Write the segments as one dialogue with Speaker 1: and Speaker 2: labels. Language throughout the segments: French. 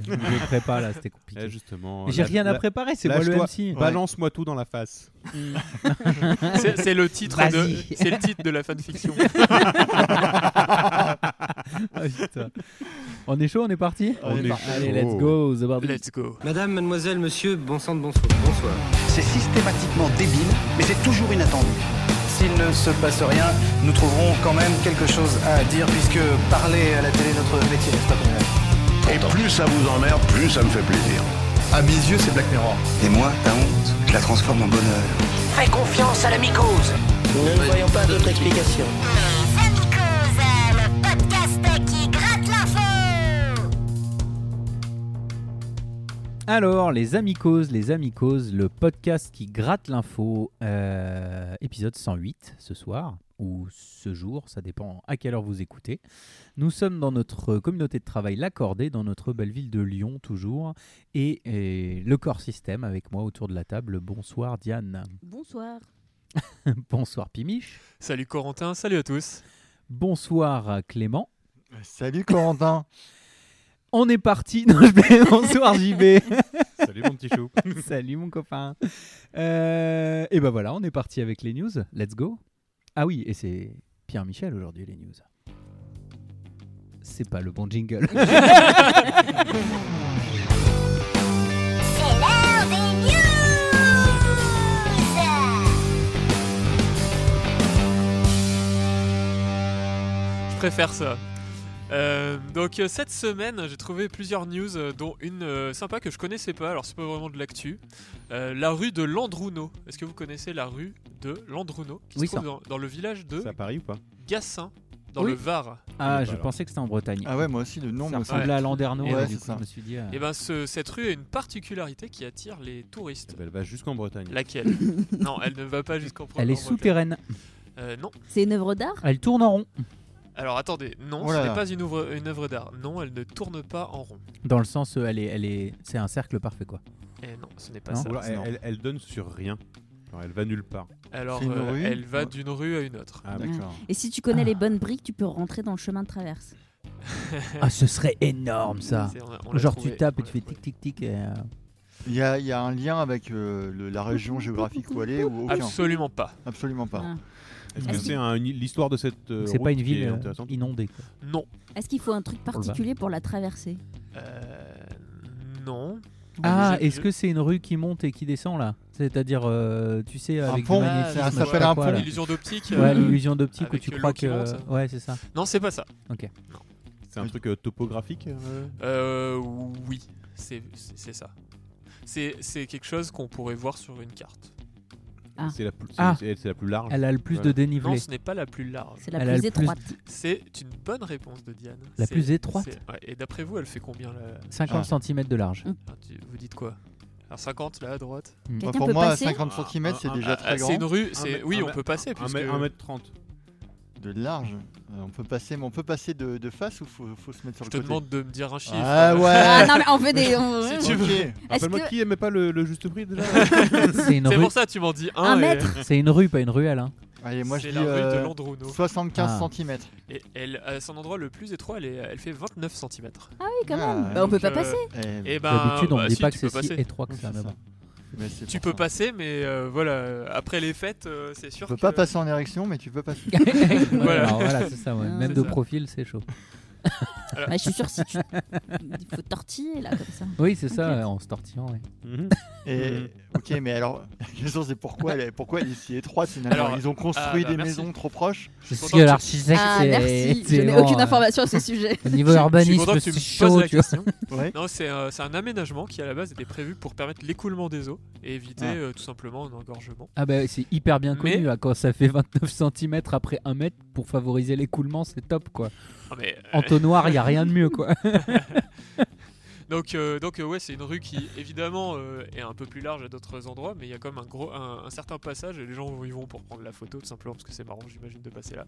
Speaker 1: niveau prépa là, c'était compliqué.
Speaker 2: Eh, justement.
Speaker 1: Mais J'ai
Speaker 2: la-
Speaker 1: rien à
Speaker 2: la-
Speaker 1: préparer, c'est moi le
Speaker 2: lâche-toi.
Speaker 1: MC.
Speaker 2: Balance-moi tout dans la face.
Speaker 3: C'est c'est le titre
Speaker 1: Vas-y.
Speaker 3: de, c'est le titre de la fanfiction.
Speaker 1: Ah, putain. on est chaud, on est parti
Speaker 2: On est chaud.
Speaker 1: Allez, let's go, The Barbie.
Speaker 3: Let's go.
Speaker 4: Madame, mademoiselle, monsieur, bon sang de bonsoir. Bonsoir.
Speaker 5: C'est systématiquement débile, mais c'est toujours inattendu. S'il ne se passe rien, nous trouverons quand même quelque chose à dire, puisque parler à la télé est notre métier. Stop.
Speaker 6: Et plus ça vous emmerde, plus ça me fait plaisir.
Speaker 5: À mes yeux, c'est Black Mirror. Et moi, ta honte, je la transforme en bonheur.
Speaker 7: Fais confiance à la mycose.
Speaker 8: Nous ne voyons pas d'autre explication.
Speaker 7: Les amicoses, le podcast qui gratte l'info.
Speaker 1: Alors, les Amicos, les Amicos, le podcast qui gratte l'info, euh, épisode 108 ce soir, ou ce jour, ça dépend à quelle heure vous écoutez. Nous sommes dans notre communauté de travail L'Accordé, dans notre belle ville de Lyon toujours, et, et le corps système avec moi autour de la table. Bonsoir Diane,
Speaker 9: Bonsoir.
Speaker 1: bonsoir Pimiche,
Speaker 3: Salut Corentin, salut à tous.
Speaker 1: bonsoir Clément.
Speaker 10: Salut Corentin.
Speaker 1: On est parti, Non, je vais- bonsoir JB.
Speaker 2: Salut mon petit chou.
Speaker 1: Salut mon copain. et ben voilà, on est parti avec les news. Let's go. Ah oui, et c'est Pierre Michel aujourd'hui les news. C'est pas le bon jingle.
Speaker 7: C'est l'heure des news.
Speaker 3: Je préfère ça. Euh, donc euh, cette semaine, j'ai trouvé plusieurs news, euh, dont une euh, sympa que je connaissais pas. Alors c'est pas vraiment de l'actu. Euh, la rue de Landrouneau. Est-ce que vous connaissez la rue de Landrouneau qui
Speaker 1: Oui,
Speaker 3: se trouve dans, dans le village de
Speaker 2: C'est à Paris ou pas
Speaker 3: Gassin, dans
Speaker 1: Oui.
Speaker 3: le Var.
Speaker 1: Ah,
Speaker 2: Bah
Speaker 1: je
Speaker 2: alors.
Speaker 1: pensais que c'était en Bretagne.
Speaker 10: Ah ouais, moi aussi, le nom
Speaker 1: ça
Speaker 10: me semble.
Speaker 1: ressemblait à Landerneau,
Speaker 10: Ouais,
Speaker 1: mais
Speaker 10: c'est
Speaker 1: du coup,
Speaker 10: ça.
Speaker 1: je me suis dit. euh,
Speaker 3: Et ben ce- cette rue a une particularité qui attire les touristes.
Speaker 2: Eh ben, Elle va jusqu'en Bretagne.
Speaker 3: Laquelle Non, elle ne va pas jusqu'en
Speaker 1: elle est
Speaker 3: en Bretagne.
Speaker 1: souterraine.
Speaker 3: Euh, non.
Speaker 9: C'est une œuvre d'art
Speaker 1: Elle tourne en rond.
Speaker 3: Alors attendez, non,
Speaker 10: Oh là
Speaker 3: ce n'est
Speaker 10: là.
Speaker 3: pas une ouvre- une œuvre d'art. Non, elle ne tourne pas en rond.
Speaker 1: Dans le sens, euh, elle est, elle est, c'est un cercle parfait quoi.
Speaker 3: Et Eh non, ce n'est pas
Speaker 1: Non.
Speaker 3: ça.
Speaker 2: Oula, elle,
Speaker 3: Non.
Speaker 2: elle- elle donne sur rien. Alors, elle va nulle part.
Speaker 3: Alors,
Speaker 10: C'est une
Speaker 3: euh,
Speaker 10: rue
Speaker 3: elle va
Speaker 10: Ouais.
Speaker 3: d'une rue à une autre.
Speaker 2: Ah,
Speaker 10: D'accord.
Speaker 9: Et si tu connais
Speaker 1: Ah.
Speaker 9: les bonnes briques, tu peux rentrer dans le chemin de traverse.
Speaker 1: ah, ce serait énorme ça.
Speaker 3: C'est- on a- on l'a
Speaker 1: Genre
Speaker 3: trouvé,
Speaker 1: tu tapes
Speaker 3: on
Speaker 1: et
Speaker 3: l'a
Speaker 1: tu fais
Speaker 3: trouvé.
Speaker 1: tic tic tic. et, euh,
Speaker 10: Il y, a- il y a un lien avec euh, le- la région géographique où aller ou aucun
Speaker 3: Absolument pas.
Speaker 10: Absolument pas.
Speaker 9: Ah.
Speaker 2: Est-ce
Speaker 9: Est-ce
Speaker 2: que c'est un- une- l'histoire de cette euh,
Speaker 1: C'est
Speaker 2: route
Speaker 1: pas une
Speaker 2: qui est
Speaker 1: ville euh,
Speaker 2: intéressante
Speaker 1: inondée. quoi.
Speaker 3: Non.
Speaker 9: Est-ce qu'il faut un truc
Speaker 1: va.
Speaker 9: particulier pour la traverser
Speaker 3: Euh, non.
Speaker 1: Ah,
Speaker 3: Bah, Je-
Speaker 1: est-ce
Speaker 3: je-
Speaker 1: que c'est une rue qui monte et qui descend là C'est-à-dire, euh, tu sais, avec du
Speaker 10: pont,
Speaker 1: magnétisme, je
Speaker 10: ça
Speaker 1: sais
Speaker 10: s'appelle
Speaker 1: pas
Speaker 10: un
Speaker 1: quoi,
Speaker 10: pont.
Speaker 1: là.
Speaker 3: L'illusion d'optique
Speaker 1: Ouais,
Speaker 3: euh,
Speaker 1: l'illusion d'optique où
Speaker 3: avec
Speaker 1: tu
Speaker 3: l'eau
Speaker 1: crois
Speaker 3: qui
Speaker 1: que. euh,
Speaker 3: monte.
Speaker 1: ouais, c'est ça.
Speaker 3: Non, c'est pas ça.
Speaker 2: C'est un truc euh, topographique euh,
Speaker 3: Euh, oui, c'est c'est- c'est ça. C'est c'est quelque chose qu'on pourrait voir sur une carte.
Speaker 9: Ah.
Speaker 2: C'est la, plus- c'est-
Speaker 1: Ah.
Speaker 2: c'est- c'est la plus large.
Speaker 1: Elle a le plus
Speaker 2: Voilà.
Speaker 1: de dénivelé.
Speaker 3: Non, ce n'est pas la plus large.
Speaker 9: C'est la
Speaker 1: Elle a
Speaker 9: plus
Speaker 1: le plus-
Speaker 9: étroite.
Speaker 3: C'est une bonne réponse de Diane.
Speaker 1: La
Speaker 3: C'est-
Speaker 1: plus étroite
Speaker 3: c'est- ouais, Et d'après vous, elle fait combien là
Speaker 1: 50 cm de large.
Speaker 3: Ah, tu- Vous dites quoi Alors 50 là à droite
Speaker 10: Bah,
Speaker 9: Quelqu'un
Speaker 10: pour
Speaker 9: peut
Speaker 10: moi,
Speaker 9: passer
Speaker 10: 50 cm, c'est
Speaker 2: Ah,
Speaker 10: déjà
Speaker 3: Ah, ah,
Speaker 10: très grand.
Speaker 3: C'est une rue, c'est-
Speaker 2: mètre-
Speaker 3: oui,
Speaker 2: un
Speaker 3: on
Speaker 2: mètre-
Speaker 3: peut passer.
Speaker 2: 1
Speaker 3: puisque-
Speaker 2: mètre 30.
Speaker 10: De large. Euh, on peut passer, mais on peut passer de, de face ou faut, faut se mettre sur
Speaker 3: Je
Speaker 10: le
Speaker 3: te
Speaker 10: côté
Speaker 3: demande de me dire un chiffre.
Speaker 10: Ah
Speaker 9: Ah
Speaker 10: ouais.
Speaker 9: non, mais on fait des. on-
Speaker 3: Si tu
Speaker 10: Ok.
Speaker 3: veux.
Speaker 9: Est-ce
Speaker 2: Rappelle-moi
Speaker 9: que-
Speaker 2: qui aimait pas le, le juste prix déjà
Speaker 1: C'est une
Speaker 3: C'est
Speaker 1: rue.
Speaker 3: pour ça, tu m'en dis un.
Speaker 9: Un
Speaker 3: et-
Speaker 9: mètre
Speaker 1: C'est une rue, pas une ruelle. Hein.
Speaker 10: Allez, moi je
Speaker 3: C'est
Speaker 10: dis
Speaker 3: la rue de
Speaker 10: euh,
Speaker 3: Landrouneau.
Speaker 10: 75
Speaker 1: Ah.
Speaker 10: cm.
Speaker 3: Et elle, à son endroit le plus étroit, elle, est- elle fait 29 cm.
Speaker 9: Oui, quand
Speaker 10: Ah,
Speaker 9: même.
Speaker 10: ouais.
Speaker 9: Bah, on peut pas
Speaker 3: Euh,
Speaker 9: passer.
Speaker 10: Eh,
Speaker 3: Et ben,
Speaker 1: D'habitude, on
Speaker 3: bah,
Speaker 1: ne dit
Speaker 3: si,
Speaker 1: pas
Speaker 3: tu
Speaker 1: que
Speaker 3: peux
Speaker 1: c'est si
Speaker 3: passer.
Speaker 1: étroit que ça. mais bon.
Speaker 3: Tu peux passer, mais euh, voilà, euh, après les fêtes, euh, c'est sûr.
Speaker 10: Tu peux
Speaker 3: que-
Speaker 10: pas passer en érection, mais tu peux passer.
Speaker 3: Voilà.
Speaker 1: Alors, voilà, c'est ça. ouais.
Speaker 9: Ah,
Speaker 1: Même
Speaker 3: c'est
Speaker 1: de
Speaker 3: ça.
Speaker 1: profil, c'est chaud.
Speaker 9: Bah, je suis sûre si tu. Il faut tortiller là, comme ça.
Speaker 1: Oui, c'est ça, euh, en se tortillant. ouais.
Speaker 2: Mhm.
Speaker 3: Mm.
Speaker 10: Et, ok, mais alors, la question c'est pourquoi, elle est- pourquoi elle est si étroite finalement
Speaker 3: Alors,
Speaker 10: Ils ont construit
Speaker 3: bah,
Speaker 10: des
Speaker 3: merci.
Speaker 10: maisons trop proches.
Speaker 1: Je
Speaker 3: suis
Speaker 1: suis
Speaker 3: content que tu-
Speaker 1: l'architecte.
Speaker 9: Ah,
Speaker 1: c'est-
Speaker 9: merci. Je
Speaker 1: c'est
Speaker 9: n'ai
Speaker 1: bon,
Speaker 9: aucune
Speaker 1: euh,
Speaker 9: information à ce sujet.
Speaker 1: Au niveau
Speaker 3: Je- je suis
Speaker 1: urbanisme,
Speaker 3: content que tu
Speaker 1: c'est
Speaker 3: me poses
Speaker 1: chaud.
Speaker 3: la
Speaker 1: tu vois.
Speaker 3: question.
Speaker 10: Ouais.
Speaker 3: Non, c'est un, c'est un aménagement qui à la base était prévu pour permettre l'écoulement des eaux et éviter
Speaker 10: Ah.
Speaker 3: euh, tout simplement un engorgement.
Speaker 1: Ah bah c'est hyper bien
Speaker 3: Mais-
Speaker 1: connu, hein, quand ça fait 29 cm après 1 mètre pour favoriser l'écoulement, c'est top quoi.
Speaker 3: Ah, mais, euh,
Speaker 1: Entonnoir, il y a rien de mieux quoi.
Speaker 3: donc, euh, donc euh, ouais, c'est une rue qui évidemment euh, est un peu plus large à d'autres endroits, mais il y a quand même un gros, un, un certain passage et les gens y vont pour prendre la photo tout simplement parce que c'est marrant, j'imagine, de passer là.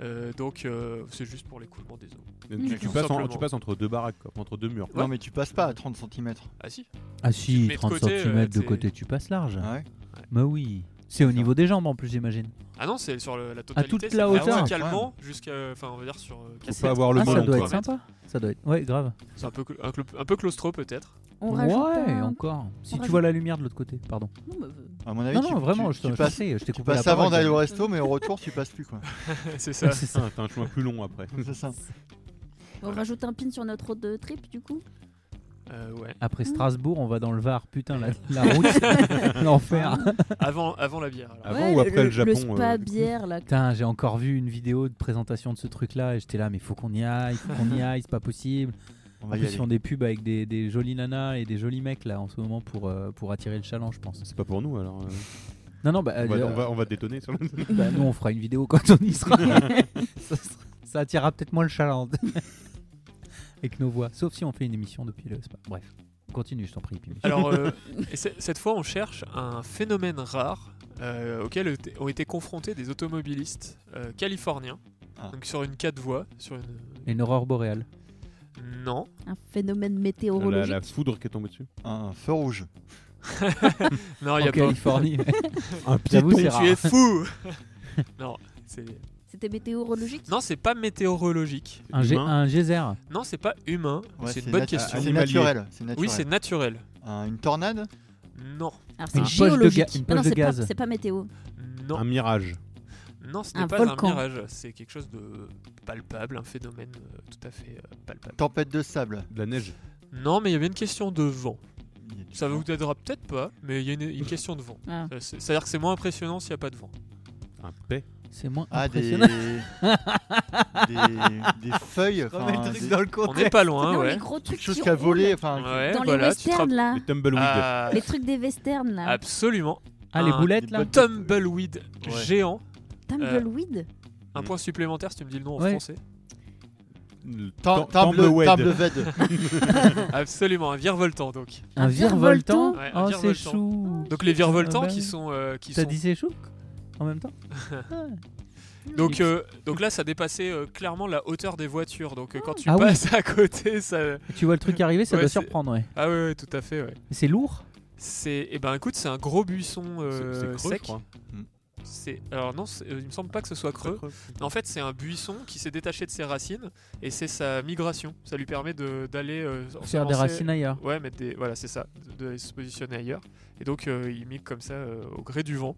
Speaker 3: Euh, donc euh, c'est juste pour l'écoulement des eaux.
Speaker 2: Donc, tu,
Speaker 10: D'accord.
Speaker 2: passes en-
Speaker 3: Simplement.
Speaker 2: tu passes entre deux baraques, quoi, entre deux murs.
Speaker 10: Non, mais tu passes pas à 30 cm.
Speaker 3: Ah si.
Speaker 1: Ah
Speaker 3: Tu
Speaker 1: si,
Speaker 3: mets de
Speaker 1: 30
Speaker 3: côté, euh,
Speaker 1: cm de
Speaker 3: t'es-
Speaker 1: côté, tu passes large.
Speaker 10: Ouais.
Speaker 1: Bah oui. C'est au niveau des jambes en plus, j'imagine.
Speaker 3: Ah non, c'est sur le- la totalité.
Speaker 1: toute
Speaker 3: c'est
Speaker 1: la hauteur.
Speaker 3: Verticalement, jusqu'à. Enfin, on va dire sur. euh, cassette.
Speaker 2: pas avoir le
Speaker 1: ah,
Speaker 2: melon,
Speaker 1: ça doit
Speaker 2: toi.
Speaker 1: être sympa. Ça doit être. Ouais, grave.
Speaker 3: C'est un peu, cl- un, cl- un peu claustro peut-être.
Speaker 9: On
Speaker 1: ouais,
Speaker 9: rajoute un-
Speaker 1: encore. Si tu
Speaker 9: rajoute-
Speaker 1: vois la lumière de l'autre côté, pardon.
Speaker 9: Non, bah, euh,
Speaker 10: À mon avis,
Speaker 1: non,
Speaker 10: tu,
Speaker 1: non, vraiment,
Speaker 10: tu,
Speaker 1: je t'en-
Speaker 10: tu
Speaker 1: je
Speaker 10: passes,
Speaker 1: sais, je t'ai
Speaker 10: tu
Speaker 1: coupé la
Speaker 10: passes
Speaker 1: parole.
Speaker 10: avant d'aller au resto, mais au retour, tu passes plus quoi.
Speaker 3: c'est ça.
Speaker 1: C'est ça.
Speaker 2: Ah, T'as un chemin plus long après.
Speaker 10: C'est ça.
Speaker 9: On rajoute un pin sur notre road de trip du coup.
Speaker 3: Euh, ouais.
Speaker 1: Après Strasbourg, on va dans le Var. Putain, la, la route, l'enfer.
Speaker 3: Avant, avant la bière.
Speaker 1: Ah
Speaker 3: alors.
Speaker 2: Avant ou après le Japon,
Speaker 9: Le spa
Speaker 2: euh,
Speaker 9: bière là.
Speaker 1: Putain, j'ai encore vu une vidéo de présentation de ce truc-là et j'étais là, mais faut qu'on y aille, faut qu'on y aille, c'est pas possible.
Speaker 10: On
Speaker 1: En
Speaker 10: va y
Speaker 1: plus, ils
Speaker 10: aller.
Speaker 1: font des pubs avec des, des jolies nanas et des jolis mecs là en ce moment pour, euh, pour attirer le chaland, je pense.
Speaker 2: C'est pas pour nous alors. euh.
Speaker 1: Non, non, bah,
Speaker 2: On va,
Speaker 1: euh,
Speaker 2: on va- on va détonner sur le.
Speaker 1: bah, nous on fera une vidéo quand on y sera. ça, sera- ça attirera peut-être moins le chaland. avec nos voix. Sauf si on fait une émission depuis le spa. Bref, continue, je t'en prie. Pimi.
Speaker 3: Alors, euh, et c'est- cette fois, on cherche un phénomène rare euh, auquel étaient- ont été confrontés des automobilistes euh, californiens.
Speaker 10: Ah.
Speaker 3: Donc sur une 4 voies, sur une.
Speaker 1: Une aurore boréale.
Speaker 3: Non.
Speaker 9: Un phénomène
Speaker 2: La,
Speaker 9: météorologique.
Speaker 2: la foudre qui est tombée dessus.
Speaker 10: Un feu rouge.
Speaker 3: Non, Ah, il y
Speaker 1: en
Speaker 3: a pas.
Speaker 1: Californie.
Speaker 2: Un
Speaker 1: J'avoue, c'est
Speaker 3: Tu es
Speaker 1: rare.
Speaker 3: fou Non, c'est.
Speaker 9: C'était météorologique
Speaker 3: Non, c'est pas météorologique.
Speaker 1: Un, gé-
Speaker 2: humain.
Speaker 1: un geyser.
Speaker 3: Non, c'est pas humain.
Speaker 10: Ouais,
Speaker 3: c'est une bonne
Speaker 10: nat-
Speaker 3: question.
Speaker 10: ah, C'est
Speaker 2: Animalier.
Speaker 10: naturel. c'est naturel.
Speaker 3: Oui, c'est naturel.
Speaker 10: Un- une tornade
Speaker 3: Non,
Speaker 9: Alors c'est
Speaker 1: Une poche de ga-
Speaker 9: géologique.
Speaker 1: une
Speaker 9: Ah non,
Speaker 1: poche de
Speaker 9: c'est pas-
Speaker 1: gaz.
Speaker 9: C'est pas météo.
Speaker 3: non,
Speaker 2: Un mirage.
Speaker 3: non, ce
Speaker 9: un
Speaker 3: n'est pas
Speaker 9: volcan.
Speaker 3: un mirage. C'est quelque chose de palpable, un phénomène euh, tout à fait euh, palpable.
Speaker 10: Tempête de sable.
Speaker 2: De la neige.
Speaker 3: Non, mais il y avait une question de vent.
Speaker 10: Il y a du
Speaker 3: Ça
Speaker 10: vent.
Speaker 3: vous aidera peut-être pas, mais il y a une, une question de vent.
Speaker 9: Ah.
Speaker 3: Euh, c'est- C'est-à-dire que c'est moins impressionnant s'il n'y a pas de vent.
Speaker 2: Un paix.
Speaker 1: C'est moins
Speaker 10: Ah, des...
Speaker 1: impressionnant.
Speaker 10: des... des feuilles. enfin, Ah, des-
Speaker 1: le
Speaker 3: On n'est pas loin,
Speaker 9: non, les
Speaker 3: ouais.
Speaker 9: gros trucs
Speaker 10: Quelque chose
Speaker 9: qui
Speaker 10: qui a
Speaker 9: roulent
Speaker 10: volé. Enfin,
Speaker 3: Ouais,
Speaker 9: dans les
Speaker 3: voilà, tu te
Speaker 9: westerns
Speaker 3: rappelles-
Speaker 9: là.
Speaker 2: Les tumbleweed.
Speaker 3: Ah,
Speaker 9: Les trucs des westerns là.
Speaker 3: absolument.
Speaker 1: Ah, les
Speaker 3: Un-
Speaker 1: boulettes là
Speaker 10: des
Speaker 3: Tumbleweed
Speaker 10: Ouais.
Speaker 3: géant. euh,
Speaker 9: Tumbleweed
Speaker 3: Un
Speaker 2: Mm.
Speaker 3: point supplémentaire si tu me dis le nom en
Speaker 1: Ouais.
Speaker 3: français.
Speaker 2: Le
Speaker 10: Tam-
Speaker 2: tam-
Speaker 10: table,
Speaker 2: tumbleweed.
Speaker 10: table vide.
Speaker 3: Absolument, un virevoltant donc.
Speaker 1: Un virevoltant
Speaker 3: Ouais, un
Speaker 1: Oh, c'est
Speaker 3: virevoltant.
Speaker 1: chou
Speaker 3: Donc les virevoltants
Speaker 1: Ah bah
Speaker 3: qui
Speaker 1: oui.
Speaker 3: sont. euh, qui
Speaker 1: T'as
Speaker 3: sont...
Speaker 1: dit c'est chou en même temps Ah.
Speaker 3: Donc, euh, donc là, ça dépassait euh, clairement la hauteur des voitures. Donc euh, quand tu
Speaker 1: Ah oui.
Speaker 3: passes à côté, ça.
Speaker 1: Tu vois le truc arriver, ça
Speaker 3: Ouais,
Speaker 1: doit
Speaker 3: c'est-
Speaker 1: surprendre, ouais.
Speaker 3: Ah ouais, ouais, tout à fait, ouais.
Speaker 1: Mais C'est lourd
Speaker 3: C'est. Eh ben écoute, c'est un gros buisson
Speaker 2: C'est-
Speaker 3: euh,
Speaker 2: c'est creux, je
Speaker 3: sec.
Speaker 2: crois.
Speaker 3: C'est. Alors non, c'est- euh, il me semble pas que ce soit creux. En fait, c'est un buisson qui s'est détaché de ses racines et c'est sa migration. Ça lui permet de- d'aller. euh,
Speaker 1: Faire des
Speaker 3: ensemencer-
Speaker 1: racines ailleurs.
Speaker 3: Ouais, mettre des. Voilà, c'est ça, de- d'aller se positionner ailleurs. Et donc, euh, il migre comme ça euh, au gré du vent.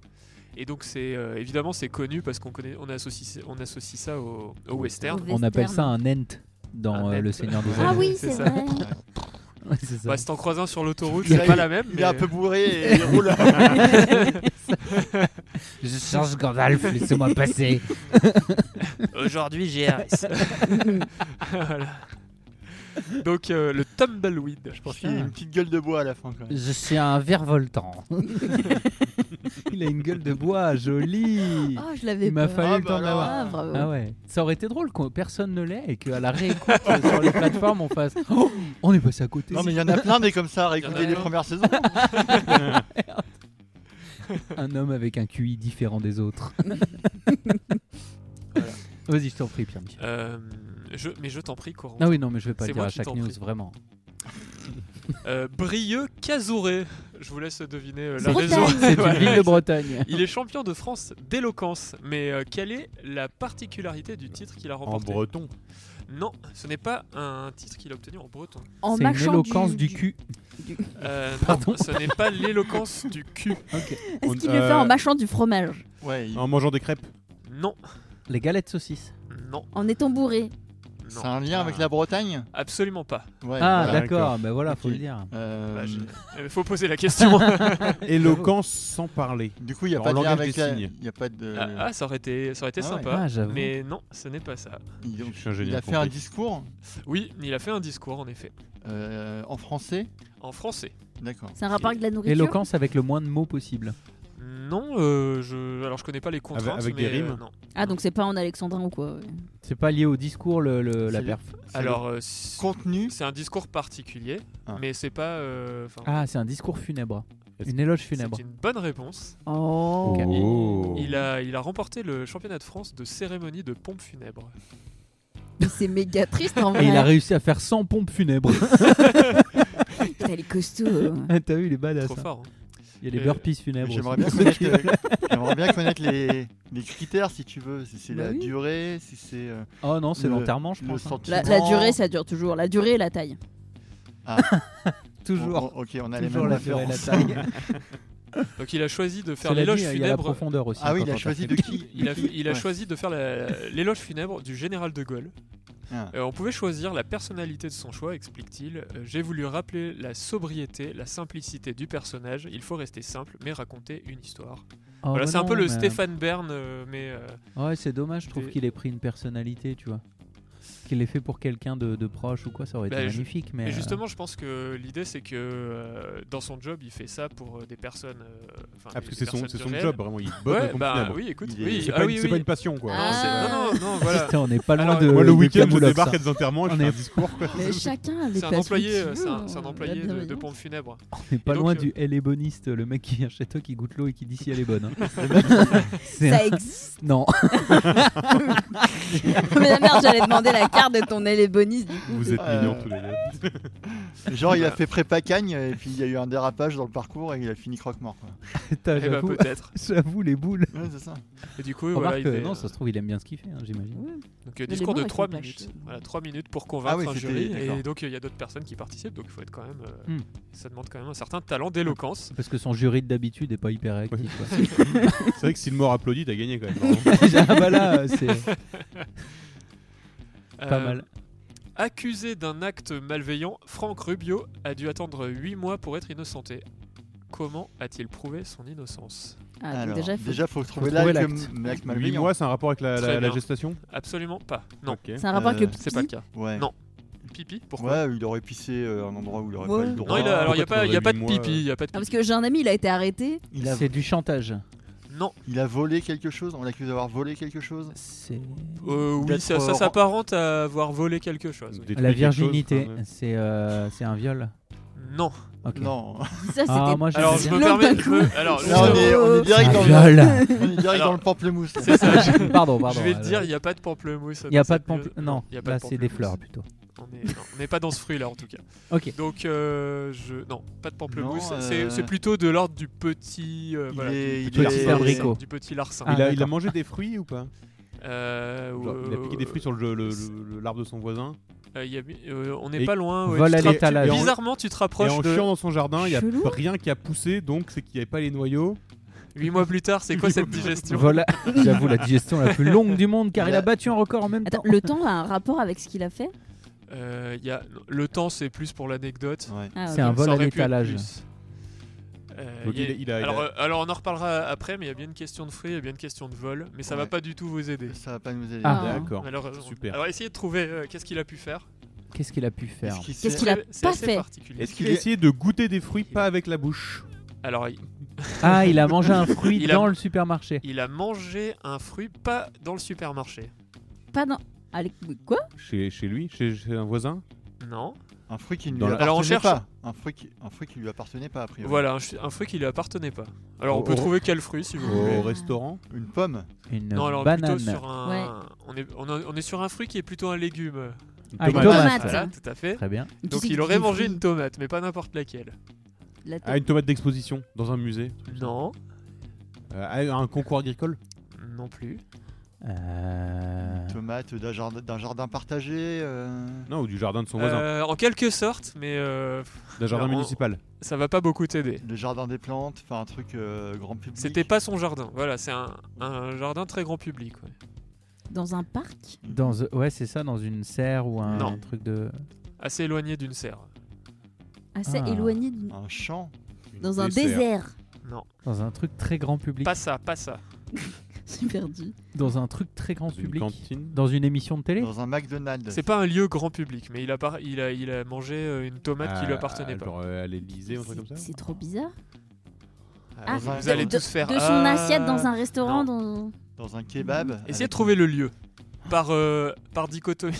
Speaker 3: Et donc, c'est euh, évidemment, c'est connu parce qu'on connaît, on associe, on associe ça au, au western.
Speaker 9: Au
Speaker 1: On
Speaker 9: western.
Speaker 1: appelle ça un ent dans
Speaker 3: Un
Speaker 1: euh, Le
Speaker 3: ent.
Speaker 1: Seigneur des
Speaker 9: Ah
Speaker 1: Anneaux.
Speaker 9: oui,
Speaker 3: C'est
Speaker 9: c'est
Speaker 3: ça.
Speaker 9: vrai.
Speaker 1: Ouais, c'est ça.
Speaker 3: Bah, si t'en croises un sur l'autoroute,
Speaker 10: Il
Speaker 3: c'est
Speaker 10: a-
Speaker 3: pas la même.
Speaker 10: Il
Speaker 3: mais-
Speaker 10: est un peu bourré et il roule.
Speaker 1: Je change Gandalf, laissez-moi passer.
Speaker 3: Aujourd'hui, GRS. Voilà. Donc, euh, le tumbleweed.
Speaker 10: Je pense qu'il y a une petite gueule de bois à la fin. Quand même.
Speaker 1: Je suis un virevoltant. Il a une gueule de bois, joli.
Speaker 9: Oh, je l'avais
Speaker 1: Il m'a
Speaker 9: pas.
Speaker 1: fallu
Speaker 10: Ah,
Speaker 1: le
Speaker 10: bah
Speaker 1: temps
Speaker 10: alors.
Speaker 1: d'avoir.
Speaker 9: Ah, bravo.
Speaker 1: Ah ouais. Ça aurait été drôle que personne ne l'ait et qu'à la réécoute euh, sur les plateformes on fasse Oh, on est passé à côté.
Speaker 10: Non, mais il y en a plein des comme ça à réécouter
Speaker 3: Il y en a
Speaker 10: les
Speaker 3: plein.
Speaker 10: premières saisons.
Speaker 1: Un homme avec un QI différent des autres.
Speaker 3: Voilà.
Speaker 1: Vas-y, je t'en prie, Pierre-Michel.
Speaker 3: Euh, je, mais je t'en prie, Coran.
Speaker 1: Ah oui, non, mais je vais pas
Speaker 3: C'est
Speaker 1: le dire
Speaker 3: moi
Speaker 1: à
Speaker 3: qui
Speaker 1: chaque
Speaker 3: t'en
Speaker 1: news,
Speaker 3: prie.
Speaker 1: vraiment.
Speaker 3: Euh, Brieux Cazouré. Je vous laisse deviner euh, la
Speaker 1: C'est
Speaker 3: raison.
Speaker 1: c'est une
Speaker 3: Voilà.
Speaker 1: ville de Bretagne.
Speaker 3: Il est champion de France d'éloquence, mais euh, quelle est la particularité du titre qu'il a
Speaker 2: En
Speaker 3: remporté
Speaker 2: breton.
Speaker 3: Non, ce n'est pas un titre qu'il a obtenu en breton.
Speaker 9: En
Speaker 1: C'est une
Speaker 9: mâchant
Speaker 1: éloquence du, cul.
Speaker 3: Euh, non,
Speaker 1: Pardon
Speaker 3: ce n'est pas l'éloquence du cul.
Speaker 9: Est-ce
Speaker 2: On-
Speaker 9: qu'il le fait
Speaker 2: euh,
Speaker 9: en mâchant du fromage
Speaker 10: Ouais, il-
Speaker 2: En mangeant des crêpes.
Speaker 3: Non,
Speaker 1: Les galettes saucisses.
Speaker 3: non,
Speaker 9: En étant bourré
Speaker 10: c'est
Speaker 3: non.
Speaker 10: un lien avec la Bretagne.
Speaker 3: Absolument pas.
Speaker 10: Ouais,
Speaker 1: ah,
Speaker 10: voilà.
Speaker 1: d'accord, ben voilà, faut
Speaker 10: Ok.
Speaker 1: le dire.
Speaker 10: Euh,
Speaker 3: Bah, j'ai- Euh, faut poser la question. Ah,
Speaker 2: Éloquence sans parler.
Speaker 10: Du coup, il n'y a
Speaker 2: En
Speaker 10: pas de lien
Speaker 2: langage
Speaker 10: avec
Speaker 2: des
Speaker 10: la...
Speaker 2: signes.
Speaker 10: Il y a pas de.
Speaker 3: Ah, ah, ça aurait été, ça aurait été
Speaker 10: Ah ouais.
Speaker 3: sympa.
Speaker 1: Ah, j'avoue.
Speaker 3: mais non, ce n'est pas ça.
Speaker 10: il,
Speaker 2: Je suis un
Speaker 10: il
Speaker 2: génie
Speaker 10: a fait un discours
Speaker 3: Oui, il a fait un discours en effet,
Speaker 10: euh, en français.
Speaker 3: en français.
Speaker 10: D'accord.
Speaker 9: C'est un rapport avec la nourriture
Speaker 1: Éloquence avec le moins de mots possible.
Speaker 3: Non, euh, je, alors je connais pas les contraintes,
Speaker 2: avec
Speaker 3: mais
Speaker 2: des rimes
Speaker 3: euh, non.
Speaker 9: Ah, donc c'est pas en alexandrin ou quoi ouais.
Speaker 1: C'est pas lié au discours, le, le- la
Speaker 10: C'est-
Speaker 1: perf.
Speaker 10: C'est
Speaker 3: Alors, euh, c-
Speaker 10: le contenu.
Speaker 3: c'est un discours particulier,
Speaker 10: Ah.
Speaker 3: mais c'est pas. euh, enfin,
Speaker 1: Ah, c'est un discours funèbre.
Speaker 2: Est-ce-
Speaker 1: Une éloge
Speaker 3: c'est
Speaker 1: funèbre.
Speaker 3: une bonne réponse.
Speaker 9: Oh
Speaker 1: Ok.
Speaker 2: Oh.
Speaker 3: Il a, il a remporté le championnat de France de cérémonie de pompe funèbre.
Speaker 9: Mais c'est méga triste en
Speaker 1: Et
Speaker 9: vrai.
Speaker 1: il a réussi à faire 100 pompes funèbres.
Speaker 9: Putain, les costauds. euh.
Speaker 1: T'as vu, il est badass.
Speaker 3: Trop
Speaker 1: hein.
Speaker 3: fort. hein.
Speaker 1: Il y a les
Speaker 3: Et-
Speaker 1: burpees funèbres.
Speaker 10: J'aimerais
Speaker 1: aussi.
Speaker 10: bien connaître, euh, j'aimerais bien connaître les, les critères si tu veux, si c'est
Speaker 1: Bah
Speaker 10: la
Speaker 1: oui.
Speaker 10: durée, si c'est. euh,
Speaker 1: Oh non, c'est
Speaker 10: le-
Speaker 1: l'enterrement, je
Speaker 10: le
Speaker 1: pense. hein.
Speaker 10: sentiment.
Speaker 9: La,
Speaker 3: Oh.
Speaker 9: la durée, ça dure toujours. La durée et la taille.
Speaker 1: Toujours.
Speaker 10: On- on- ok, on a les
Speaker 1: Toujours
Speaker 10: mêmes
Speaker 1: la durée, la
Speaker 10: références.
Speaker 1: taille.
Speaker 3: Donc il a choisi de faire
Speaker 1: Cela dit,
Speaker 3: l'éloge
Speaker 1: Il y a la
Speaker 3: funèbre.
Speaker 1: profondeur aussi.
Speaker 10: Ah oui,
Speaker 1: quand
Speaker 10: il a
Speaker 1: on
Speaker 10: choisi de
Speaker 1: t'attaque.
Speaker 10: qui
Speaker 3: Il a,
Speaker 10: de qui
Speaker 3: il a
Speaker 10: Ouais.
Speaker 3: choisi de faire la- l'éloge funèbre du général de Gaulle.
Speaker 10: Ah.
Speaker 3: Euh, on pouvait choisir la personnalité de son choix, explique-t-il. Euh, J'ai voulu rappeler la sobriété, la simplicité du personnage. Il faut rester simple, mais raconter une histoire.
Speaker 1: Oh,
Speaker 3: voilà,
Speaker 1: bah
Speaker 3: c'est un peu
Speaker 1: non,
Speaker 3: le
Speaker 1: mais-
Speaker 3: Stéphane Bern, euh, mais euh,
Speaker 1: Ouais, c'est dommage, je trouve
Speaker 3: Des-
Speaker 1: qu'il ait pris une personnalité, tu vois. Qu'il ait fait pour quelqu'un de, de proche ou quoi, ça aurait
Speaker 3: Bah,
Speaker 1: été
Speaker 3: je-
Speaker 1: magnifique. Mais
Speaker 3: mais
Speaker 1: euh,
Speaker 3: justement, je pense que l'idée c'est que euh, dans son job, il fait ça pour euh, des personnes. euh, enfin,
Speaker 2: Ah,
Speaker 3: des-
Speaker 2: parce que
Speaker 3: des
Speaker 2: c'est son,
Speaker 3: personnes
Speaker 2: c'est son
Speaker 3: virtuelles.
Speaker 2: job, vraiment. Il bosse
Speaker 3: Ouais,
Speaker 2: comme
Speaker 3: bah
Speaker 2: funèbre.
Speaker 3: oui, écoute,
Speaker 10: Il est-
Speaker 3: oui,
Speaker 2: C'est
Speaker 3: ah
Speaker 2: pas,
Speaker 3: oui,
Speaker 2: une- c'est
Speaker 3: oui.
Speaker 2: pas une passion, quoi.
Speaker 3: Non,
Speaker 9: Ah.
Speaker 3: non, non, non, voilà.
Speaker 1: putain, on n'est pas loin
Speaker 3: Alors,
Speaker 1: de.
Speaker 2: Moi, le
Speaker 1: de
Speaker 2: week-end, je
Speaker 1: Kamoulops,
Speaker 2: débarque à
Speaker 1: hein.
Speaker 2: des enterrements, je
Speaker 1: On
Speaker 2: fais
Speaker 1: est-
Speaker 2: un discours, quoi.
Speaker 9: Mais chacun les
Speaker 3: C'est un employé, euh, c'est un, c'est un employé
Speaker 9: Bah,
Speaker 3: de, de pompe funèbre.
Speaker 2: Ah,
Speaker 1: On n'est pas
Speaker 3: Et donc,
Speaker 1: loin
Speaker 3: euh,
Speaker 1: du Elle est boniste, le mec qui vient chez toi, qui goûte l'eau et qui dit si elle est bonne. hein. C'est un-
Speaker 9: Ça existe.
Speaker 1: Non,
Speaker 9: Mais la merde, j'allais demander la carte de ton aile bonus. du coup.
Speaker 2: Vous êtes
Speaker 10: Euh,
Speaker 2: mignons tous les deux.
Speaker 10: Genre, il a fait prépa cagne et puis il y a eu un dérapage dans le parcours et il a fini croque-mort. quoi.
Speaker 1: putain,
Speaker 3: Eh bah
Speaker 1: j'avoue,
Speaker 3: peut-être.
Speaker 1: j'avoue les boules.
Speaker 10: Ouais, c'est ça.
Speaker 3: Et du coup, voilà,
Speaker 1: Remarque,
Speaker 3: il
Speaker 1: euh,
Speaker 3: fait,
Speaker 1: non,
Speaker 3: euh,
Speaker 1: ça se trouve, il aime bien ce qu'il fait, hein, j'imagine.
Speaker 3: Donc euh,
Speaker 9: Mais les
Speaker 3: discours de
Speaker 9: morts, ils
Speaker 3: 3
Speaker 9: sont pas
Speaker 3: minutes.
Speaker 9: achetés.
Speaker 3: Voilà, 3 minutes pour convaincre
Speaker 10: Ah oui,
Speaker 3: un
Speaker 10: c'était-
Speaker 3: jury.
Speaker 10: d'accord.
Speaker 3: Et donc euh, il y a d'autres personnes qui participent, donc il faut être quand même. euh,
Speaker 1: Hmm.
Speaker 3: Ça demande quand même un certain talent d'éloquence.
Speaker 1: Parce que son jury de d'habitude est pas hyper réactif. quoi.
Speaker 2: C'est vrai que si le mort applaudit, t'as gagné quand même. vraiment.
Speaker 1: ah bah là, euh, c'est pas
Speaker 3: Euh,
Speaker 1: mal.
Speaker 3: Accusé d'un acte malveillant, Franck Rubio a dû attendre 8 mois pour être innocenté. Comment a-t-il prouvé son innocence
Speaker 9: Ah, donc
Speaker 10: Alors,
Speaker 9: déjà, il faut-
Speaker 10: faut
Speaker 1: trouver
Speaker 10: trouver l'acte
Speaker 1: l'acte.
Speaker 10: m- l'acte
Speaker 2: Huit
Speaker 10: malveillant.
Speaker 2: mois, c'est un rapport avec la,
Speaker 3: Très
Speaker 2: la, la
Speaker 3: bien.
Speaker 2: gestation
Speaker 3: Absolument pas. Non,
Speaker 2: Ok.
Speaker 9: c'est un rapport avec
Speaker 10: Euh,
Speaker 9: le petit.
Speaker 3: c'est pas le cas.
Speaker 10: Ouais.
Speaker 3: Non. Pipi Pourquoi
Speaker 10: Ouais, il aurait pissé euh, un endroit où il aurait
Speaker 9: Ouais.
Speaker 10: pas eu le
Speaker 3: Non,
Speaker 10: droit.
Speaker 3: il a, alors il n'y a,
Speaker 2: Pourquoi
Speaker 3: pas-
Speaker 2: tu
Speaker 3: il y a pas de
Speaker 2: l'aurais huit
Speaker 3: pipi,
Speaker 2: mois
Speaker 3: il y a pas de
Speaker 9: Ah, parce
Speaker 3: pipi.
Speaker 9: que j'ai un ami, il a été arrêté.
Speaker 10: Il a,
Speaker 1: C'est du chantage.
Speaker 3: Non,
Speaker 10: il a volé quelque chose On l'accuse d'avoir volé quelque chose
Speaker 1: C'est
Speaker 2: Oh,
Speaker 3: Euh, oui,
Speaker 10: D'être,
Speaker 3: ça, ça
Speaker 10: euh,
Speaker 3: s'apparente à avoir volé quelque chose. oui.
Speaker 2: Détruit
Speaker 1: la
Speaker 2: quelque chose, hein.
Speaker 1: virginité.
Speaker 2: enfin, ouais.
Speaker 1: C'est euh, c'est un viol.
Speaker 3: Non.
Speaker 1: Ok.
Speaker 10: Non.
Speaker 9: Dis Ça,
Speaker 1: Ah,
Speaker 9: c'était-
Speaker 1: moi, Mm. je sais
Speaker 3: Alors je
Speaker 1: bien.
Speaker 3: me
Speaker 9: Non, d'un
Speaker 3: permets.
Speaker 9: coup.
Speaker 3: je me- Alors,
Speaker 10: Là, on est, on est direct,
Speaker 1: Un
Speaker 10: dans, le,
Speaker 1: viol.
Speaker 10: on est direct
Speaker 3: Alors,
Speaker 10: dans le pamplemousse. là.
Speaker 3: C'est ça, je,
Speaker 1: Pardon, pardon.
Speaker 3: je vais te
Speaker 1: euh,
Speaker 3: dire, il n'y a pas de pamplemousse.
Speaker 1: Il n'y a
Speaker 3: dans
Speaker 1: pas de
Speaker 3: cette
Speaker 1: pompe.
Speaker 3: bio-
Speaker 1: Non,
Speaker 3: il y a pas
Speaker 1: là
Speaker 3: de
Speaker 1: c'est des
Speaker 3: pamplemousse.
Speaker 1: fleurs plutôt.
Speaker 3: On est- non, on n'est pas dans ce fruit là en tout cas.
Speaker 1: Ok.
Speaker 3: Donc, euh, je... non, pas de pamplemousse.
Speaker 10: Non,
Speaker 3: c'est-
Speaker 10: euh,
Speaker 3: C'est plutôt de l'ordre du petit. euh,
Speaker 10: Il
Speaker 3: voilà,
Speaker 10: est-
Speaker 3: du, du
Speaker 10: il
Speaker 3: petit
Speaker 1: est-
Speaker 3: larcin,
Speaker 1: abricot.
Speaker 3: Du petit larcin.
Speaker 1: Ah,
Speaker 2: il, a, il a
Speaker 1: d'accord.
Speaker 2: mangé des fruits ou pas
Speaker 3: Euh,
Speaker 2: Genre, Il a
Speaker 3: euh,
Speaker 2: piqué des fruits sur le- le- le- le- l'arbre de son voisin.
Speaker 3: euh, il y a mis- euh, on n'est
Speaker 2: Et
Speaker 3: pas loin. ouais,
Speaker 1: Vol
Speaker 3: tu
Speaker 1: à
Speaker 3: te rapp-
Speaker 1: l'étalage.
Speaker 2: Et en-
Speaker 3: Bizarrement, tu te
Speaker 2: et
Speaker 3: rapproches
Speaker 2: en
Speaker 3: de.
Speaker 2: chiant dans son jardin, il n'y a
Speaker 9: Chelou.
Speaker 2: rien qui a poussé, donc c'est qu'il n'y avait pas les noyaux.
Speaker 3: 8 mois plus tard, c'est quoi cette digestion
Speaker 1: Voilà, j'avoue la digestion la plus longue du monde car il a
Speaker 10: Là-
Speaker 1: battu un record en même temps.
Speaker 9: Attends, le temps a un rapport avec ce qu'il a fait
Speaker 3: Euh, il y a... Le temps, c'est plus pour l'anecdote.
Speaker 10: Ouais.
Speaker 9: Ah,
Speaker 1: C'est
Speaker 9: ok.
Speaker 1: un vol
Speaker 3: Ça
Speaker 1: à
Speaker 3: aurait pu être
Speaker 1: l'étalage.
Speaker 3: plus. Euh,
Speaker 2: Donc
Speaker 3: il y a-
Speaker 2: il a- il a- il
Speaker 3: alors,
Speaker 2: a-
Speaker 3: euh, alors on en reparlera après, mais il y a bien une question de fruits, il y a bien une question de vol, mais ça va
Speaker 10: Ouais.
Speaker 3: pas du tout vous aider.
Speaker 10: Ça va pas nous aider.
Speaker 9: Ah.
Speaker 2: D'accord.
Speaker 3: Malheureusement.
Speaker 2: Super.
Speaker 3: Alors essayez de trouver euh, qu'est-ce qu'il a pu faire.
Speaker 1: Qu'est-ce qu'il a pu faire
Speaker 10: Est-ce qu'il
Speaker 9: Qu'est-ce
Speaker 10: s'est-
Speaker 9: qu'il a
Speaker 3: Très- c'est
Speaker 9: pas
Speaker 3: assez
Speaker 9: fait
Speaker 3: particulier.
Speaker 10: Est-ce
Speaker 2: Est-ce qu'il a
Speaker 10: qu'il est-
Speaker 2: essayé de goûter des fruits pas avec la bouche
Speaker 3: Alors il-
Speaker 1: Ah, il a mangé un fruit
Speaker 3: Il a-
Speaker 1: dans le supermarché.
Speaker 3: il a mangé un fruit pas dans le supermarché.
Speaker 9: Pas dans. Allez, quoi
Speaker 2: chez, chez lui Chez, chez un voisin
Speaker 3: Non.
Speaker 10: Un fruit qui ne lui
Speaker 2: Dans la-
Speaker 10: appartenait
Speaker 3: Alors, on cherche.
Speaker 10: pas. Un fruit, qui, un fruit qui lui appartenait pas, a priori.
Speaker 3: Voilà, un, ch- un fruit qui lui appartenait pas. Alors on
Speaker 2: Oh,
Speaker 3: peut
Speaker 2: oh.
Speaker 3: trouver quel fruit si vous voulez.
Speaker 2: Au restaurant
Speaker 10: Une pomme.
Speaker 1: Une
Speaker 3: Non, alors
Speaker 1: banane.
Speaker 3: plutôt sur un. On, est, on, a- on est sur un fruit qui est plutôt un légume.
Speaker 1: Ah, une
Speaker 2: tomate.
Speaker 1: tomate.
Speaker 3: Voilà, tout à fait.
Speaker 1: Très bien.
Speaker 9: Tu
Speaker 3: Donc
Speaker 9: sais
Speaker 3: il
Speaker 9: que
Speaker 3: aurait
Speaker 9: tu
Speaker 3: mangé
Speaker 9: dis-
Speaker 3: une tomate, mais pas n'importe laquelle.
Speaker 9: La
Speaker 2: Ah, une tomate d'exposition dans un musée.
Speaker 3: Non,
Speaker 2: Euh, à un concours agricole
Speaker 3: non plus.
Speaker 1: Euh,
Speaker 10: Une tomate d'un jardin, d'un jardin partagé. euh,
Speaker 2: Non, ou du jardin de son voisin.
Speaker 3: Euh, en quelque sorte, mais euh,
Speaker 2: D'un jardin
Speaker 3: alors, on-
Speaker 2: municipal.
Speaker 3: ça va pas beaucoup t'aider.
Speaker 10: Le jardin des plantes. Enfin, un truc euh, grand public.
Speaker 3: C'était pas son jardin. Voilà, c'est un, un jardin très grand public. ouais.
Speaker 9: Dans un parc
Speaker 1: Dans, ouais, c'est ça, dans une serre ou un
Speaker 3: Non.
Speaker 1: truc de.
Speaker 3: Assez éloigné d'une serre.
Speaker 9: assez
Speaker 1: Ah.
Speaker 9: éloigné d'une-
Speaker 10: Un champ.
Speaker 9: Dans un désert.
Speaker 3: Non,
Speaker 1: Dans un truc très grand public.
Speaker 3: pas ça, pas ça.
Speaker 9: J'ai perdu.
Speaker 1: Dans un truc très grand
Speaker 2: Dans une
Speaker 1: public.
Speaker 2: cantine.
Speaker 1: Dans une émission de télé.
Speaker 10: Dans un McDonald's.
Speaker 3: C'est pas un lieu grand public, mais il a, par- il a, il a mangé euh, une tomate qui
Speaker 1: Ah,
Speaker 3: lui
Speaker 2: Euh,
Speaker 3: appartenait pas.
Speaker 2: Genre euh, à l'Élysée, un truc comme ça
Speaker 9: C'est c'est trop bizarre.
Speaker 10: Ah,
Speaker 3: vous
Speaker 10: de-
Speaker 3: allez
Speaker 9: de,
Speaker 3: tous faire.
Speaker 9: de son
Speaker 3: Ah.
Speaker 9: assiette dans un restaurant. Dans...
Speaker 10: Dans un kebab.
Speaker 3: Mmh. Essayez de
Speaker 10: avec-
Speaker 3: trouver le lieu. Par, euh, par dichotomie.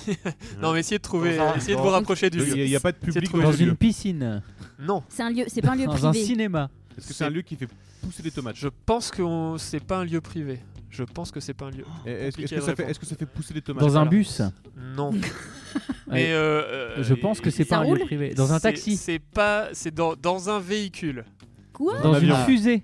Speaker 3: non, mais essayez de trouver.
Speaker 10: Dans un-
Speaker 3: essayez de
Speaker 10: dans-
Speaker 3: vous rapprocher du
Speaker 2: Il
Speaker 3: lieu.
Speaker 2: n'y a, pas de public
Speaker 3: trop-
Speaker 2: dans
Speaker 1: Dans
Speaker 2: le
Speaker 1: une
Speaker 2: lieu.
Speaker 1: piscine.
Speaker 3: Non,
Speaker 9: C'est un lieu, c'est pas un lieu
Speaker 1: dans un
Speaker 9: privé.
Speaker 1: cinéma.
Speaker 2: Est-ce que c'est un lieu qui fait pousser des tomates
Speaker 3: je pense que on- c'est pas un lieu privé. Je pense que c'est pas un lieu.
Speaker 2: Et Est-ce est-ce que,
Speaker 3: Compliqué de
Speaker 2: ça fait-
Speaker 3: répondre.
Speaker 2: est-ce que ça fait pousser des tomates
Speaker 1: Dans un
Speaker 3: Voilà.
Speaker 1: bus.
Speaker 3: Non. mais euh, euh,
Speaker 1: Je pense que c'est
Speaker 9: ça
Speaker 1: pas un lieu
Speaker 9: roule
Speaker 1: privé. Dans un
Speaker 3: c'est-
Speaker 1: taxi.
Speaker 3: C'est pas. C'est dans, dans un véhicule.
Speaker 9: Quoi
Speaker 1: dans
Speaker 2: Un
Speaker 1: une
Speaker 2: avion.
Speaker 1: fusée.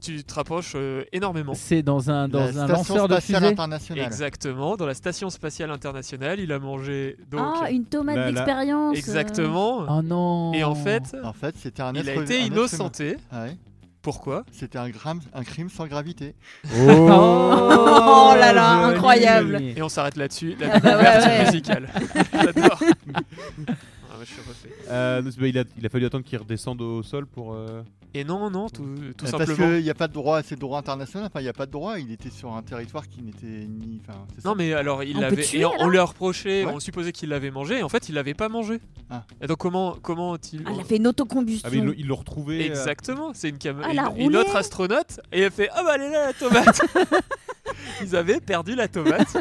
Speaker 3: Tu te rapproches euh, énormément.
Speaker 1: C'est dans un, dans
Speaker 10: La
Speaker 1: un
Speaker 10: station
Speaker 1: lanceur de
Speaker 10: spatiale
Speaker 1: fusée.
Speaker 10: internationale.
Speaker 3: Exactement, dans la station spatiale internationale, il a mangé donc
Speaker 9: Ah, une tomate
Speaker 2: là, là.
Speaker 9: d'expérience. euh,
Speaker 3: exactement.
Speaker 1: Oh non.
Speaker 3: Et en fait,
Speaker 10: En fait, c'était Oh. un
Speaker 3: il
Speaker 10: être
Speaker 3: a
Speaker 10: un être
Speaker 3: été
Speaker 10: humain.
Speaker 3: innocenté.
Speaker 10: Ouais.
Speaker 3: Pourquoi
Speaker 10: C'était un, gramme- un crime sans gravité.
Speaker 9: Oh là là,
Speaker 1: joli,
Speaker 9: incroyable.
Speaker 1: joli.
Speaker 3: Et on s'arrête là-dessus. La
Speaker 9: Ah bah ouais,
Speaker 3: couverture
Speaker 9: ouais.
Speaker 3: musicale. J'adore. Ah ouais, je suis refait.
Speaker 2: Euh, non, c'est- bah, il, a, il a fallu attendre qu'il redescende au sol pour. euh,
Speaker 3: Et non, non, tout, tout
Speaker 10: Euh, Parce
Speaker 3: simplement.
Speaker 10: qu'il n'y a pas de droit, c'est le droit international, enfin il n'y a pas de droit, il était sur un territoire qui n'était ni... Enfin, c'est ça.
Speaker 3: Non mais alors il
Speaker 9: On peut
Speaker 3: l'avait
Speaker 9: tuer,
Speaker 3: et on, on
Speaker 9: alors
Speaker 3: lui a reproché,
Speaker 10: Ouais.
Speaker 3: on supposait qu'il l'avait mangé et en fait il l'avait pas mangé.
Speaker 10: Ah.
Speaker 3: Et donc comment comment il
Speaker 9: Ah, elle a fait une autocombustion.
Speaker 2: Ah, mais ils l'ont- ils l'ont retrouvé. euh,
Speaker 3: Exactement, c'est une cam-
Speaker 9: Ah, elle a
Speaker 3: une, une autre
Speaker 9: roulé.
Speaker 3: astronaute et elle fait "Ah bah elle est là la tomate." Ils avaient perdu la tomate.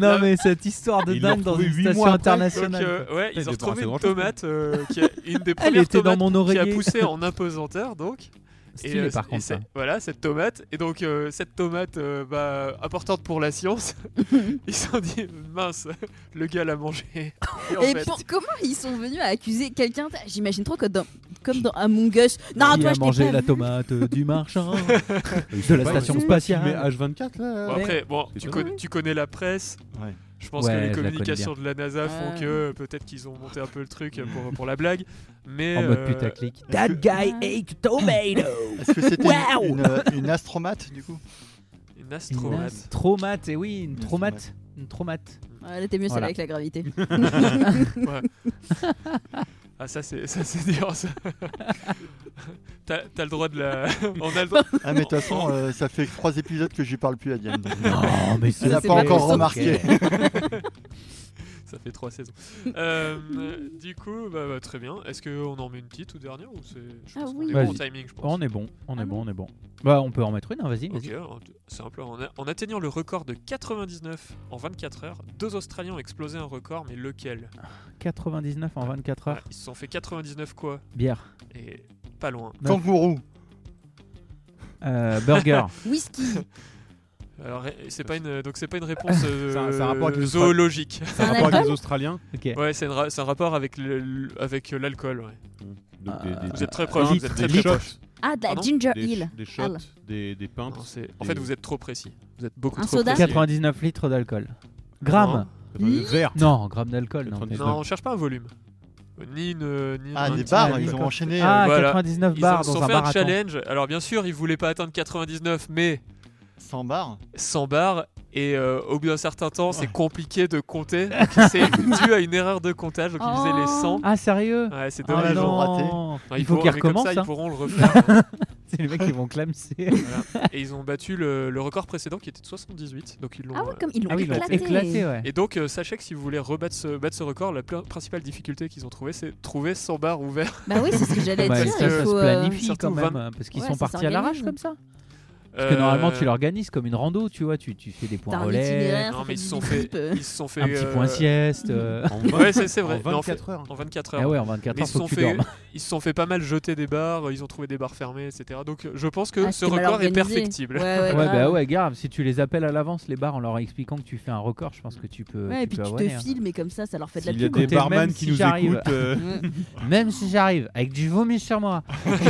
Speaker 1: Non mais cette histoire de
Speaker 2: Ils l'ont
Speaker 1: dingue dans
Speaker 2: retrouvé
Speaker 1: une
Speaker 2: huit
Speaker 1: station
Speaker 2: mois après.
Speaker 3: Donc
Speaker 1: internationale.
Speaker 3: euh, ouais,
Speaker 2: Ils
Speaker 3: ils
Speaker 2: ont
Speaker 3: ont retrouvé
Speaker 2: débarrassé
Speaker 3: une
Speaker 2: grand-chose.
Speaker 3: tomate euh, qui a- une des
Speaker 1: Elle
Speaker 3: premières
Speaker 1: était dans
Speaker 3: tomates
Speaker 1: mon
Speaker 3: qui a
Speaker 1: oreiller.
Speaker 3: poussé en impesanteur donc Et,
Speaker 1: Stylé
Speaker 3: euh,
Speaker 1: par
Speaker 3: et
Speaker 1: contre. hein.
Speaker 3: c'est-
Speaker 1: ça.
Speaker 3: Voilà, cette tomate. Et donc, euh, cette tomate euh, bah, importante pour la science, ils se sont dit mince, le gars l'a mangé. Et en
Speaker 9: Et
Speaker 3: fait,
Speaker 9: pour- comment ils sont venus à accuser quelqu'un t- J'imagine trop que dans, comme dans Among Us. Non,
Speaker 1: Qui
Speaker 9: toi,
Speaker 1: a
Speaker 9: je
Speaker 1: mangé
Speaker 9: t'ai pas
Speaker 1: la
Speaker 9: vu.
Speaker 1: tomate euh, du marchand de la
Speaker 2: ouais,
Speaker 1: station
Speaker 2: ils sont pas filmés
Speaker 1: spatiale
Speaker 2: H24 là.
Speaker 3: bon,
Speaker 1: mais-
Speaker 3: après, bon,
Speaker 2: C'est
Speaker 3: tu,
Speaker 2: sûr.
Speaker 3: connais, tu connais la presse.
Speaker 10: Ouais.
Speaker 3: Je pense
Speaker 1: Ouais,
Speaker 3: que
Speaker 1: je
Speaker 3: les
Speaker 1: la connais
Speaker 3: communications de la NASA font
Speaker 9: Ouais.
Speaker 3: que euh, peut-être qu'ils ont monté un peu le truc pour, pour la blague. Mais
Speaker 1: en mode
Speaker 3: euh,
Speaker 1: putaclic.
Speaker 10: That
Speaker 9: guy
Speaker 1: ate tomato.
Speaker 10: Est-ce que c'était
Speaker 1: Waouh
Speaker 10: une, une- une astromate du coup
Speaker 3: une astromate.
Speaker 1: Traumate, et oui, une
Speaker 10: Une
Speaker 1: traumate, une traumate.
Speaker 9: Ouais, Elle était mieux celle
Speaker 1: Voilà.
Speaker 9: avec la gravité.
Speaker 3: Ah, ça, c'est ça, c'est dur. ça. T'as t'as le droit de la. On a le droit.
Speaker 10: Ah mais de toute façon, euh, ça fait trois épisodes que j'y parle plus à Diane.
Speaker 1: Non, mais
Speaker 10: Elle n'a
Speaker 9: c'est
Speaker 10: pas
Speaker 9: pas
Speaker 10: encore
Speaker 9: possible.
Speaker 10: remarqué.
Speaker 3: Ça fait trois saisons. Euh, euh, du coup, bah, bah, très bien. Est-ce qu'on en met une petite ou dernière ou c'est... Je
Speaker 9: Ah
Speaker 3: pense qu'on
Speaker 9: oui.
Speaker 3: est bon au
Speaker 1: Vas-y.
Speaker 3: timing, je pense.
Speaker 1: On est bon, on
Speaker 9: Ah
Speaker 1: est
Speaker 9: non.
Speaker 1: bon, on est bon. Bah, on peut en mettre une, hein, vas-y.
Speaker 3: Ok,
Speaker 1: vas-y.
Speaker 3: alors, simple. En, a- en atteignant le record de 99 en 24 heures, deux Australiens ont explosé un record, mais lequel
Speaker 2: Ah.
Speaker 1: 99 en 24
Speaker 3: Ah,
Speaker 1: heures.
Speaker 3: Ils se sont fait 99 quoi
Speaker 1: Bière,
Speaker 3: Et pas loin.
Speaker 10: Kangourou.
Speaker 1: Euh, burger,
Speaker 9: Whisky.
Speaker 3: Alors, eh, c'est pas une, donc c'est pas une réponse euh,
Speaker 2: C'est un- c'est un rapport avec les Austra-
Speaker 3: zoologique.
Speaker 2: Ça
Speaker 9: Un
Speaker 2: rapport avec
Speaker 9: alcool
Speaker 2: les Australiens.
Speaker 1: ok.
Speaker 3: Ouais, c'est, une ra- c'est un rapport avec, le- le- avec euh, l'alcool. ouais.
Speaker 2: Donc, des-
Speaker 1: Euh,
Speaker 2: des-
Speaker 3: Ah. Vous êtes très
Speaker 2: des
Speaker 3: proche. Vous
Speaker 2: litres,
Speaker 3: êtes très,
Speaker 2: des
Speaker 3: très proche.
Speaker 9: Ah, de la
Speaker 3: Pardon
Speaker 9: ginger
Speaker 2: Des,
Speaker 9: ale.
Speaker 2: des shots,
Speaker 9: Ale.
Speaker 2: des, des pintes.
Speaker 3: Non, c'est- En fait, vous êtes trop précis. Vous êtes beaucoup
Speaker 9: Un
Speaker 3: trop
Speaker 9: soda
Speaker 3: précis.
Speaker 1: 99 litres d'alcool. Gramme
Speaker 2: Des verres.
Speaker 1: Non, gramme d'alcool, non.
Speaker 2: 99.
Speaker 3: Non, on cherche pas un volume. Ni une. Ni
Speaker 10: Ah
Speaker 3: un-
Speaker 10: des
Speaker 3: ni-
Speaker 10: bars,
Speaker 1: ouais,
Speaker 10: ils ont
Speaker 1: d'accord.
Speaker 10: enchaîné.
Speaker 1: Ah,
Speaker 10: euh,
Speaker 3: Voilà.
Speaker 1: 99
Speaker 3: Ils
Speaker 1: bars
Speaker 3: ont, se sont
Speaker 1: dans un
Speaker 3: fait un
Speaker 1: bar à temps.
Speaker 3: challenge. Alors bien sûr, ils voulaient pas atteindre 99, mais
Speaker 10: 100 bars.
Speaker 3: 100 bars. Et euh, au bout d'un certain temps, c'est
Speaker 1: Oh.
Speaker 3: compliqué de compter. Donc, c'est dû à une erreur de comptage. Donc ils faisaient les 100.
Speaker 1: Ah, sérieux
Speaker 3: Ouais, c'est
Speaker 1: Ah,
Speaker 3: dommage.
Speaker 10: ils
Speaker 1: non.
Speaker 10: l'ont raté.
Speaker 3: Non,
Speaker 1: Il
Speaker 3: ils
Speaker 1: faut
Speaker 3: pourront-
Speaker 1: qu'ils
Speaker 3: mais comme
Speaker 1: recommencent.
Speaker 3: ça,
Speaker 1: hein.
Speaker 3: Ils pourront le refaire.
Speaker 1: C'est les mecs qui vont clamser.
Speaker 3: et ils ont battu le, le record précédent qui était de 78. Donc ils l'ont.
Speaker 9: Ah ouais,
Speaker 3: euh,
Speaker 9: comme ils l'ont
Speaker 1: Ah oui, ils l'ont
Speaker 9: éclaté.
Speaker 1: éclaté, ouais.
Speaker 3: Et donc, euh, sachez que si vous voulez rebattre ce, battre ce record, la pl- principale difficulté qu'ils ont trouvée, c'est trouver 100 bars ouverts.
Speaker 9: Bah oui, c'est ce que j'allais
Speaker 1: Bah,
Speaker 9: dire.
Speaker 1: ça,
Speaker 9: Il
Speaker 1: ça
Speaker 9: faut,
Speaker 1: se
Speaker 9: euh,
Speaker 1: planifie
Speaker 3: surtout
Speaker 1: quand même,
Speaker 3: 20.
Speaker 1: hein, parce qu'ils
Speaker 9: Ouais,
Speaker 1: sont
Speaker 9: ça
Speaker 1: partis à l'arrache
Speaker 9: s'organise.
Speaker 1: comme ça. Parce que normalement,
Speaker 3: Euh.
Speaker 1: tu l'organises comme une rando, tu vois, tu, tu fais des
Speaker 9: T'as
Speaker 1: points
Speaker 9: un
Speaker 1: relais,
Speaker 9: itinéraire,
Speaker 3: Non,
Speaker 9: ça
Speaker 3: mais ils
Speaker 9: du
Speaker 3: se sont
Speaker 9: zip-zip,
Speaker 3: fait.
Speaker 9: euh.
Speaker 3: Ils se sont fait.
Speaker 1: un petit
Speaker 3: euh,
Speaker 1: point sieste. euh.
Speaker 2: En vingt-
Speaker 3: Ouais, c'est- c'est vrai.
Speaker 2: En
Speaker 3: Mais en fait-
Speaker 2: 24 heures.
Speaker 3: En 24 heures.
Speaker 1: Ah ouais, en 24
Speaker 3: Mais ils
Speaker 1: heures,
Speaker 3: se
Speaker 1: faut
Speaker 3: sont
Speaker 1: que tu
Speaker 3: fait,
Speaker 1: dormes.
Speaker 3: ils se sont fait pas mal jeter des bars, ils ont trouvé des bars fermés, etc. Donc euh, je pense que
Speaker 9: Ah,
Speaker 3: ce
Speaker 9: c'était mal
Speaker 3: record est
Speaker 9: organisé.
Speaker 3: perfectible.
Speaker 9: Ouais, ouais,
Speaker 1: Ouais,
Speaker 9: grave.
Speaker 1: bah ouais, grave, si tu les appelles à l'avance, les bars, en leur expliquant que tu fais un record, je pense que tu peux.
Speaker 9: Ouais,
Speaker 1: tu
Speaker 9: et puis
Speaker 1: peux
Speaker 9: tu te
Speaker 1: abonner, hein.
Speaker 9: filmes et comme ça, ça leur fait de la
Speaker 2: S'il y a
Speaker 9: pub.
Speaker 2: des
Speaker 1: Écoutez,
Speaker 2: barman
Speaker 1: même
Speaker 2: qui
Speaker 1: si
Speaker 2: nous
Speaker 1: j'arrive.
Speaker 2: écoutent, euh,
Speaker 1: Même si j'arrive avec du vomi sur moi,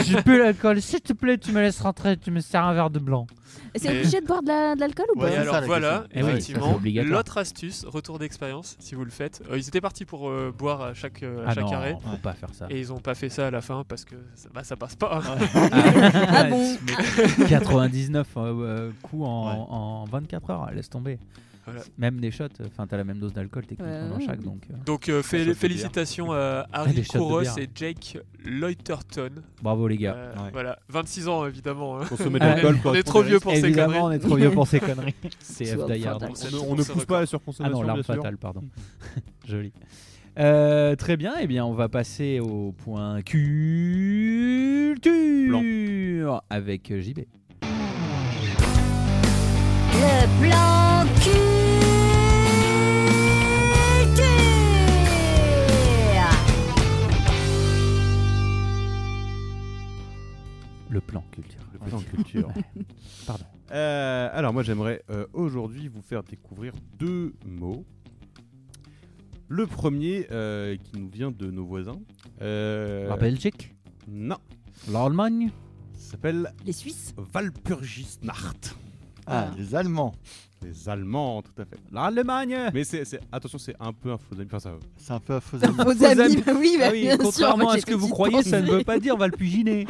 Speaker 1: j'ai plus l'alcool, s'il te plaît, tu me laisses rentrer, tu me sers un verre de blanc.
Speaker 9: Et C'est
Speaker 3: Et-
Speaker 9: obligé de boire de la- de l'alcool ou
Speaker 10: Ouais,
Speaker 3: et
Speaker 10: c'est
Speaker 9: pas
Speaker 3: alors
Speaker 10: ça, la
Speaker 3: voilà,
Speaker 1: Eh oui, ça, c'est
Speaker 3: effectivement,
Speaker 1: obligatoire.
Speaker 3: l'autre astuce, retour d'expérience, si vous le faites. Euh, ils étaient partis pour euh, boire à chaque, euh, à
Speaker 1: Ah
Speaker 3: chaque
Speaker 1: non,
Speaker 3: arrêt.
Speaker 1: faut pas faire ça.
Speaker 3: Et ils ont pas fait ça à la fin parce que ça, bah, ça passe pas. hein.
Speaker 9: Ah bon
Speaker 1: 99 euh, euh, coups en,
Speaker 10: Ouais.
Speaker 1: en 24 heures, laisse tomber.
Speaker 3: Voilà.
Speaker 1: Même des shots, enfin t'as la même dose d'alcool techniquement
Speaker 9: Ouais,
Speaker 1: dans
Speaker 9: ouais.
Speaker 1: chaque donc. euh,
Speaker 3: Donc euh, fé-
Speaker 2: shots de
Speaker 3: félicitations à
Speaker 1: Ah, des
Speaker 3: Harry
Speaker 1: shots de
Speaker 3: Kouros
Speaker 1: bière.
Speaker 3: et Jake Leuterton.
Speaker 1: bravo les gars.
Speaker 3: Euh,
Speaker 10: Ouais.
Speaker 3: Voilà, 26 ans évidemment. hein.
Speaker 2: consommer de
Speaker 1: Ah,
Speaker 2: l'alcool
Speaker 3: on est
Speaker 2: correspond
Speaker 3: trop
Speaker 2: au
Speaker 3: vieux
Speaker 2: risque.
Speaker 3: pour ces
Speaker 1: Évidemment,
Speaker 3: conneries.
Speaker 1: on est trop vieux pour ces conneries. CF
Speaker 9: Soit
Speaker 1: d'ailleurs.
Speaker 9: fatal.
Speaker 2: On ne- On ne pousse pas à la
Speaker 1: Ah non,
Speaker 2: surconsommation,
Speaker 1: l'arme
Speaker 2: bien sûr.
Speaker 1: fatale, pardon. Joli. Euh, très bien, eh bien on va passer au point culture avec euh, JB.
Speaker 7: Le plan culture.
Speaker 1: Le plan Ah, culture.
Speaker 2: Le plan culture.
Speaker 1: Pardon.
Speaker 2: Euh, alors moi j'aimerais euh, aujourd'hui vous faire découvrir deux mots. Le premier euh, qui nous vient de nos voisins. euh,
Speaker 1: La Belgique
Speaker 2: Non.
Speaker 1: L'Allemagne
Speaker 2: Ça s'appelle
Speaker 9: Les Suisses
Speaker 2: Walpurgisnacht.
Speaker 10: Ah,
Speaker 9: Ah.
Speaker 10: les Allemands.
Speaker 2: Les Allemands, tout à fait.
Speaker 1: L'Allemagne
Speaker 2: Mais c'est, c'est- attention, c'est un peu un faux ami. Enfin, ça,
Speaker 10: C'est un peu à faux amis.
Speaker 9: Vos
Speaker 1: amis.
Speaker 9: amis, bah oui, bah
Speaker 1: Ah oui,
Speaker 9: bien sûr.
Speaker 1: contrairement
Speaker 9: moi,
Speaker 1: à
Speaker 9: j'ai
Speaker 1: ce que
Speaker 9: des
Speaker 1: vous
Speaker 9: petites
Speaker 1: croyez, ça ne
Speaker 9: pensées.
Speaker 1: veut pas dire Valpuginer.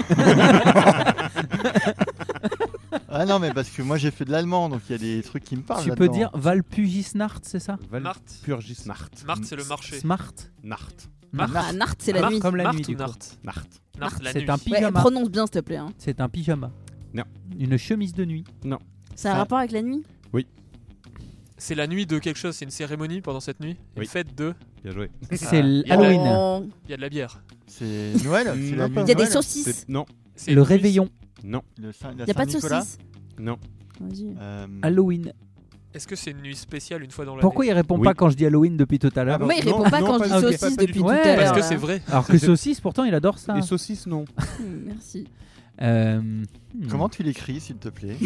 Speaker 10: Ah non, mais parce que moi j'ai fait de l'allemand, donc il y a des trucs qui me parlent.
Speaker 1: tu peux
Speaker 10: là-dedans.
Speaker 1: dire Valpugisnart, c'est ça
Speaker 3: Marthe.
Speaker 2: Walpurgisnacht.
Speaker 3: Mart, c'est le marché.
Speaker 1: Smart
Speaker 2: Nacht.
Speaker 1: Mart.
Speaker 9: Ah, Nart, c'est la
Speaker 1: Nart,
Speaker 9: nuit.
Speaker 1: comme la
Speaker 3: Mart
Speaker 1: nuit,
Speaker 3: ou
Speaker 1: du coup.
Speaker 3: Nart
Speaker 2: Nacht.
Speaker 3: Nart,
Speaker 1: Nart,
Speaker 3: la
Speaker 1: c'est
Speaker 3: nuit.
Speaker 1: un
Speaker 9: Ouais,
Speaker 1: pyjama.
Speaker 9: prononce bien, s'il te plaît. hein.
Speaker 1: C'est un pyjama.
Speaker 2: Non.
Speaker 1: Une chemise de nuit.
Speaker 9: Ça a
Speaker 10: Ah.
Speaker 9: rapport avec la nuit
Speaker 3: C'est la nuit de quelque chose, c'est une cérémonie pendant cette nuit. Une
Speaker 2: Oui.
Speaker 3: fête de.
Speaker 2: Bien joué.
Speaker 1: C'est l-
Speaker 3: il y a la-
Speaker 1: Halloween.
Speaker 9: Oh.
Speaker 3: Il y a de la bière.
Speaker 10: C'est Noël
Speaker 2: Non.
Speaker 10: Ah, C'est la nuit de
Speaker 9: Il y a des
Speaker 10: Noël
Speaker 9: saucisses.
Speaker 2: C'est- Non,
Speaker 3: C'est
Speaker 1: Le
Speaker 3: une nuit-
Speaker 1: réveillon.
Speaker 2: non,
Speaker 10: Le Saint- la
Speaker 9: Il n'y a pas de
Speaker 10: Saint-Nicolas
Speaker 9: saucisses
Speaker 2: non.
Speaker 9: Vas-y.
Speaker 10: Euh,
Speaker 1: Halloween.
Speaker 3: Est-ce que c'est une nuit spéciale une fois dans l'année
Speaker 1: Pourquoi il répond
Speaker 2: Oui.
Speaker 1: pas quand je dis Halloween depuis tout à l'heure
Speaker 2: Ah bon
Speaker 9: Moi, il
Speaker 2: non,
Speaker 9: répond pas
Speaker 2: non,
Speaker 9: quand
Speaker 2: pas
Speaker 9: je
Speaker 2: du
Speaker 9: dis
Speaker 2: tout.
Speaker 9: saucisses
Speaker 2: Pas du
Speaker 9: depuis
Speaker 1: tout.
Speaker 9: tout
Speaker 1: Ouais,
Speaker 9: à l'heure.
Speaker 3: Parce que
Speaker 9: là.
Speaker 3: c'est vrai.
Speaker 1: Alors que Saucisse, pourtant, il adore ça.
Speaker 2: Les saucisses, non.
Speaker 9: Hum, Merci.
Speaker 1: Euh, hmm.
Speaker 10: Comment tu l'écris, s'il te plaît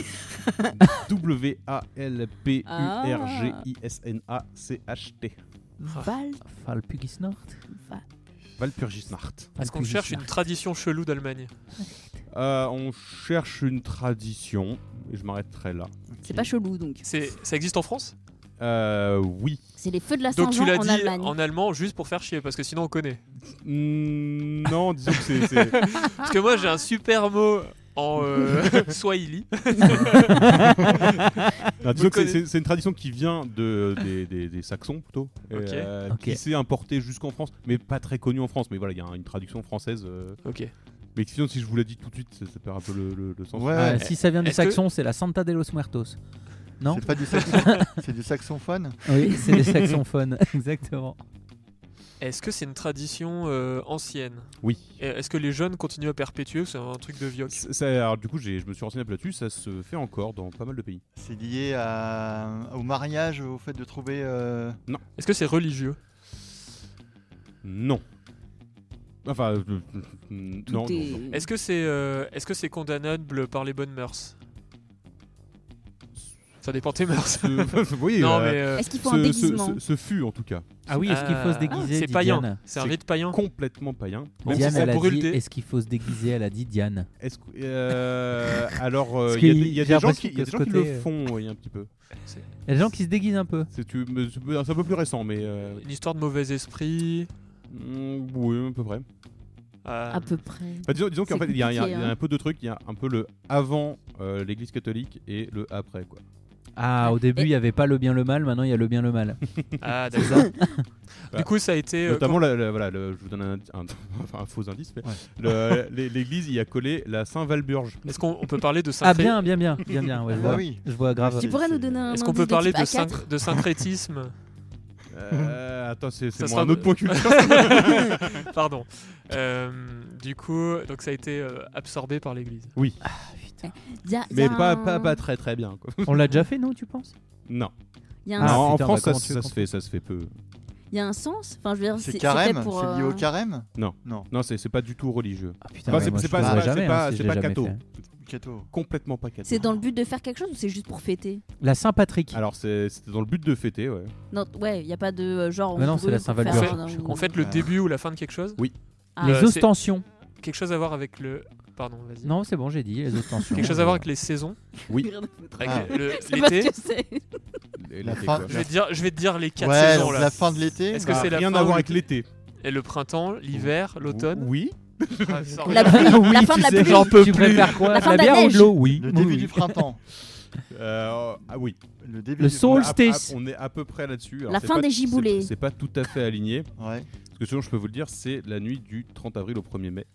Speaker 2: W-A-L-P-U-R-G-I-S-N-A-C-H-T.
Speaker 9: Val.
Speaker 1: Valpugisnart
Speaker 9: Val-
Speaker 2: Walpurgisnacht.
Speaker 3: Est-ce
Speaker 1: Ah,
Speaker 3: qu'on cherche une tradition chelou d'Allemagne
Speaker 2: Euh, on cherche une tradition. et Je m'arrêterai là.
Speaker 9: C'est pas chelou donc.
Speaker 3: C'est ça existe en France
Speaker 2: Euh, oui.
Speaker 9: C'est les feux de la
Speaker 3: Donc tu
Speaker 9: Saint-Jean
Speaker 3: l'as
Speaker 9: en
Speaker 3: dit
Speaker 9: Allemagne. Ah.
Speaker 3: en allemand juste pour faire chier parce que sinon on connaît.
Speaker 2: Mm, non, disons que c'est. c'est-
Speaker 3: Parce que moi j'ai un super mot en euh, swahili.
Speaker 2: Non, Ah, disons que c'est-
Speaker 3: connaissez-
Speaker 2: c'est- c'est une tradition qui vient de, des, des- des Saxons plutôt. et,
Speaker 3: Ok.
Speaker 2: euh,
Speaker 1: Ok.
Speaker 2: Qui s'est importée jusqu'en France, mais pas très connue en France. Mais voilà, il y a un- une traduction française. euh,
Speaker 3: Ok.
Speaker 2: Mais sinon, si je vous l'ai dit tout de suite, ça, ça perd un peu le, le- le sens.
Speaker 10: Ouais,
Speaker 1: Euh,
Speaker 10: ouais.
Speaker 1: Si ça vient du
Speaker 3: Est-ce que-
Speaker 1: saxon, c'est la Santa de los Muertos. Non
Speaker 10: C'est pas du saxophone. c'est du saxophone.
Speaker 1: Oui, c'est des saxophones, exactement.
Speaker 3: Est-ce que c'est une tradition euh, ancienne
Speaker 2: Oui.
Speaker 3: Et Est-ce que les jeunes continuent à perpétuer ou c'est un truc de vieux
Speaker 2: Ça- ça- alors, du coup, j'ai- je me suis renseigné un peu là-dessus. Ça se fait encore dans pas mal de pays.
Speaker 10: C'est lié à- au mariage, au fait de trouver. euh,
Speaker 3: Est-ce que c'est religieux
Speaker 2: Non. Enfin, euh, euh, non,
Speaker 9: Tout
Speaker 2: non,
Speaker 9: est-
Speaker 2: non.
Speaker 3: Est-ce que c'est euh, est-ce que c'est condamnable par les bonnes mœurs Ça dépend tes mœurs.
Speaker 2: Ce- oui,
Speaker 3: non
Speaker 2: euh,
Speaker 3: mais euh,
Speaker 9: Est-ce qu'il faut un
Speaker 2: ce, ce-
Speaker 9: déguisement
Speaker 2: ce- ce fut en tout cas
Speaker 1: Ah oui, est-ce qu'il faut se
Speaker 3: euh,
Speaker 1: déguiser
Speaker 3: C'est
Speaker 1: dit
Speaker 3: païen.
Speaker 1: Diane.
Speaker 3: C'est un
Speaker 2: C'est
Speaker 3: rite païen.
Speaker 2: complètement païen. Même
Speaker 1: Diane,
Speaker 2: si ça
Speaker 1: elle a
Speaker 2: brûle
Speaker 1: dit
Speaker 2: des-
Speaker 1: est-ce qu'il faut se déguiser Elle a dit Diane.
Speaker 2: Est-ce que- euh, alors, euh,
Speaker 1: Parce
Speaker 2: il y a
Speaker 1: que
Speaker 2: des- il y
Speaker 1: j'ai
Speaker 2: a des gens
Speaker 1: l'impression
Speaker 2: qui, il y a
Speaker 1: que
Speaker 2: des
Speaker 1: ce
Speaker 2: gens qui
Speaker 1: côté,
Speaker 2: le
Speaker 1: euh,
Speaker 2: font, oui, un petit peu.
Speaker 1: Il y a des gens qui se déguisent un peu.
Speaker 2: C'est tu- mais c'est peu- c'est un peu plus récent, mais euh,
Speaker 3: Une histoire de mauvais esprit.
Speaker 2: mm, oui, à peu près.
Speaker 3: euh,
Speaker 9: À peu près.
Speaker 2: Enfin, disons disons qu'en
Speaker 9: C'est
Speaker 2: fait, il y, a- il y a- il y
Speaker 9: compliqué,
Speaker 2: a
Speaker 9: hein.
Speaker 2: un peu de trucs. Il y a un peu le avant euh, l'Église catholique et le après, quoi.
Speaker 1: Ah, au début, il n'y avait pas le bien le mal, maintenant il y a le bien le mal.
Speaker 3: Ah d'accord. du coup ça a été euh,
Speaker 2: Notamment, la- la- voilà, le- je vous donne un, un- enfin, un faux indice, mais le- euh, l'é- l'Église y a collé la Saint Valburge.
Speaker 3: Est-ce qu'on on peut parler de sacré
Speaker 1: Ah, bien, bien, bien, bien, bien. ouais, je
Speaker 10: Ah
Speaker 1: vois.
Speaker 10: oui.
Speaker 1: Je vois grave.
Speaker 10: C'est-
Speaker 9: Tu pourrais
Speaker 10: c'est-
Speaker 9: nous donner un
Speaker 3: Est-ce qu'on
Speaker 9: indice
Speaker 3: peut parler
Speaker 9: type
Speaker 3: de,
Speaker 9: A4?
Speaker 3: syn- de syncrétisme
Speaker 2: Euh, attends, c'est c'est
Speaker 3: Ça
Speaker 2: moi,
Speaker 3: sera
Speaker 2: un autre point culture.
Speaker 3: Pardon. Euh, du coup, donc ça a été euh, absorbé par l'Église.
Speaker 9: Il y a- il y
Speaker 2: mais
Speaker 9: a
Speaker 2: pas,
Speaker 9: Ah, un-
Speaker 2: pas, pas très très bien, quoi.
Speaker 1: On l'a déjà fait, non, tu penses
Speaker 2: Non.
Speaker 9: Il y, a
Speaker 1: Ah,
Speaker 9: un-
Speaker 2: Non, en
Speaker 1: putain,
Speaker 2: France,
Speaker 1: bah,
Speaker 2: ça,
Speaker 1: comment tu
Speaker 2: ça
Speaker 1: veux
Speaker 2: se fait, ça se fait peu.
Speaker 9: il y a un sens Enfin, je veux dire,
Speaker 10: C'est
Speaker 9: c'est
Speaker 10: carême
Speaker 9: fait pour,
Speaker 10: C'est lié
Speaker 9: euh,
Speaker 10: au carême
Speaker 2: Non, c'est c'est pas du tout religieux.
Speaker 1: Ah putain,
Speaker 2: Enfin,
Speaker 1: ouais,
Speaker 2: c'est
Speaker 1: moi, je
Speaker 2: c'est pas,
Speaker 1: trouverais
Speaker 2: c'est pas-
Speaker 1: jamais,
Speaker 2: c'est
Speaker 1: hein,
Speaker 2: pas,
Speaker 1: si
Speaker 2: c'est
Speaker 1: j'ai
Speaker 2: pas
Speaker 1: jamais
Speaker 2: catho.
Speaker 1: fait.
Speaker 10: Cato.
Speaker 2: Complètement pas catho.
Speaker 9: C'est dans le but de faire quelque chose ou c'est juste pour fêter
Speaker 1: La Saint-Patrick.
Speaker 2: Alors, c'est- c'était dans le but de fêter, ouais.
Speaker 9: Non, ouais, il n'y a pas de euh, genre. on
Speaker 1: Mais non,
Speaker 9: brûle
Speaker 1: c'est la
Speaker 9: pour
Speaker 1: Saint-Valburge.
Speaker 9: faire un-
Speaker 1: Je
Speaker 9: ou-
Speaker 3: En fait, le
Speaker 10: Ah.
Speaker 3: début ou la fin de quelque chose
Speaker 9: Ah.
Speaker 1: les
Speaker 3: Euh, c'est-
Speaker 1: ostensions.
Speaker 3: Quelque chose à voir avec le. Pardon, vas-y.
Speaker 1: Non, c'est bon, j'ai dit les ostensions.
Speaker 3: Quelque chose à voir avec les saisons. Avec
Speaker 10: Ah.
Speaker 3: le-
Speaker 9: C'est pas ce
Speaker 3: l'été.
Speaker 9: que c'est.
Speaker 2: Et
Speaker 10: La
Speaker 2: l'été,
Speaker 10: fin-
Speaker 2: quoi.
Speaker 3: Je vais, te dire, je vais te dire les quatre
Speaker 10: Ouais,
Speaker 3: saisons là.
Speaker 10: la fin de l'été.
Speaker 3: Est-ce que
Speaker 2: Bah,
Speaker 3: c'est la
Speaker 2: rien
Speaker 3: fin
Speaker 2: à
Speaker 3: ou
Speaker 2: voir
Speaker 3: le-
Speaker 2: avec l'été.
Speaker 3: Et le printemps, l'hiver, l'automne.
Speaker 2: Oui.
Speaker 3: Ah, ça
Speaker 9: La
Speaker 3: revient.
Speaker 9: pluie,
Speaker 1: oui,
Speaker 9: la fin
Speaker 1: tu
Speaker 9: de la
Speaker 1: sais,
Speaker 9: pluie.
Speaker 1: j'en peux plus. Tu préfères quoi
Speaker 9: La fin de la
Speaker 1: bière ou
Speaker 9: neige.
Speaker 1: de l'eau Oui.
Speaker 10: Le
Speaker 1: Oui,
Speaker 10: début
Speaker 1: oui.
Speaker 10: du printemps.
Speaker 2: Euh, ah oui.
Speaker 10: Le début
Speaker 1: Le
Speaker 10: du
Speaker 1: saule.
Speaker 10: printemps.
Speaker 1: Solstice.
Speaker 2: Ah, ah, On est à peu près là-dessus. Alors,
Speaker 9: La
Speaker 2: c'est
Speaker 9: fin
Speaker 2: pas-
Speaker 9: des
Speaker 2: c'est-
Speaker 9: giboulées.
Speaker 2: C'est pas tout à fait aligné.
Speaker 10: Ouais.
Speaker 2: Parce que sinon, je peux vous le dire, c'est la nuit du 30 avril au 1er mai.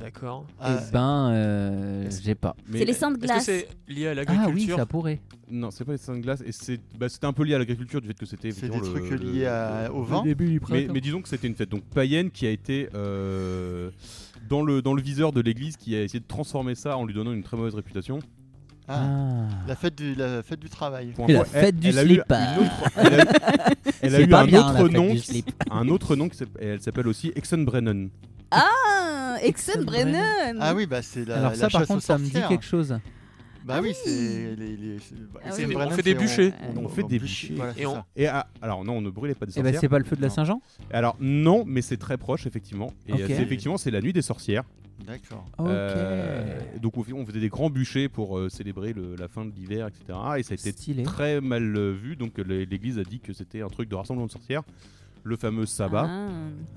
Speaker 3: D'accord.
Speaker 10: Ah,
Speaker 1: Eh ben, euh, j'ai pas.
Speaker 2: Mais
Speaker 9: C'est les saints de
Speaker 3: Est-ce que
Speaker 9: glace.
Speaker 3: c'est lié
Speaker 1: Ah
Speaker 3: à
Speaker 1: oui,
Speaker 3: l'agriculture
Speaker 1: ça pourrait.
Speaker 2: non, c'est pas les saints de glace. Et c'est, bah, c'était un peu lié à l'agriculture du fait que c'était.
Speaker 10: C'est des
Speaker 2: évidemment, le-
Speaker 10: trucs
Speaker 2: le-
Speaker 10: liés à-
Speaker 2: le-
Speaker 10: au vin.
Speaker 1: début du
Speaker 2: Mais, mais disons que c'était une fête donc païenne qui a été euh, dans, le, dans le viseur de l'église qui a essayé de transformer ça en lui donnant une très mauvaise réputation.
Speaker 10: Ah. La fête du la fête du travail.
Speaker 2: Pour
Speaker 1: Et la
Speaker 2: info,
Speaker 1: fête du
Speaker 2: elle a eu
Speaker 1: slip.
Speaker 2: une autre- elle a eu- elle a
Speaker 1: C'est
Speaker 2: eu
Speaker 1: pas
Speaker 2: un
Speaker 1: bien, la
Speaker 2: autre
Speaker 1: fête
Speaker 2: nom,
Speaker 1: du
Speaker 2: qui-
Speaker 1: slip.
Speaker 2: un autre nom qui s'appelle- elle s'appelle aussi Exxon Brennan.
Speaker 9: Ah, Exxon
Speaker 1: Exxon
Speaker 9: Brennan.
Speaker 10: Ah oui, bah c'est la.
Speaker 1: Alors
Speaker 10: la
Speaker 1: ça, par
Speaker 10: chasse aux
Speaker 1: contre, ça me dit
Speaker 10: sorcières.
Speaker 1: quelque chose. Eh ben,
Speaker 10: Bah
Speaker 9: Ah
Speaker 10: oui,
Speaker 9: oui.
Speaker 10: c'est les. les- c'est- bah,
Speaker 9: Ah
Speaker 10: c'est
Speaker 9: oui.
Speaker 10: Brennan,
Speaker 3: On fait des
Speaker 10: c'est-
Speaker 3: bûchers.
Speaker 9: On
Speaker 2: fait des bûchers.
Speaker 10: Voilà,
Speaker 3: Et
Speaker 10: c'est
Speaker 3: on-
Speaker 10: ça.
Speaker 2: Et ah, alors non, on ne brûlait pas des
Speaker 1: Eh ben,
Speaker 2: sorcières.
Speaker 1: c'est pas le feu de la
Speaker 2: Non.
Speaker 1: Saint-Jean
Speaker 2: Alors non, mais c'est très proche effectivement. Et
Speaker 1: Ok.
Speaker 2: euh, c'est- effectivement, c'est la nuit des sorcières.
Speaker 10: D'accord.
Speaker 1: Ok.
Speaker 2: Euh, donc on, fait- on faisait des grands bûchers pour euh, célébrer le- la fin de l'hiver, etc. Et ça a été
Speaker 1: Stylé.
Speaker 2: très mal euh, vu, donc euh, l'église a dit que c'était un truc de rassemblement de sorcières, le fameux sabbat.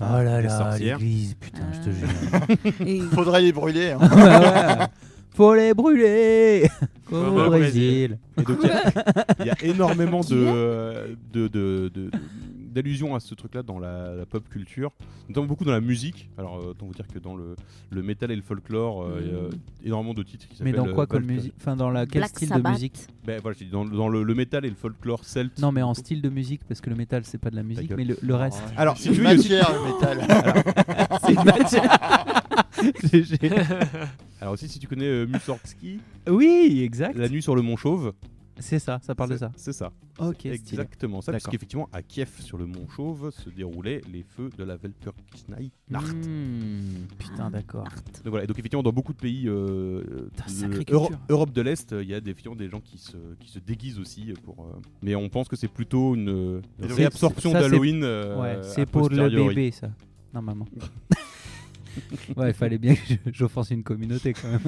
Speaker 1: Oh là
Speaker 2: les
Speaker 1: là,
Speaker 2: sorcières.
Speaker 1: l'église, putain, je te
Speaker 9: Ah.
Speaker 1: jure. Ah
Speaker 9: Et
Speaker 10: Faudrait les brûler. hein.
Speaker 1: Ouais, ouais. Faut les brûler Comme
Speaker 3: Comme
Speaker 1: au
Speaker 3: au
Speaker 1: Brésil.
Speaker 2: Et donc il y a- il y, a énormément de, euh, de, de- de- d'allusions à ce truc-là dans la, la pop culture, notamment beaucoup dans la musique. Alors euh, autant vous dire que dans le, le métal et le folklore, euh, il y
Speaker 9: Mm.
Speaker 2: a énormément de titres qui
Speaker 1: Mais
Speaker 2: s'appellent.
Speaker 1: dans quoi
Speaker 2: euh,
Speaker 1: comme
Speaker 2: folk-
Speaker 1: musique Enfin, dans la, quel
Speaker 9: Black
Speaker 1: style de
Speaker 9: Sabbath.
Speaker 1: musique
Speaker 2: Ben voilà, je dis dans, dans le, le métal et le folklore celte.
Speaker 1: Non, mais en style de musique, parce que le métal, c'est pas de la musique,
Speaker 2: gueule.
Speaker 1: mais le, le reste.
Speaker 10: Ouais.
Speaker 2: Alors, si
Speaker 10: C'est
Speaker 2: tu
Speaker 10: une
Speaker 2: veux, il y a aussi-
Speaker 10: matière, le métal.
Speaker 1: c'est une matière. GG.
Speaker 2: Alors aussi, si tu connais euh, Mussorgsky,
Speaker 1: Oui, exact.
Speaker 2: La nuit sur le mont Chauve.
Speaker 1: C'est ça, ça parle de
Speaker 2: c'est-
Speaker 1: ça.
Speaker 2: C'est ça.
Speaker 1: Ok, stylé.
Speaker 2: Exactement ça. Parce
Speaker 1: D'accord.
Speaker 2: qu'effectivement, à Kiev, sur le mont Chauve, se déroulaient les feux de la Welperkirchnei Nacht.
Speaker 1: Hmm, putain, d'accord.
Speaker 9: Art.
Speaker 2: Donc, voilà. Et donc effectivement, dans beaucoup de pays, euh,
Speaker 1: Putain,
Speaker 2: de-
Speaker 1: sacrée
Speaker 2: Euro-
Speaker 1: culture.
Speaker 2: Europe de l'Est, euh, il y a des- effectivement des gens qui se, qui se déguisent aussi. euh, Pour, euh, Mais on pense que c'est plutôt une, euh,
Speaker 10: Et donc,
Speaker 2: réabsorption
Speaker 1: ça, c'est-
Speaker 2: d'Halloween. euh,
Speaker 1: ouais,
Speaker 2: a
Speaker 1: c'est pour le
Speaker 2: posteriori.
Speaker 1: bébé, ça. Normalement. ouais, il fallait bien que je- j'offense une communauté quand même.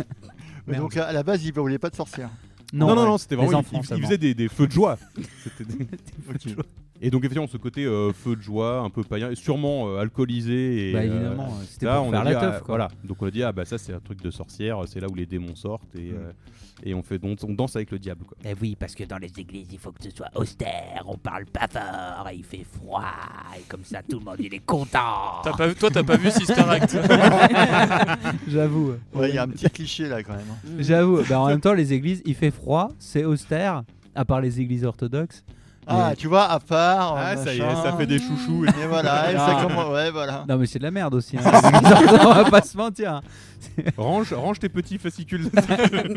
Speaker 10: Mais
Speaker 1: Merde.
Speaker 10: donc à la base, ils brûlaient pas de sorcières.
Speaker 2: Non, non, non,
Speaker 1: ouais.
Speaker 2: c'était
Speaker 1: Les
Speaker 2: vraiment.
Speaker 1: enfants
Speaker 2: ils- ils,
Speaker 1: seulement.
Speaker 2: faisaient des, des feux de joie. C'était des-
Speaker 10: Ok.
Speaker 2: Et donc effectivement, ce côté euh, feu de joie, un peu païen, et sûrement euh, alcoolisé. Et,
Speaker 1: Bah
Speaker 2: euh,
Speaker 1: évidemment, c'était
Speaker 2: Là,
Speaker 1: pour
Speaker 2: on
Speaker 1: faire
Speaker 2: a
Speaker 1: la
Speaker 2: dit, ah,
Speaker 1: teuf, quoi.
Speaker 2: voilà. Donc on a dit ah bah ça c'est un truc de sorcière, c'est là où les démons sortent
Speaker 1: Mm.
Speaker 2: et, euh, et on fait on, on danse avec le diable quoi.
Speaker 11: Eh oui, parce que dans les églises, il faut que ce soit austère, on parle pas fort, et il fait froid, et comme ça tout le monde il est content.
Speaker 3: T'as pas, toi, t'as pas vu Sister Act
Speaker 1: J'avoue.
Speaker 10: Ouais, il y a un petit cliché là quand même. hein.
Speaker 1: J'avoue. Bah, en même temps, les églises, il fait froid, c'est austère, à part les églises orthodoxes.
Speaker 10: Ah,
Speaker 1: Mais-
Speaker 10: tu vois, à
Speaker 1: Oh,
Speaker 10: part. euh,
Speaker 2: Ah, ça y est,
Speaker 10: machin. Ah.
Speaker 2: ça fait des chouchous.
Speaker 10: Et voilà, et ça commence. Ouais, voilà.
Speaker 1: Non, mais c'est de la merde aussi. hein, les églises orthodoxes, on va pas se mentir. hein.
Speaker 2: range, range tes petits fascicules.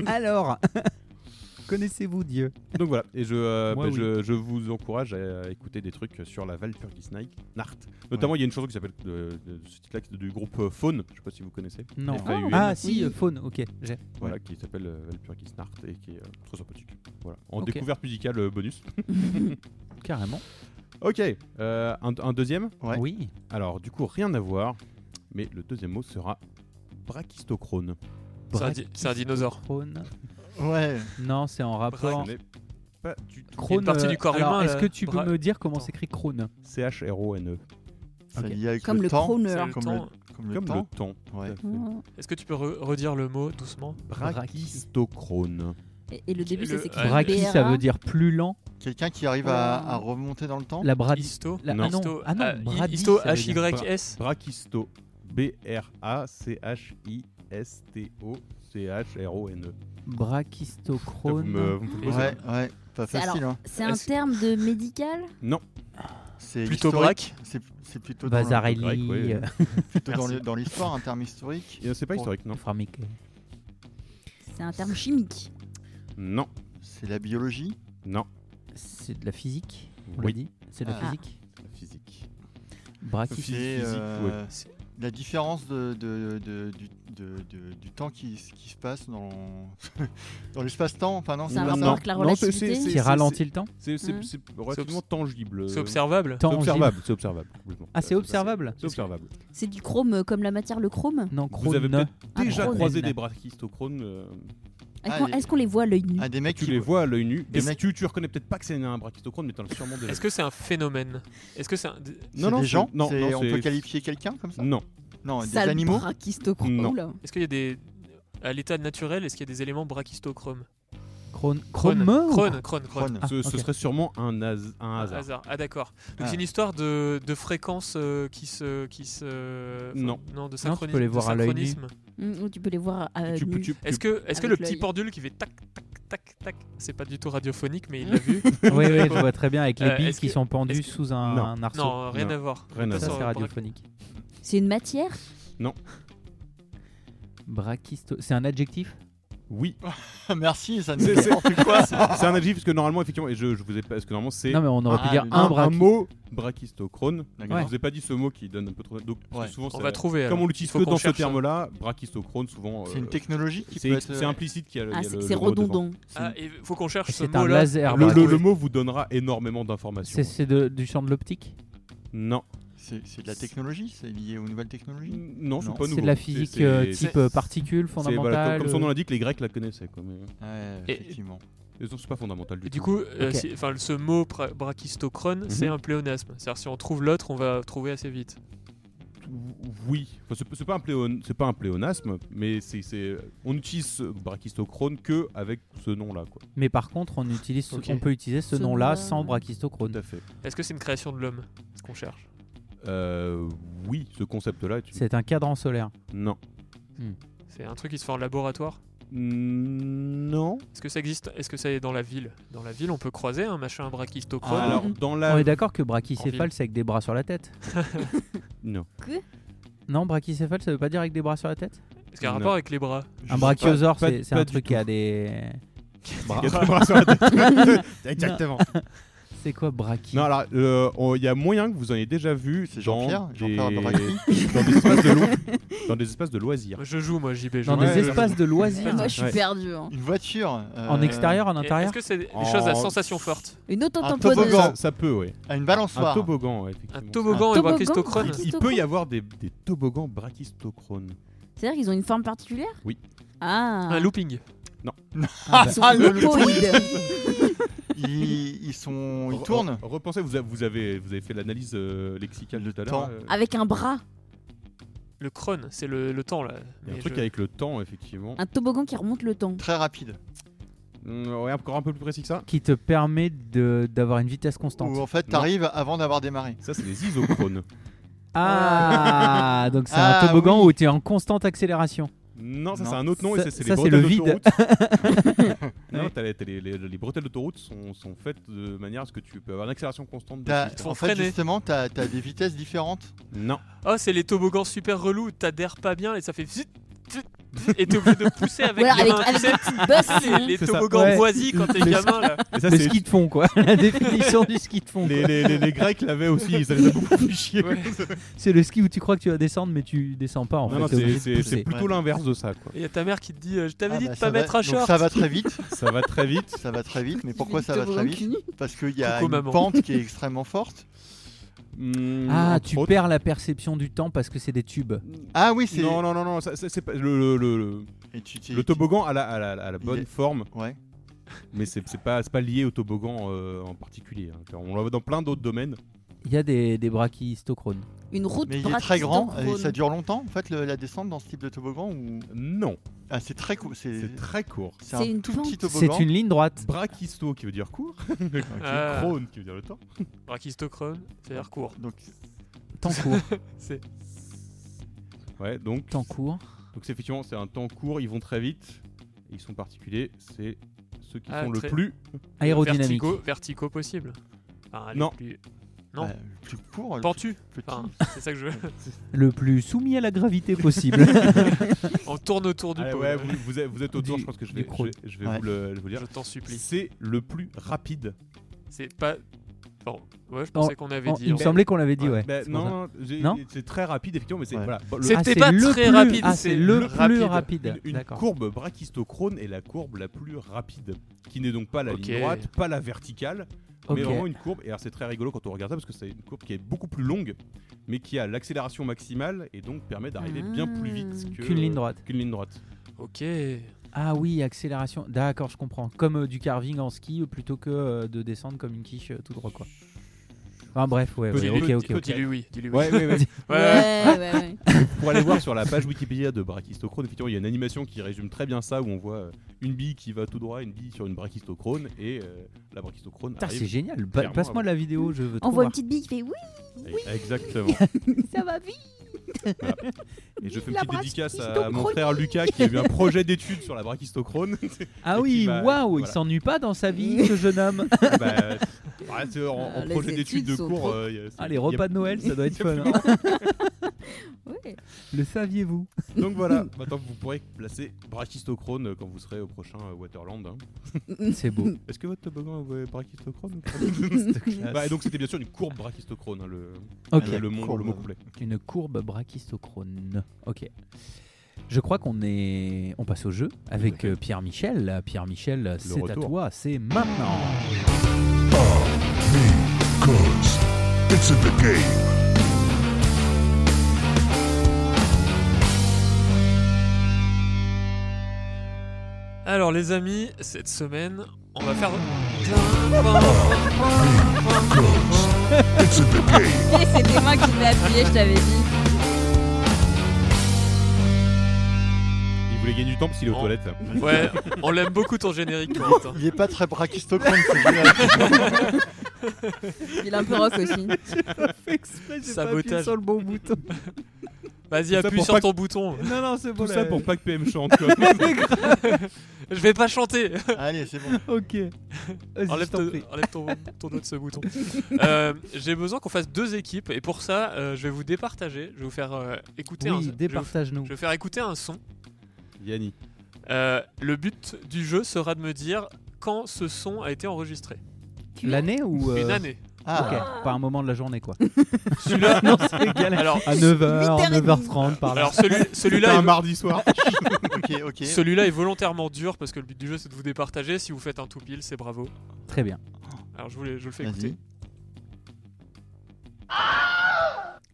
Speaker 1: Alors, connaissez-vous Dieu
Speaker 2: Donc voilà, et je, euh,
Speaker 1: Moi,
Speaker 2: bah, je, je vous encourage à écouter des trucs sur la Valpurgis Nacht. Notamment, il y a une chanson qui s'appelle euh, de, de ce titre-là, qui est du groupe euh, Faune, je sais pas si vous connaissez.
Speaker 1: Non.
Speaker 2: FAUN,
Speaker 1: Ah, si, euh, faune, ok. j'ai.
Speaker 2: Voilà, qui s'appelle euh, Valpurgis Nacht et qui est euh, très sympathique. Voilà, en
Speaker 1: Ok.
Speaker 2: découverte musicale euh, bonus.
Speaker 1: Carrément.
Speaker 2: Ok, euh, un, un deuxième.
Speaker 10: Ouais.
Speaker 1: Oui.
Speaker 2: Alors, du coup, rien à voir, mais le deuxième mot sera brachistochrone.
Speaker 3: C'est un di- c'est un dinosaure.
Speaker 1: Brachicrone.
Speaker 10: Ouais.
Speaker 1: Non, c'est en rapport.
Speaker 2: Ce n'est Pas du tout.
Speaker 1: Crone,
Speaker 3: partie
Speaker 1: euh,
Speaker 3: du corps
Speaker 1: alors,
Speaker 3: humain,
Speaker 1: Est-ce
Speaker 3: là.
Speaker 1: que tu peux
Speaker 3: Bra-
Speaker 1: me dire comment
Speaker 3: Attends.
Speaker 1: s'écrit crone
Speaker 2: C-H-R-O-N-E.
Speaker 10: Ça
Speaker 1: Ok.
Speaker 10: lié avec
Speaker 9: Comme le
Speaker 10: temps.
Speaker 3: C'est
Speaker 9: crooner.
Speaker 3: le
Speaker 10: Comme
Speaker 3: temps.
Speaker 10: Comme le
Speaker 2: Comme
Speaker 10: temps.
Speaker 2: le temps.
Speaker 10: Ouais.
Speaker 2: tout à fait.
Speaker 9: Mm.
Speaker 3: Est-ce que tu peux re- redire le mot doucement
Speaker 2: Brachistochrone.
Speaker 9: Et, et le début,
Speaker 3: Le-
Speaker 9: c'est s'écrit
Speaker 3: Ouais.
Speaker 1: Braki, Euh, ça veut dire plus lent.
Speaker 10: Quelqu'un qui arrive à,
Speaker 9: Voilà.
Speaker 10: à remonter dans le temps.
Speaker 1: La bradi.
Speaker 3: Histo
Speaker 1: La-
Speaker 2: Non.
Speaker 1: Ah non,
Speaker 3: Histo,
Speaker 1: ah non,
Speaker 3: euh,
Speaker 1: bradi,
Speaker 3: Histo,
Speaker 1: ça veut dire-
Speaker 3: H-Y-S.
Speaker 2: Brachisto. B-R-A-C-H-I-S-T-O-C-H-R-O-N-E. Vous
Speaker 1: Brachistochrone.
Speaker 2: E. me- vous me posez-
Speaker 10: Ouais, ouais. Pas
Speaker 9: C'est-
Speaker 10: facile, hein.
Speaker 9: C'est un
Speaker 3: Est-ce-
Speaker 9: terme de médical
Speaker 10: C'est
Speaker 3: Plutôt
Speaker 10: historique.
Speaker 3: braque.
Speaker 10: C'est c'est plutôt dans le-
Speaker 2: grec,
Speaker 1: Vasarelli,
Speaker 2: oui.
Speaker 1: euh,
Speaker 10: plutôt dans le- dans l'histoire, un terme historique.
Speaker 2: Et euh, C'est pas
Speaker 10: Pour-
Speaker 2: historique, non
Speaker 1: Framique.
Speaker 9: C'est un terme chimique.
Speaker 2: Non,
Speaker 10: C'est la biologie.
Speaker 2: non.
Speaker 1: C'est de la physique, on l'a
Speaker 2: Oui,
Speaker 1: dit. C'est de la
Speaker 9: Ah.
Speaker 1: physique.
Speaker 2: la physique.
Speaker 1: Braki.
Speaker 2: Physique,
Speaker 10: C'est
Speaker 2: physique,
Speaker 10: euh, la différence de, de- de- du, de- de- du temps qui, s- qui se passe dans, dans l'espace-temps. Enfin, non, c'est
Speaker 9: Ça a
Speaker 10: pas
Speaker 9: un
Speaker 10: ça.
Speaker 9: rapport avec la
Speaker 2: Non, c'est- c'est-
Speaker 9: relativité.
Speaker 2: c'est-
Speaker 1: Qui ralentit le temps
Speaker 2: C'est c'est-
Speaker 9: Hein
Speaker 2: c'est relativement tangible.
Speaker 3: C'est observable
Speaker 2: C'est
Speaker 1: Tangible.
Speaker 2: observable, c'est observable. complètement.
Speaker 1: Ah, c'est
Speaker 2: Euh,
Speaker 1: observable
Speaker 2: C'est observable.
Speaker 9: C'est du chrome euh, comme la matière, le chrome.
Speaker 1: Non,
Speaker 2: Vous avez
Speaker 1: crone.
Speaker 2: peut-être déjà
Speaker 9: crone.
Speaker 2: croisé des brachistocrones. euh,
Speaker 9: Est-ce
Speaker 10: Ah,
Speaker 9: qu'on
Speaker 10: il-
Speaker 9: est-ce qu'on les voit à l'œil nu
Speaker 10: Ah, des mecs
Speaker 2: tu
Speaker 10: qui
Speaker 2: les vois à l'œil nu.
Speaker 10: Des
Speaker 2: Et si
Speaker 10: mecs-
Speaker 2: tu, tu reconnais peut-être pas que c'est un brachistochrone, mais t'en as sûrement déjà.
Speaker 3: Est-ce que c'est un phénomène Est-ce que c'est un.
Speaker 10: C'est des
Speaker 2: c'est-
Speaker 10: gens
Speaker 2: non,
Speaker 10: c'est-
Speaker 2: non,
Speaker 10: On
Speaker 2: c'est-
Speaker 10: peut qualifier quelqu'un comme ça
Speaker 2: Non,
Speaker 10: Non, des
Speaker 9: Sale
Speaker 10: animaux
Speaker 9: brachistochrome.
Speaker 2: Non.
Speaker 9: Oula.
Speaker 3: Est-ce qu'il y a des. À l'état naturel, est-ce qu'il y a des éléments brachystochromes
Speaker 1: Crone.
Speaker 3: Crone,
Speaker 1: Chrome
Speaker 3: crone, crone, crone.
Speaker 10: Crone.
Speaker 1: Ah,
Speaker 2: ce, ce
Speaker 1: ok.
Speaker 2: serait sûrement un, has- un
Speaker 3: Un
Speaker 2: hasard.
Speaker 3: hasard. Ah d'accord. Donc
Speaker 10: Ah.
Speaker 3: c'est une histoire de, de fréquences euh, qui se qui se enfin,
Speaker 2: Non.
Speaker 3: non de
Speaker 1: peux les
Speaker 3: synchronisme.
Speaker 1: voir à l'œil nu.
Speaker 9: Mm, ou tu peux les voir à
Speaker 10: Ah,
Speaker 2: Tu-
Speaker 9: l'œil
Speaker 2: tu-
Speaker 9: nu.
Speaker 2: tu-
Speaker 3: Est-ce que est-ce que
Speaker 9: Ah, Avec
Speaker 3: le petit
Speaker 9: l'œil.
Speaker 3: pendule qui fait tac tac tac tac, c'est pas du tout radiophonique mais il l'a vu.
Speaker 1: Oui, oui, je vois très bien avec les
Speaker 3: Euh,
Speaker 1: billes
Speaker 3: est-ce
Speaker 1: qui
Speaker 3: que-
Speaker 1: sont
Speaker 3: est-ce
Speaker 1: pendues
Speaker 3: que-
Speaker 1: sous un,
Speaker 2: Non.
Speaker 1: un arceau.
Speaker 3: Non, rien
Speaker 2: Non.
Speaker 3: à voir.
Speaker 2: Rien à
Speaker 1: Ça,
Speaker 2: voir.
Speaker 1: c'est
Speaker 3: Sur-
Speaker 1: radiophonique.
Speaker 9: C'est une matière
Speaker 1: Brachisto. C'est un adjectif
Speaker 2: Oui,
Speaker 10: Ah, Merci, ça nous
Speaker 2: C'est- c'est-
Speaker 10: apporte quoi
Speaker 2: c'est un adjectif parce que normalement, effectivement, et je, je vous ai pas. Parce que normalement, c'est
Speaker 1: Non, mais on aurait pu
Speaker 10: Ah,
Speaker 1: dire
Speaker 10: le-
Speaker 1: un,
Speaker 2: un, un
Speaker 1: braki.
Speaker 2: mot brachistochrone.
Speaker 10: D'accord.
Speaker 2: Je vous ai pas dit ce mot qui donne un peu trop. Donc, parce que
Speaker 10: Ouais.
Speaker 2: souvent,
Speaker 3: On
Speaker 2: ça-
Speaker 3: va trouver.
Speaker 2: Comme
Speaker 3: alors.
Speaker 2: on l'utilise
Speaker 3: Il faut
Speaker 2: que
Speaker 3: qu'on
Speaker 2: dans ce
Speaker 3: cherche.
Speaker 2: terme-là, brachistochrone, souvent.
Speaker 10: hein. C'est une
Speaker 2: euh,
Speaker 10: technologie qui
Speaker 2: c'est
Speaker 10: peut être. euh,
Speaker 2: c'est implicite qu'il y a, il y a
Speaker 9: Ah,
Speaker 2: le,
Speaker 9: c'est c'est
Speaker 2: le mot devant.
Speaker 9: redondant.
Speaker 3: Ah, et faut qu'on cherche ce
Speaker 1: C'est un
Speaker 3: mot là.
Speaker 1: laser.
Speaker 2: Le, le-
Speaker 1: braki.
Speaker 2: le mot vous donnera énormément d'informations.
Speaker 1: C'est c'est de- du champ de l'optique
Speaker 2: Non,
Speaker 10: C'est c'est de la technologie C'est lié aux nouvelles technologies
Speaker 2: Non, c'est pas nouveau.
Speaker 1: C'est de la physique
Speaker 2: C'est-
Speaker 1: euh,
Speaker 2: c'est-
Speaker 1: type
Speaker 2: c'est-
Speaker 1: euh, particules
Speaker 2: C'est- voilà, comme-
Speaker 1: fondamentales. euh,
Speaker 2: comme, son nom l'indique, les Grecs la connaissaient. Quoi, mais...
Speaker 3: Mm.
Speaker 10: Ouais, effectivement.
Speaker 2: Et donc, c'est pas fondamental du,
Speaker 3: Et du
Speaker 2: tout.
Speaker 3: coup, euh,
Speaker 1: Ok.
Speaker 3: si- enfin, ce mot pra- brachistochrone, c'est
Speaker 2: Mhm.
Speaker 3: un pléonasme. C'est-à-dire, si on trouve l'autre, on va trouver assez vite.
Speaker 2: Oui, Enfin, c'est c'est pas, un pléon- c'est pas un pléonasme, mais c'est c'est- on utilise ce brachistochrone que avec ce nom-là. quoi.
Speaker 1: Mais par contre, on, utilise ce-
Speaker 3: Ok.
Speaker 1: on peut utiliser ce
Speaker 9: Ce
Speaker 1: nom-là
Speaker 9: nom-là,
Speaker 1: sans
Speaker 9: ouais.
Speaker 1: brachistochrone.
Speaker 2: Tout à fait.
Speaker 3: Est-ce que c'est une création de l'homme, ce qu'on cherche
Speaker 2: Euh, oui, ce concept-là est une-
Speaker 1: C'est un cadran solaire.
Speaker 2: Non.
Speaker 3: C'est un truc qui se fait en laboratoire
Speaker 2: Mm, Non.
Speaker 3: Est-ce que ça existe Est-ce que ça est dans la ville Dans la ville, on peut croiser un machin brachistochrone.
Speaker 1: Ah,
Speaker 2: Alors,
Speaker 1: mhm.
Speaker 2: dans
Speaker 1: On
Speaker 2: la.
Speaker 1: est d'accord que
Speaker 3: En
Speaker 1: brachycéphale,
Speaker 3: ville.
Speaker 1: c'est avec des bras sur la tête.
Speaker 2: Non.
Speaker 1: Non, brachycéphale, ça veut pas dire avec des bras sur la tête
Speaker 3: Est-ce qu'il y a un
Speaker 2: Non.
Speaker 3: rapport avec les bras
Speaker 1: Un brachiosaure,
Speaker 2: pas-
Speaker 1: c'est c'est
Speaker 2: pas
Speaker 1: un
Speaker 2: du
Speaker 1: truc
Speaker 2: tout.
Speaker 1: qui a des.
Speaker 2: Il y a des bras sur la tête. Exactement.
Speaker 1: C'est quoi brachy
Speaker 2: Non, alors, euh, on- il y a moyen que vous en ayez déjà vu
Speaker 10: C'est
Speaker 2: dans
Speaker 10: Jean-Pierre
Speaker 2: des-
Speaker 10: Jean-Pierre Brachy
Speaker 2: dans des espaces de lo- dans des espaces de loisirs.
Speaker 3: Moi, Je joue, moi, JB. je
Speaker 1: Dans
Speaker 3: joue.
Speaker 1: des
Speaker 10: Ouais,
Speaker 1: espaces de loisirs
Speaker 9: Moi, je suis
Speaker 2: euh, Ouais.
Speaker 9: perdue. hein.
Speaker 10: Une voiture euh,
Speaker 1: En extérieur, en
Speaker 3: Et
Speaker 1: intérieur
Speaker 3: Est-ce que c'est des
Speaker 2: En-
Speaker 3: choses à sensation forte
Speaker 9: Une auto
Speaker 10: Un
Speaker 9: tamponneuse.
Speaker 10: toboggan.
Speaker 2: Ça, ça peut, oui.
Speaker 10: À une
Speaker 2: Un
Speaker 10: balançoire.
Speaker 2: toboggan, ouais,
Speaker 3: Un
Speaker 2: effectivement.
Speaker 3: toboggan
Speaker 9: Un
Speaker 3: et
Speaker 9: toboggan
Speaker 3: brachistochrone
Speaker 2: Il peut y avoir des, des toboggans brachystochrones.
Speaker 9: C'est-à-dire qu'ils ont une forme particulière
Speaker 2: Oui.
Speaker 9: Ah.
Speaker 3: Un looping.
Speaker 9: Ils sont lopoïdes.
Speaker 10: ils, ils sont, ils
Speaker 3: Oh,
Speaker 2: Re-
Speaker 10: tournent.
Speaker 2: re- Repensez, vous, a- vous avez, vous avez fait l'analyse euh, lexicale
Speaker 10: Le
Speaker 2: tout à
Speaker 10: temps.
Speaker 2: l'heure. euh,
Speaker 9: Avec un bras.
Speaker 3: Le crone, c'est le, le temps, là.
Speaker 2: Il y a un
Speaker 3: Mais
Speaker 2: truc
Speaker 3: je-
Speaker 2: avec le temps, effectivement.
Speaker 9: Un toboggan qui remonte le temps.
Speaker 10: Très rapide.
Speaker 2: Mm, ouais, encore un peu plus précis que ça.
Speaker 1: Qui te permet de- d'avoir une vitesse constante.
Speaker 10: Où en fait, t'arrives avant d'avoir démarré.
Speaker 2: Ça, c'est les isochrones.
Speaker 1: Ah Donc c'est un
Speaker 10: Ah,
Speaker 1: toboggan
Speaker 10: oui.
Speaker 1: où tu es en constante accélération.
Speaker 2: Non, ça
Speaker 10: Non.
Speaker 2: c'est un autre nom
Speaker 1: Ça-
Speaker 2: et c'est- c'est
Speaker 1: ça,
Speaker 2: les
Speaker 1: c'est
Speaker 2: bretelles
Speaker 1: le vide.
Speaker 2: d'autoroute. non, t'as les, t'as les- les- les bretelles d'autoroute sont, sont faites de manière à ce que tu peux avoir une accélération constante.
Speaker 10: T'as-
Speaker 2: dessus.
Speaker 3: Ils te font
Speaker 10: en fait,
Speaker 3: freiner.
Speaker 10: justement, t'as as des vitesses différentes.
Speaker 2: Non,
Speaker 3: Oh, c'est les toboggans super relous, où t'adhères pas bien et ça fait zut, zut, zut, et t'es obligé de pousser avec
Speaker 9: Ou alors
Speaker 3: les
Speaker 9: avec,
Speaker 3: mains.
Speaker 9: avec
Speaker 3: Tu sais,
Speaker 9: des petites bosses.
Speaker 3: les, les
Speaker 2: C'est ça.
Speaker 3: toboggans
Speaker 1: Ouais.
Speaker 3: moisis quand t'es
Speaker 1: Les-
Speaker 3: gamin là.
Speaker 2: et ça
Speaker 1: le
Speaker 2: c'est.
Speaker 1: ski de fond, quoi. La définition du ski de fond.
Speaker 2: Les,
Speaker 1: quoi.
Speaker 2: les- les- les Grecs l'avaient aussi, ils avaient beaucoup fait chier.
Speaker 3: Ouais.
Speaker 1: C'est le ski où tu crois que tu vas descendre, mais tu descends pas en
Speaker 2: Non, non,
Speaker 1: fait. t'es obligé
Speaker 2: c'est-
Speaker 1: de
Speaker 2: c'est
Speaker 1: pousser.
Speaker 2: c'est plutôt
Speaker 10: Ouais.
Speaker 2: l'inverse de ça. Quoi.
Speaker 3: Et y a ta mère qui te dit euh, Je t'avais
Speaker 10: Ah
Speaker 3: dit
Speaker 10: bah,
Speaker 3: de
Speaker 10: ça
Speaker 3: pas
Speaker 10: va-
Speaker 3: mettre un
Speaker 10: donc
Speaker 3: short.
Speaker 10: Ça va très vite.
Speaker 2: Ça va très vite.
Speaker 10: Ça va très vite. Mais
Speaker 9: Tu
Speaker 10: pourquoi ça
Speaker 9: fais le
Speaker 10: va très
Speaker 9: toboggan
Speaker 10: vite
Speaker 9: cul nu.
Speaker 10: Parce qu'il y a
Speaker 3: Coucou,
Speaker 10: une
Speaker 3: maman.
Speaker 10: pente qui est extrêmement forte.
Speaker 2: Mm,
Speaker 1: Ah,
Speaker 2: entre
Speaker 1: tu
Speaker 2: autres.
Speaker 1: perds la perception du temps parce que c'est des tubes.
Speaker 10: Ah oui, c'est.
Speaker 2: Non, non, non, non, ça- c'est c'est pas- le, le, le-
Speaker 10: Et tu- tu-
Speaker 2: le toboggan à la, à la, à la bonne
Speaker 10: est-
Speaker 2: forme,
Speaker 10: Ouais.
Speaker 2: mais c'est c'est pas, c'est pas lié au toboggan euh, en particulier. hein. On l'a voit dans plein d'autres domaines.
Speaker 1: Il y a des, des brachystochrones.
Speaker 9: Une route
Speaker 10: Mais il est très grand et ça dure longtemps en fait le- la descente dans ce type de toboggan ou
Speaker 2: Non,
Speaker 10: ah c'est très cool c'est
Speaker 2: c'est très court.
Speaker 10: c'est
Speaker 9: C'est
Speaker 10: un
Speaker 9: une
Speaker 10: tout
Speaker 9: pente.
Speaker 10: petit toboggan
Speaker 1: C'est une ligne droite.
Speaker 2: Brachisto qui veut dire court,
Speaker 3: Ah.
Speaker 2: Chrone qui veut dire le temps.
Speaker 3: Brachistochrone, c'est-à-dire court.
Speaker 10: donc
Speaker 1: Temps court.
Speaker 3: C'est-
Speaker 2: Ouais, donc
Speaker 1: temps court.
Speaker 2: donc c'est effectivement c'est un temps court, ils vont très vite, ils sont particuliers, c'est ceux qui
Speaker 3: Ah,
Speaker 2: sont le
Speaker 3: très-
Speaker 2: plus
Speaker 1: Aérodynamique.
Speaker 3: Vertigo, vertigo possible. Enfin, les
Speaker 2: Non.
Speaker 3: plus- Non.
Speaker 10: euh, le plus court le
Speaker 3: Pentu.
Speaker 10: plus petit
Speaker 3: Enfin, c'est ça que je veux.
Speaker 1: Le plus soumis à la gravité possible.
Speaker 3: On tourne autour du
Speaker 2: Ah,
Speaker 3: pot.
Speaker 2: ouais, vous, vous êtes, vous êtes autour,
Speaker 1: Du-
Speaker 2: je pense que je
Speaker 1: du
Speaker 2: vais, je
Speaker 1: crawl.
Speaker 2: vais, je vais
Speaker 10: Ouais.
Speaker 2: vous le, vous le
Speaker 3: Je
Speaker 2: dire.
Speaker 3: t'en supplie.
Speaker 2: C'est le plus rapide.
Speaker 3: C'est pas. Bon, ouais, je pensais qu'on avait
Speaker 1: Oh,
Speaker 3: dit. hein.
Speaker 1: il me
Speaker 3: on-
Speaker 1: semblait qu'on l'avait dit, ouais.
Speaker 2: Bah,
Speaker 1: C'est pour ça.
Speaker 2: non, j'ai-
Speaker 1: Non
Speaker 2: c'est très rapide effectivement, mais c'est
Speaker 10: Ouais.
Speaker 2: voilà. Bon, le-
Speaker 3: C'est- C'était
Speaker 1: c'est
Speaker 3: pas
Speaker 1: le
Speaker 3: très
Speaker 1: plus-
Speaker 3: rapide,
Speaker 1: ah,
Speaker 3: c'est
Speaker 1: c'est le,
Speaker 3: le
Speaker 1: plus
Speaker 3: rapide.
Speaker 1: rapide.
Speaker 2: une, une
Speaker 1: D'accord.
Speaker 2: courbe brachistochrone est la courbe la plus rapide, qui n'est donc pas la
Speaker 3: Ok.
Speaker 2: ligne droite, pas la verticale, mais
Speaker 1: Ok.
Speaker 2: vraiment une courbe. Et alors c'est très rigolo quand on regarde ça parce que c'est une courbe qui est beaucoup plus longue, mais qui a l'accélération maximale et donc permet d'arriver bien plus vite que-
Speaker 1: Ah. Qu'une ligne droite.
Speaker 2: Qu'une ligne droite.
Speaker 3: Ok.
Speaker 1: Ah oui, accélération. D'accord, je comprends. Comme euh, du carving en ski euh, plutôt que euh, de descendre comme une quiche euh, tout droit, quoi. Enfin bref, ouais, ouais,
Speaker 2: Petit-
Speaker 1: ok,
Speaker 2: petit-
Speaker 1: ok, ok.
Speaker 3: Dis-lui oui. Dis-lui oui.
Speaker 2: Ouais, ouais, ouais.
Speaker 3: Ouais,
Speaker 9: Ouais,
Speaker 10: euh,
Speaker 3: ouais.
Speaker 9: ouais, ouais.
Speaker 2: Pour aller voir sur la page Wikipédia de brachistochrone, effectivement, il y a une animation qui résume très bien ça où on voit euh, une bille qui va tout droit, une bille sur une brachistochrone et euh, la brachistochrone
Speaker 1: Putain, c'est
Speaker 2: arrive.
Speaker 1: génial. Pa-
Speaker 2: clairement
Speaker 1: Passe-moi
Speaker 2: avant.
Speaker 1: la vidéo, je veux
Speaker 9: On
Speaker 1: trop
Speaker 9: voit une
Speaker 1: voir.
Speaker 9: petite bille qui fait oui,
Speaker 2: Exactement.
Speaker 9: ça va vite.
Speaker 2: Et je fais une
Speaker 9: La
Speaker 2: petite dédicace à
Speaker 9: brachistochrone.
Speaker 2: mon frère Lucas qui a eu un projet d'étude sur la brachistochrone.
Speaker 1: Ah
Speaker 2: et
Speaker 1: oui,
Speaker 2: qui va-
Speaker 1: waouh, il
Speaker 2: voilà.
Speaker 1: s'ennuie pas dans sa vie, ce jeune homme.
Speaker 2: Ah bah, euh, ouais, c'est en, en
Speaker 9: Ah, les
Speaker 2: projet d'études
Speaker 9: études
Speaker 2: de
Speaker 9: sont
Speaker 2: cours.
Speaker 9: trop-
Speaker 2: euh, y a- c'est-
Speaker 1: Ah, les
Speaker 2: y a-
Speaker 1: repas de Noël, ça doit être fun. hein.
Speaker 9: Ouais.
Speaker 1: Le saviez-vous
Speaker 2: Donc voilà, maintenant vous pourrez placer brachistochrone euh, quand vous serez au prochain euh, Waterland. hein.
Speaker 1: C'est beau.
Speaker 2: Est-ce que votre toboggan est brachistochrone ou pas
Speaker 1: classe.
Speaker 2: Bah, et Donc c'était bien sûr une courbe brachistochrone, hein, le,
Speaker 1: Ok.
Speaker 2: le, le mot,
Speaker 10: Courbe.
Speaker 2: le mot complet.
Speaker 1: Une courbe brachistochrone. Ok. Je crois qu'on est, on passe au jeu avec euh, Pierre Michel. Pierre Michel, c'est à
Speaker 2: retour.
Speaker 1: toi, c'est maintenant.
Speaker 6: Because it's a the game.
Speaker 3: Alors les amis, cette semaine, on va faire...
Speaker 9: Et C'était moi qui l'ai appuyé, je t'avais dit.
Speaker 2: Il voulait gagner du temps parce qu'il est aux
Speaker 3: On-
Speaker 2: toilettes.
Speaker 3: Ouais, on l'aime beaucoup ton générique. Corinne, hein.
Speaker 10: Il est pas très braquistocrate, c'est génial.
Speaker 9: Il est un peu rock aussi.
Speaker 3: Sabotage.
Speaker 1: le bon bouton.
Speaker 3: Vas-y,
Speaker 2: ça
Speaker 3: appuie
Speaker 2: pour
Speaker 3: sur
Speaker 2: pas
Speaker 3: ton bouton.
Speaker 1: Non, non, c'est bon.
Speaker 2: Tout ça
Speaker 1: là.
Speaker 2: pour pas que PM chante. quoi.
Speaker 3: Je vais pas chanter.
Speaker 10: Allez, c'est bon.
Speaker 1: Ok. Vas-y, je
Speaker 3: Enlève,
Speaker 1: t'en
Speaker 3: ton-
Speaker 1: prie.
Speaker 3: enlève ton, ton doigt de ce bouton. Euh, J'ai besoin qu'on fasse deux équipes et pour ça, euh, je vais vous départager. Je vais vous faire euh, écouter un. je
Speaker 1: Oui,
Speaker 3: vais vous-
Speaker 1: départage-nous.
Speaker 3: Je vais faire écouter un son.
Speaker 2: Yanni.
Speaker 3: Euh, le but du jeu sera de me dire quand ce son a été enregistré.
Speaker 1: L'année ou. euh,
Speaker 3: Une année.
Speaker 10: Ah,
Speaker 1: Ok, par un moment de la journée, quoi.
Speaker 3: Celui-là.
Speaker 1: non, c'est galère.
Speaker 3: alors,
Speaker 1: À 9h,
Speaker 9: 8h30.
Speaker 1: 9h30, par là.
Speaker 3: alors celui-
Speaker 2: C'était
Speaker 3: celui-là,
Speaker 2: un
Speaker 3: est-
Speaker 2: mardi soir.
Speaker 10: ok, ok.
Speaker 3: celui-là est volontairement dur parce que le but du jeu c'est de vous départager. Si vous faites un tout pile, c'est bravo.
Speaker 1: Très bien.
Speaker 3: Alors je vous, le- je vous le fais écouter.
Speaker 10: Vas-y.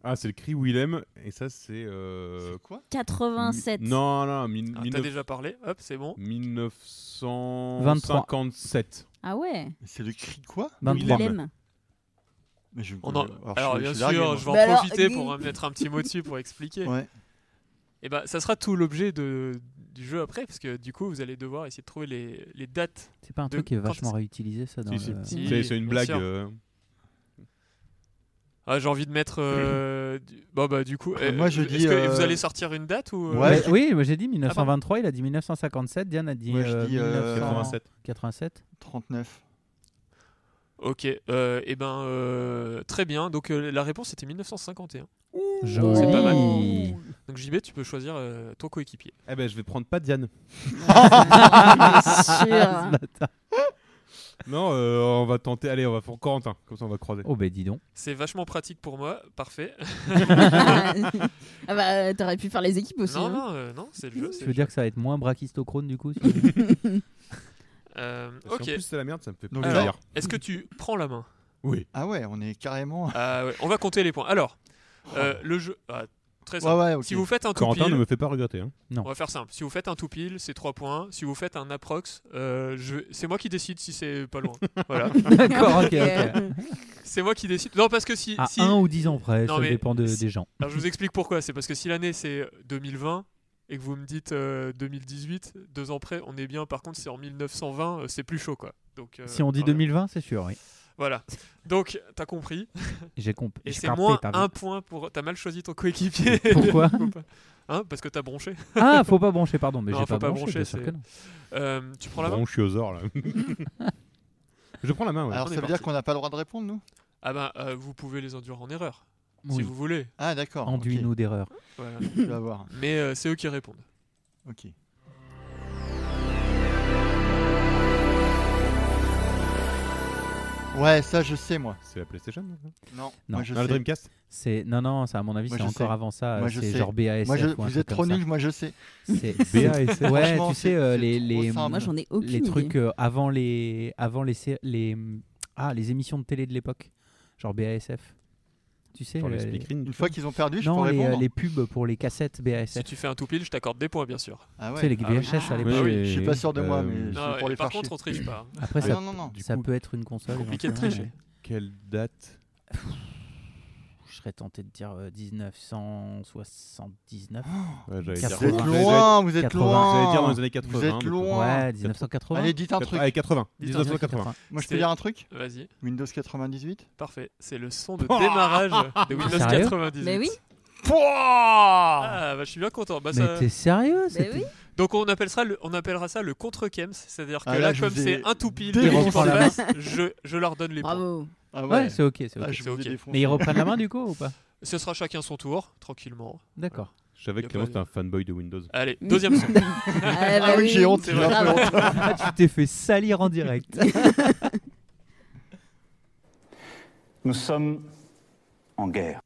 Speaker 2: Ah, c'est le cri Willem. Et ça, c'est. euh,
Speaker 10: C'est quoi
Speaker 9: 87.
Speaker 2: Non, non, mille-
Speaker 3: Ah,
Speaker 2: mille
Speaker 3: T'as
Speaker 2: neuf-
Speaker 3: déjà parlé, hop, c'est bon.
Speaker 2: 1957.
Speaker 9: Ah ouais
Speaker 10: C'est le cri de quoi
Speaker 1: Willem.
Speaker 9: Willem.
Speaker 10: Mais je-
Speaker 3: On en-
Speaker 10: Euh, alors, je-
Speaker 3: Alors,
Speaker 10: je
Speaker 3: bien
Speaker 10: suis
Speaker 3: sûr,
Speaker 10: largué, moi.
Speaker 3: je vais en
Speaker 9: Bah alors,
Speaker 3: profiter
Speaker 9: Guy-
Speaker 3: pour euh, mettre un petit mot dessus pour expliquer.
Speaker 10: Ouais.
Speaker 3: Et bah, ça sera tout l'objet de, du jeu après, parce que du coup, vous allez devoir essayer de trouver les, les dates.
Speaker 1: C'est pas un
Speaker 3: De-
Speaker 1: truc qui est
Speaker 3: quand
Speaker 1: vachement
Speaker 3: est-ce-
Speaker 1: réutilisé, ça, dans
Speaker 2: Si, si.
Speaker 1: le-
Speaker 3: Si,
Speaker 2: C'est c'est une
Speaker 3: bien
Speaker 2: blague.
Speaker 3: sûr.
Speaker 2: euh.
Speaker 3: Ah, j'ai envie de mettre. euh, du... Bon, bah, du coup.
Speaker 10: Euh, moi, je
Speaker 3: est-ce
Speaker 10: dis,
Speaker 3: que
Speaker 10: euh,
Speaker 3: vous allez sortir une date ou. euh,
Speaker 10: Ouais,
Speaker 1: Mais-
Speaker 10: je-
Speaker 1: Oui, moi j'ai dit
Speaker 3: Ah bah.
Speaker 1: 1923, il a dit 1957, Diane a dit,
Speaker 10: Moi, je
Speaker 1: euh,
Speaker 10: dis, euh,
Speaker 2: Ah.
Speaker 1: 1987. 87.
Speaker 10: 87. 39.
Speaker 3: Ok, euh, et ben. euh, Très bien, donc euh, la réponse était 1951.
Speaker 1: Joli.
Speaker 3: pas mal.
Speaker 9: Oh.
Speaker 3: Donc, JB, tu peux choisir euh, ton coéquipier.
Speaker 2: Eh ben, je vais prendre pas Diane.
Speaker 9: Sûr.
Speaker 2: Non, euh, on va tenter. Allez, on va faire Corentin. Comme ça, on va croiser.
Speaker 1: Oh ben dis donc.
Speaker 3: C'est vachement pratique pour moi, parfait.
Speaker 9: ah bah euh, t'aurais pu faire les équipes aussi.
Speaker 3: non,
Speaker 9: hein.
Speaker 3: non, euh, non, c'est le jeu. c'est
Speaker 1: Tu
Speaker 3: le
Speaker 1: veux
Speaker 3: jeu.
Speaker 1: dire que ça va être moins braquistochrone du coup si-
Speaker 3: Euh,
Speaker 2: Parce qu'en
Speaker 3: Ok,
Speaker 2: plus, c'est la merde, ça me fait
Speaker 10: Donc,
Speaker 2: plaisir.
Speaker 3: alors, est-ce que tu prends la main
Speaker 2: Oui.
Speaker 10: Ah ouais, on est carrément.
Speaker 3: Ah ouais, On va compter les points. Alors, euh, le jeu. ah, très simple.
Speaker 10: Ouais, ouais, ok.
Speaker 3: Si vous faites un tout
Speaker 2: Corentin
Speaker 3: pile,
Speaker 2: ne me fait pas regretter. hein.
Speaker 3: on va faire simple. Si vous faites un tout pile, c'est 3 points. Si vous faites un approx, euh, je... c'est moi qui décide si c'est pas loin. voilà.
Speaker 1: D'accord, ok, ok.
Speaker 9: Ok.
Speaker 3: C'est moi qui décide. Non, parce que si.
Speaker 1: À
Speaker 3: si...
Speaker 1: 1 ou 10 ans près,
Speaker 3: Non,
Speaker 1: ça
Speaker 3: mais
Speaker 1: dépend de-
Speaker 3: si-
Speaker 1: des gens.
Speaker 3: Alors, je vous explique pourquoi. C'est parce que si l'année c'est euh, 2020 et que vous me dites euh, 2018, deux ans près, on est bien. Par contre, c'est en 1920, euh, c'est plus chaud quoi. Donc, euh,
Speaker 1: Si on dit
Speaker 3: voilà.
Speaker 1: 2020, c'est sûr, oui.
Speaker 3: Voilà. Donc, t'as compris.
Speaker 1: J'ai compris.
Speaker 3: Et
Speaker 1: J'ai
Speaker 3: c'est
Speaker 1: capté,
Speaker 3: moins
Speaker 1: t'as vu.
Speaker 3: un point pour. T'as mal choisi ton coéquipier.
Speaker 1: Pourquoi
Speaker 3: Hein Parce que t'as bronché.
Speaker 1: Ah, faut pas brancher, pardon, mais
Speaker 3: Non,
Speaker 1: j'ai
Speaker 3: faut
Speaker 1: pas,
Speaker 3: pas
Speaker 1: branché,
Speaker 3: brancher,
Speaker 1: bien sûr
Speaker 3: c'est-
Speaker 1: que non.
Speaker 3: Euh, tu prends la main
Speaker 2: Bon, je suis aux ors là. je prends la main, ouais.
Speaker 10: Alors
Speaker 3: on
Speaker 10: ça
Speaker 3: est
Speaker 10: veut dire
Speaker 3: parti.
Speaker 10: qu'on n'a pas le droit de répondre, nous
Speaker 3: Ah bah, euh, vous pouvez les induire en erreur. Si
Speaker 1: Oui.
Speaker 3: vous voulez.
Speaker 10: Ah d'accord. ok.
Speaker 1: Enduis-nous d'erreurs.
Speaker 3: Voilà.
Speaker 10: Tu vas voir.
Speaker 3: Mais euh, c'est eux qui répondent.
Speaker 10: Ok. Ouais, ça je sais moi.
Speaker 2: C'est la PlayStation non
Speaker 10: Non,
Speaker 1: Non.
Speaker 10: moi je
Speaker 2: Ah,
Speaker 10: sais.
Speaker 2: la Dreamcast
Speaker 1: C'est non non, ça à mon avis
Speaker 10: Moi,
Speaker 1: c'est
Speaker 10: je
Speaker 1: encore
Speaker 10: sais.
Speaker 1: avant ça,
Speaker 10: Moi, je
Speaker 1: c'est
Speaker 10: sais.
Speaker 1: genre BASF
Speaker 10: Moi je,
Speaker 1: ou un
Speaker 10: vous
Speaker 1: truc
Speaker 10: êtes trop
Speaker 1: comme ça.
Speaker 10: nuls, moi je sais.
Speaker 1: C'est
Speaker 2: BASF.
Speaker 1: Ouais,
Speaker 10: Franchement,
Speaker 1: tu sais
Speaker 10: c'est-
Speaker 1: euh,
Speaker 10: c'est
Speaker 1: les
Speaker 10: trop
Speaker 1: les
Speaker 10: simple.
Speaker 9: Moi j'en ai aucune
Speaker 1: les
Speaker 9: idée.
Speaker 1: trucs euh, avant les avant les sé- les ah les émissions de télé de l'époque genre BASF tu sais
Speaker 2: Genre
Speaker 1: le-
Speaker 2: les speakerines.
Speaker 10: Une fois qu'ils ont perdu, je
Speaker 1: non
Speaker 10: pourrais
Speaker 1: les, euh,
Speaker 10: répondre.
Speaker 1: les pubs pour les cassettes BASF
Speaker 3: Si tu fais un tout pile, je t'accorde des points, bien sûr.
Speaker 10: Ah
Speaker 1: tu sais les
Speaker 10: ouais.
Speaker 3: Ah oui.
Speaker 1: VHS à
Speaker 3: Ah
Speaker 1: l'époque
Speaker 10: Je-
Speaker 2: oui.
Speaker 10: Je suis pas sûr de moi,
Speaker 2: Euh,
Speaker 10: mais
Speaker 2: Je
Speaker 3: Non,
Speaker 10: c'est pour
Speaker 3: et
Speaker 10: les
Speaker 3: par
Speaker 10: faire
Speaker 3: contre,
Speaker 10: chier.
Speaker 3: on triche pas. hein.
Speaker 1: après
Speaker 10: Ah
Speaker 1: ça,
Speaker 10: non, non, non.
Speaker 2: Du
Speaker 1: ça
Speaker 2: coup,
Speaker 1: peut être une console
Speaker 3: compliqué de
Speaker 1: éventuellement,
Speaker 2: Quelle date
Speaker 1: mais je serais tenté de dire euh, 1979
Speaker 2: ouais, j'allais
Speaker 1: Quatre-
Speaker 10: Vous
Speaker 2: dire-
Speaker 10: êtes
Speaker 1: Vous
Speaker 10: loin, vous êtes
Speaker 1: 80.
Speaker 2: J'allais dire dans
Speaker 10: loin.
Speaker 2: les années 80.
Speaker 10: Vous êtes
Speaker 2: donc,
Speaker 10: loin.
Speaker 1: ouais 1980
Speaker 10: Allez, dites un
Speaker 2: quatre-
Speaker 10: truc.
Speaker 2: allez, 80. 1980.
Speaker 1: 1980
Speaker 10: Moi je peux
Speaker 3: C'était-
Speaker 10: dire un truc
Speaker 3: Vas-y,
Speaker 10: Windows 98
Speaker 3: parfait. C'est le son de démarrage
Speaker 10: Ah,
Speaker 3: de Windows
Speaker 1: Sérieux
Speaker 3: 98.
Speaker 9: Mais oui,
Speaker 3: Ah bah je suis bien content. Bah, ça-
Speaker 1: mais t'es sérieux
Speaker 9: mais
Speaker 1: c'était-
Speaker 9: oui.
Speaker 3: Donc on appellera, le... on appellera ça le contre-Kems. C'est-à-dire que
Speaker 10: Ah,
Speaker 3: là,
Speaker 10: là, je
Speaker 3: comme
Speaker 10: vous ai
Speaker 3: c'est un tout pile,
Speaker 10: défoncé.
Speaker 3: et qu'on
Speaker 1: Il reprend la main.
Speaker 3: passe, je... je leur donne les points.
Speaker 9: Bravo.
Speaker 10: Ah
Speaker 1: ouais, c'est ok c'est ok
Speaker 10: Ah, je
Speaker 3: C'est
Speaker 10: vous ai
Speaker 3: ok.
Speaker 10: défoncé.
Speaker 1: mais ils reprennent la main du coup ou pas
Speaker 3: Ce sera chacun son tour, tranquillement.
Speaker 1: d'accord
Speaker 2: Je savais
Speaker 3: Y
Speaker 2: que
Speaker 3: a
Speaker 2: Clément
Speaker 3: pas de-
Speaker 2: était un fanboy de Windows.
Speaker 3: Allez, deuxième son.
Speaker 9: Ah,
Speaker 10: Ah oui, j'ai honte,
Speaker 3: c'est
Speaker 10: j'ai un peu
Speaker 9: grave.
Speaker 10: honte.
Speaker 1: Ah, tu t'es fait salir en direct
Speaker 5: Nous sommes en guerre.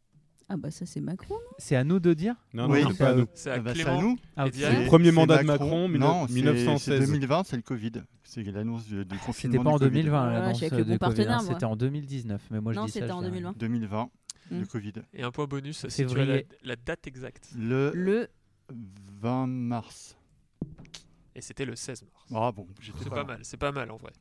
Speaker 9: Ah bah ça c'est Macron.
Speaker 1: c'est à nous de dire
Speaker 2: Non,
Speaker 10: Oui,
Speaker 2: non, c'est
Speaker 1: c'est
Speaker 2: pas
Speaker 1: à
Speaker 2: à nous.
Speaker 3: C'est à
Speaker 10: Ah bah, C'est à
Speaker 3: Clément.
Speaker 10: nous.
Speaker 1: Ah,
Speaker 3: Et
Speaker 1: ok.
Speaker 3: Diane.
Speaker 10: C'est-
Speaker 2: Premier
Speaker 10: c'est
Speaker 2: mandat de Macron,
Speaker 10: non, c'est-
Speaker 2: 1916.
Speaker 10: c'est 2020, c'est le Covid. C'est l'annonce de- du confinement.
Speaker 1: C'était pas
Speaker 10: du
Speaker 1: en
Speaker 10: Covid.
Speaker 1: 2020
Speaker 9: Ouais,
Speaker 1: l'annonce
Speaker 9: je suis avec
Speaker 1: de
Speaker 9: le bon
Speaker 1: Covid,
Speaker 9: partenaire,
Speaker 1: hein.
Speaker 9: moi.
Speaker 1: c'était en 2019 mais moi je
Speaker 9: non,
Speaker 1: dis ça,
Speaker 9: c'était
Speaker 1: je
Speaker 9: en
Speaker 1: dis rien.
Speaker 9: 2020.
Speaker 10: 2020,
Speaker 9: Mm.
Speaker 10: le Covid.
Speaker 3: Et un point bonus, si tu as la,
Speaker 1: Février.
Speaker 3: la date exacte.
Speaker 10: Le
Speaker 9: Le
Speaker 10: 20 mars.
Speaker 3: Et c'était le 16 mars.
Speaker 10: Ah bon, j'étais
Speaker 3: c'est pas,
Speaker 10: pas là.
Speaker 3: mal, c'est pas mal en vrai.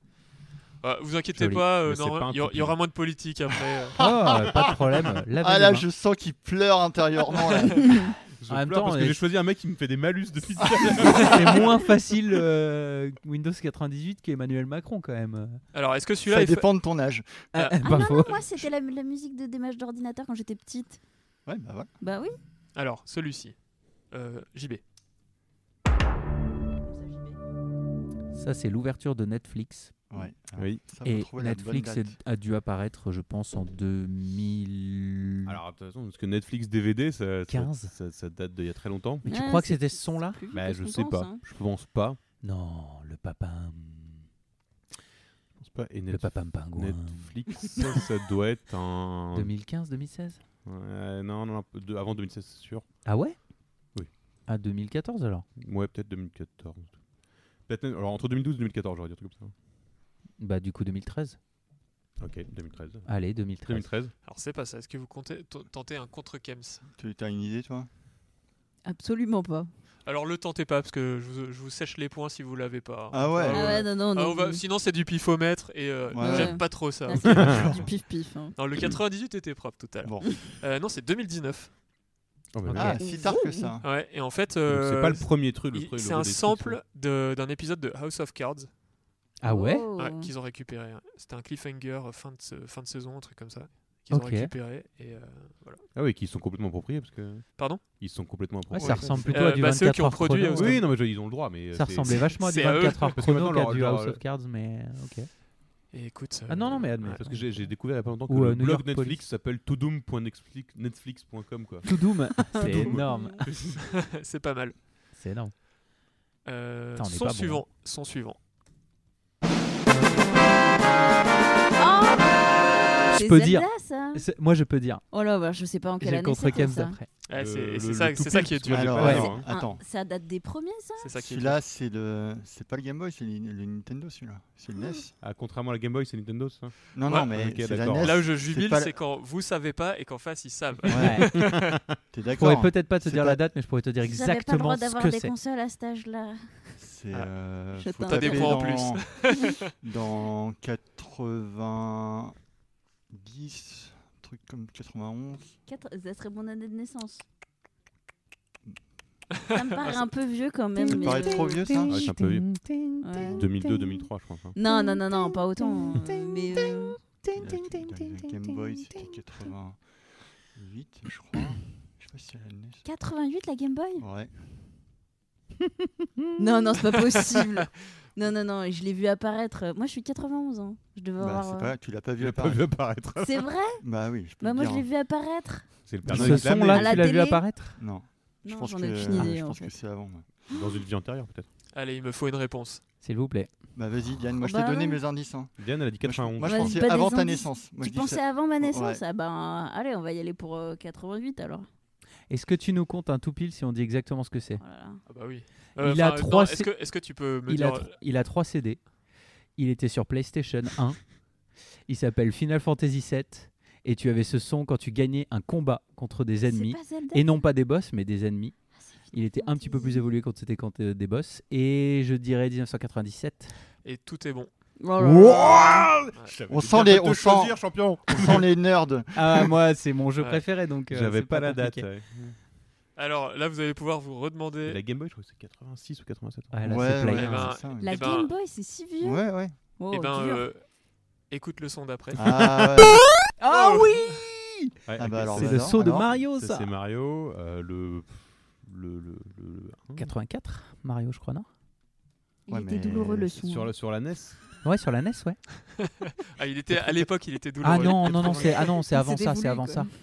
Speaker 3: Euh, vous inquiétez
Speaker 10: Joli.
Speaker 3: pas, euh,
Speaker 10: Mais c'est
Speaker 3: non,
Speaker 10: pas un
Speaker 3: il y, aura- il y aura moins de politique après. euh.
Speaker 10: ah
Speaker 1: hein.
Speaker 10: là, je sens qu'il pleure intérieurement. là.
Speaker 2: Je pleure parce que j'ai choisi un mec qui me fait des malus depuis tout à l'heure.
Speaker 1: C'est moins facile euh, Windows 98 qu'Emmanuel Macron quand même.
Speaker 3: Alors, est-ce que celui-là Ça est fa- dépend de ton âge.
Speaker 1: Ah,
Speaker 3: Ah,
Speaker 1: pas
Speaker 9: Euh, Ah non,
Speaker 1: faux.
Speaker 9: non, moi c'était la, la musique de démarche d'ordinateur quand j'étais petite.
Speaker 10: Ouais, bah voilà.
Speaker 9: Bah oui.
Speaker 3: Alors, celui-ci. Euh, JB.
Speaker 1: Ça, c'est l'ouverture de Netflix.
Speaker 10: Ouais.
Speaker 2: Oui.
Speaker 10: Ça, faut
Speaker 1: Et
Speaker 10: trouver Ah, la bonne
Speaker 1: Netflix
Speaker 10: date.
Speaker 1: est- a dû apparaître, je pense, en 2000.
Speaker 2: Alors, attention, parce que Netflix DVD, ça, ça-
Speaker 1: 15.
Speaker 2: ça, ça date d'il y a très longtemps.
Speaker 1: Mais
Speaker 9: Ah,
Speaker 1: tu Ouais, crois que c'est- c'était ce son-là c'est plus
Speaker 2: Bah,
Speaker 1: vite
Speaker 2: je
Speaker 1: qu'on
Speaker 2: sais
Speaker 1: pense,
Speaker 2: pas.
Speaker 1: hein.
Speaker 2: Je pense pas.
Speaker 1: Non, le papin.
Speaker 2: Je pense pas. Et
Speaker 1: Le
Speaker 2: Netf-
Speaker 1: papa me pingouin.
Speaker 2: Netflix, ça, ça doit être un.
Speaker 1: 2015, 2016
Speaker 2: Ouais, non, non, non, de- avant 2016, c'est sûr.
Speaker 1: Ah ouais
Speaker 2: Oui.
Speaker 1: À 2014 alors
Speaker 2: Ouais, peut-être 2014. Peut-être, même- alors entre 2012 et 2014, j'aurais dit un truc comme
Speaker 1: Bah, du coup, 2013.
Speaker 2: ça. Ok, 2013.
Speaker 1: Allez, 2013.
Speaker 2: 2013.
Speaker 3: Alors, c'est pas ça. Est-ce que vous comptez t- tenter un contre-Kems
Speaker 10: Tu as une idée, toi
Speaker 9: Absolument pas.
Speaker 3: Alors, le tentez pas, parce que je vous, je vous sèche les points si vous l'avez pas. hein.
Speaker 10: Ah ouais.
Speaker 9: Ah ouais, non, non,
Speaker 3: Ah,
Speaker 9: non,
Speaker 3: on va-
Speaker 9: non.
Speaker 3: Sinon, c'est du pifomètre et euh,
Speaker 10: Ouais.
Speaker 3: j'aime
Speaker 9: Ouais.
Speaker 3: pas trop ça.
Speaker 9: Ah, c'est du pif-pif, hein.
Speaker 3: Non, le 98 était propre tout à l'heure. Euh, non, c'est 2019.
Speaker 2: Oh, bah,
Speaker 10: Ah,
Speaker 2: merde.
Speaker 10: si tard que ça.
Speaker 3: Ouais, et en fait.
Speaker 2: Donc, c'est
Speaker 3: euh,
Speaker 2: pas le premier truc, le
Speaker 3: il-
Speaker 2: premier- le
Speaker 3: C'est
Speaker 2: gros
Speaker 3: un
Speaker 2: des hein. trucs,
Speaker 3: sample de- d'un épisode de House of Cards.
Speaker 1: Ah ouais
Speaker 9: Oh.
Speaker 3: Ouais, Qu'ils ont récupéré. C'était un cliffhanger euh, fin de, sa- fin de saison, un truc comme ça. Qu'ils
Speaker 1: Ok.
Speaker 3: ont récupéré. Et euh, voilà.
Speaker 2: Ah oui, qui sont complètement appropriés parce que.
Speaker 3: Pardon
Speaker 2: Ils sont complètement
Speaker 1: Ouais,
Speaker 2: appropriés.
Speaker 1: ça ressemble plutôt à du
Speaker 3: bah,
Speaker 1: 24
Speaker 3: ceux qui ont
Speaker 1: heures
Speaker 3: produit
Speaker 1: chrono.
Speaker 3: aussi.
Speaker 2: Oui, non, mais je- ils ont le droit,
Speaker 1: Ça
Speaker 2: mais. euh, c'est-
Speaker 1: ressemblait vachement à du
Speaker 3: c'est à eux.
Speaker 1: 24 heures
Speaker 2: Parce que
Speaker 1: chrono
Speaker 2: maintenant,
Speaker 1: qu'à
Speaker 2: leur-
Speaker 1: du
Speaker 2: leur-
Speaker 1: House of Cards, mais euh, ok.
Speaker 3: Et écoute. euh,
Speaker 1: Ah non, non, mais admet.
Speaker 2: Parce que j'ai j'ai découvert il y a pas longtemps que
Speaker 1: Ou, euh,
Speaker 2: le
Speaker 1: New
Speaker 2: blog
Speaker 1: York
Speaker 2: Netflix s'appelle todoom.netflix.com. quoi.
Speaker 1: To Doom, c'est
Speaker 2: Doom.
Speaker 1: énorme.
Speaker 3: c'est pas mal.
Speaker 1: C'est énorme.
Speaker 3: Euh,
Speaker 1: Putain, on est pas
Speaker 3: son
Speaker 1: hein. bon,
Speaker 3: suivant. Son suivant.
Speaker 1: Je
Speaker 9: Ah, C'est
Speaker 1: peux
Speaker 9: Zelda,
Speaker 1: dire.
Speaker 9: ça
Speaker 1: C'est- Moi, je peux dire.
Speaker 9: Oh là, bah, je sais pas en quelle
Speaker 1: J'ai le
Speaker 9: année.
Speaker 1: contre-Kems
Speaker 9: c'était, ça.
Speaker 1: après.
Speaker 3: Ouais, c'est-
Speaker 2: Le-
Speaker 3: c'est
Speaker 2: le-
Speaker 3: ça-
Speaker 2: le
Speaker 3: c'est
Speaker 2: tout
Speaker 3: ça
Speaker 2: pub,
Speaker 3: qui est
Speaker 2: parce
Speaker 3: dur.
Speaker 2: que
Speaker 10: Alors,
Speaker 2: j'ai pas
Speaker 10: ouais.
Speaker 2: l'air, hein.
Speaker 9: Ah,
Speaker 10: Attends.
Speaker 9: ça date des premiers, ça
Speaker 3: C'est ça qui est dur.
Speaker 10: Celui-là, c'est le, c'est pas le Game Boy, c'est le, le Nintendo celui-là, c'est le NES.
Speaker 2: Ah, contrairement à la Game Boy, c'est Nintendo ça hein.
Speaker 10: Non,
Speaker 3: Ouais.
Speaker 10: non, mais
Speaker 2: Ok,
Speaker 10: c'est la E
Speaker 2: d'accord.
Speaker 10: NES.
Speaker 3: Là où je
Speaker 10: c'est
Speaker 3: jubile,
Speaker 10: pas la-
Speaker 3: c'est quand vous savez pas et qu'en face ils savent.
Speaker 10: Ouais. T'es
Speaker 1: Je
Speaker 10: d'accord hein.
Speaker 1: pourrais peut-être pas te
Speaker 10: C'est
Speaker 1: dire la date, mais je pourrais te dire
Speaker 9: J'avais pas le
Speaker 1: exactement
Speaker 9: droit
Speaker 1: ce
Speaker 9: d'avoir
Speaker 1: que
Speaker 9: des
Speaker 1: c'est.
Speaker 9: consoles à cet âge-là.
Speaker 10: C'est.
Speaker 3: Ah.
Speaker 10: euh,
Speaker 9: Je
Speaker 10: faut
Speaker 9: t'en
Speaker 3: T'as des
Speaker 10: taper
Speaker 3: points en
Speaker 10: dans-
Speaker 3: plus.
Speaker 10: Dans 90, truc comme 91.
Speaker 9: Quatre... Ça serait mon année de naissance. Ça me paraît un peu vieux quand même.
Speaker 10: Ça me
Speaker 9: mais-
Speaker 10: paraît trop vieux, ça
Speaker 2: Ouais, c'est un peu vieux.
Speaker 9: Ouais.
Speaker 2: 2002, 2003, je pense. hein.
Speaker 9: Non, non, non, non, pas autant. euh, mais euh,
Speaker 10: La- la Game Boy, c'était 88, je crois. Je sais pas si c'est la NES.
Speaker 9: 88, la Game Boy
Speaker 10: Ouais.
Speaker 9: Non, non, c'est pas possible. Non, non, non, je l'ai vu apparaître. Moi, je suis 91 ans. Je devais
Speaker 10: Bah,
Speaker 9: avoir.
Speaker 10: c'est
Speaker 9: euh,
Speaker 10: pas, tu l'as pas
Speaker 2: Il
Speaker 10: vu
Speaker 2: a pas
Speaker 10: apparaître.
Speaker 2: vu apparaître.
Speaker 9: C'est vrai
Speaker 10: Bah oui, je peux
Speaker 9: Bah,
Speaker 10: te
Speaker 9: moi, je
Speaker 10: dire,
Speaker 9: l'ai
Speaker 10: hein.
Speaker 9: vu apparaître.
Speaker 2: C'est le Père
Speaker 1: Ce
Speaker 2: Noël qui l'a amené.
Speaker 9: À
Speaker 1: son-là,
Speaker 9: la
Speaker 1: tu l'as vu
Speaker 9: télé.
Speaker 1: apparaît
Speaker 10: Non, je
Speaker 9: Non,
Speaker 10: pense
Speaker 9: j'en
Speaker 10: que,
Speaker 9: ai aucune idée,
Speaker 10: je
Speaker 9: en
Speaker 10: pense
Speaker 9: fait.
Speaker 10: que c'est avant. ouais.
Speaker 2: Dans une vie antérieure, peut-être.
Speaker 3: Allez, il me faut une réponse.
Speaker 1: S'il vous plaît.
Speaker 10: Bah vas-y, Diane, moi je
Speaker 9: Bah
Speaker 10: t'ai donné
Speaker 9: ouais.
Speaker 10: mes indices. hein.
Speaker 2: Diane, elle a dit
Speaker 10: Moi, je-
Speaker 2: 91.
Speaker 10: Moi je
Speaker 9: Ouais,
Speaker 10: pensais
Speaker 9: dis pas
Speaker 10: avant
Speaker 9: des
Speaker 10: ta
Speaker 9: indices.
Speaker 10: naissance. Moi, je
Speaker 9: tu
Speaker 10: dis ça- Oh,
Speaker 9: pensais avant ma naissance
Speaker 10: Ouais.
Speaker 9: Ah, ben, allez, on va y aller pour euh, 88 alors.
Speaker 1: Est-ce que tu nous comptes un tout pile si on dit exactement ce que
Speaker 10: Eh,
Speaker 1: c'est
Speaker 9: Oh là là.
Speaker 3: Ah bah oui.
Speaker 1: Il a
Speaker 3: enfin, non,
Speaker 1: trois
Speaker 3: Est-ce
Speaker 1: sé-
Speaker 3: que, est-ce que tu peux me
Speaker 1: il, a
Speaker 3: dire euh,
Speaker 1: tro- il a 3 CD. Il était sur PlayStation 1. il s'appelle Final Fantasy VII. Et tu avais ce son quand tu gagnais un combat contre des ennemis.
Speaker 9: C'est pas Zelda
Speaker 1: Et non pas des boss, mais des ennemis.
Speaker 9: Ah, c'est Final
Speaker 1: Il était un petit peu plus
Speaker 9: Fantasy.
Speaker 1: évolué quand c'était quand euh, des boss. Et je dirais 1997.
Speaker 3: et tout est bon.
Speaker 9: Oh là là.
Speaker 10: On sent les, on sent,
Speaker 2: choisir, champion.
Speaker 10: on sent les nerds.
Speaker 1: Ah, moi, c'est mon jeu
Speaker 3: Ouais.
Speaker 1: préféré, donc. euh,
Speaker 2: J'avais
Speaker 1: c'est
Speaker 2: pas la date.
Speaker 1: compliqué.
Speaker 2: ouais.
Speaker 3: Alors là, vous allez pouvoir vous redemander.
Speaker 2: Et La Game Boy, je crois que c'est 86 ou 87.
Speaker 1: Ouais, là,
Speaker 10: Ouais,
Speaker 1: c'est Play
Speaker 3: Eh
Speaker 10: ouais, bah.
Speaker 1: un.
Speaker 3: ben,
Speaker 10: c'est ça, ouais.
Speaker 9: La
Speaker 3: Eh ben-
Speaker 9: Game Boy, c'est si vieux.
Speaker 10: Ouais, ouais.
Speaker 9: Oh,
Speaker 3: eh ben,
Speaker 9: dur.
Speaker 3: euh, écoute le son d'après.
Speaker 10: Ah, ouais.
Speaker 1: Ah oui
Speaker 2: Ouais,
Speaker 10: Ah bah
Speaker 2: ok,
Speaker 10: alors,
Speaker 1: C'est
Speaker 2: ça,
Speaker 1: le
Speaker 10: alors,
Speaker 1: saut de
Speaker 10: alors,
Speaker 1: Mario,
Speaker 2: ça,
Speaker 1: ça
Speaker 2: c'est Mario. euh, le. Le. le, le- hein
Speaker 1: 84 Mario, je crois, non
Speaker 9: Il
Speaker 10: Ouais,
Speaker 9: était
Speaker 10: mais
Speaker 9: douloureux le son.
Speaker 2: Sur la, sur la E NES
Speaker 1: Ouais, sur la NES, ouais.
Speaker 3: Ah, il était à l'époque, il était douloureux.
Speaker 1: Ah non, non, non, c'est ah non, c'est
Speaker 9: Il
Speaker 1: avant
Speaker 9: s'est
Speaker 1: ça,
Speaker 9: dévoulé,
Speaker 1: c'est avant
Speaker 9: quoi.
Speaker 1: ça. Oh.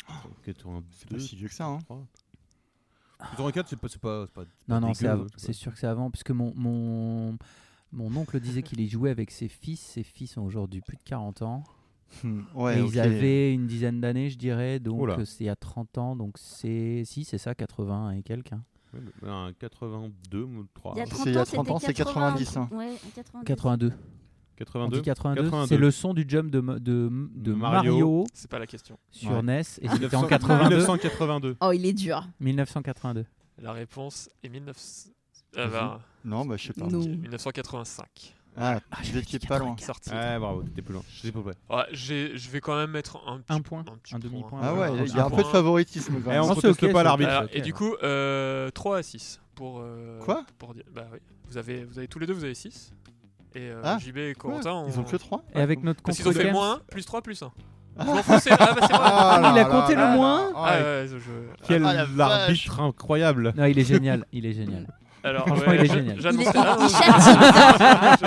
Speaker 10: C'est pas
Speaker 2: 82,
Speaker 10: si vieux que ça, hein.
Speaker 2: 84, c'est pas, c'est pas, c'est pas-
Speaker 1: Non, non,
Speaker 2: dégueu,
Speaker 1: c'est avant-
Speaker 2: je sais
Speaker 1: c'est sûr que c'est avant, puisque mon, mon, mon oncle disait qu'il y jouait avec ses fils. Ses fils ont aujourd'hui plus de 40 ans.
Speaker 10: Hmm, Ouais,
Speaker 1: et
Speaker 10: ok.
Speaker 1: ils avaient une dizaine d'années, je dirais. Donc
Speaker 2: Oula.
Speaker 1: euh, c'est il y a 30 ans. Donc c'est. Si, c'est ça, 80 et quelques. hein.
Speaker 2: pas. Ouais, mais un 82, ou 3.
Speaker 9: Il y a
Speaker 10: C'est
Speaker 9: 30
Speaker 10: il y a
Speaker 9: ans,
Speaker 10: 30 ans,
Speaker 9: c'était
Speaker 10: c'est 90, hein.
Speaker 9: Ouais, 90.
Speaker 1: 82. On
Speaker 2: 82.
Speaker 1: dit 82.
Speaker 2: 82.
Speaker 1: C'est le son du jump de, m- de, de Mario.
Speaker 2: Mario.
Speaker 3: C'est pas la question.
Speaker 1: sur
Speaker 10: Ouais.
Speaker 1: NES. Et c'était en
Speaker 2: 1900
Speaker 1: 82.
Speaker 2: 1982.
Speaker 9: Oh, il est dur.
Speaker 1: 1982.
Speaker 3: La réponse est 1900 Ah bah,
Speaker 10: Non, bah je sais pas.
Speaker 3: 1985.
Speaker 10: Ah, vous étiez pas loin.
Speaker 3: Sorti.
Speaker 2: Ouais, bravo, t'étais plus loin. Je sais pas près.
Speaker 3: Ouais, j'ai- je vais quand même mettre un petit
Speaker 1: Un point,
Speaker 3: petit
Speaker 1: un demi-point.
Speaker 10: Ah ouais, il y
Speaker 3: Un
Speaker 10: a un peu
Speaker 3: point.
Speaker 10: de favoritisme quand
Speaker 2: Eh,
Speaker 10: même.
Speaker 2: on
Speaker 1: Non, c'est
Speaker 2: conteste
Speaker 1: ok, c'est
Speaker 2: pas
Speaker 10: Ah
Speaker 2: l'arbitre.
Speaker 3: Alors,
Speaker 1: ok,
Speaker 3: et du coup, euh, 3 à 6 pour. euh,
Speaker 10: Quoi
Speaker 3: pour dire- Bah oui. Vous avez, vous avez tous les deux, vous avez 6. Et euh,
Speaker 10: Ah,
Speaker 3: JB et Corentin.
Speaker 10: Ouais,
Speaker 3: ont-
Speaker 10: Ils ont que 3
Speaker 1: Et avec notre
Speaker 3: Parce qu'ils ont fait
Speaker 1: contre-Gens-
Speaker 3: moins 1, plus 3, plus 1. Ah bah c'est moi
Speaker 1: Ah, il a compté le moins
Speaker 3: Ah ouais, je- je-
Speaker 2: Quel
Speaker 10: Ah, la vache.
Speaker 2: arbitre incroyable.
Speaker 1: Non, il est génial, il est génial.
Speaker 3: Alors,
Speaker 1: Franchement,
Speaker 3: ouais,
Speaker 1: il est
Speaker 3: je-
Speaker 1: génial.
Speaker 3: j'annonce-
Speaker 9: Il est-
Speaker 3: Ah,
Speaker 9: il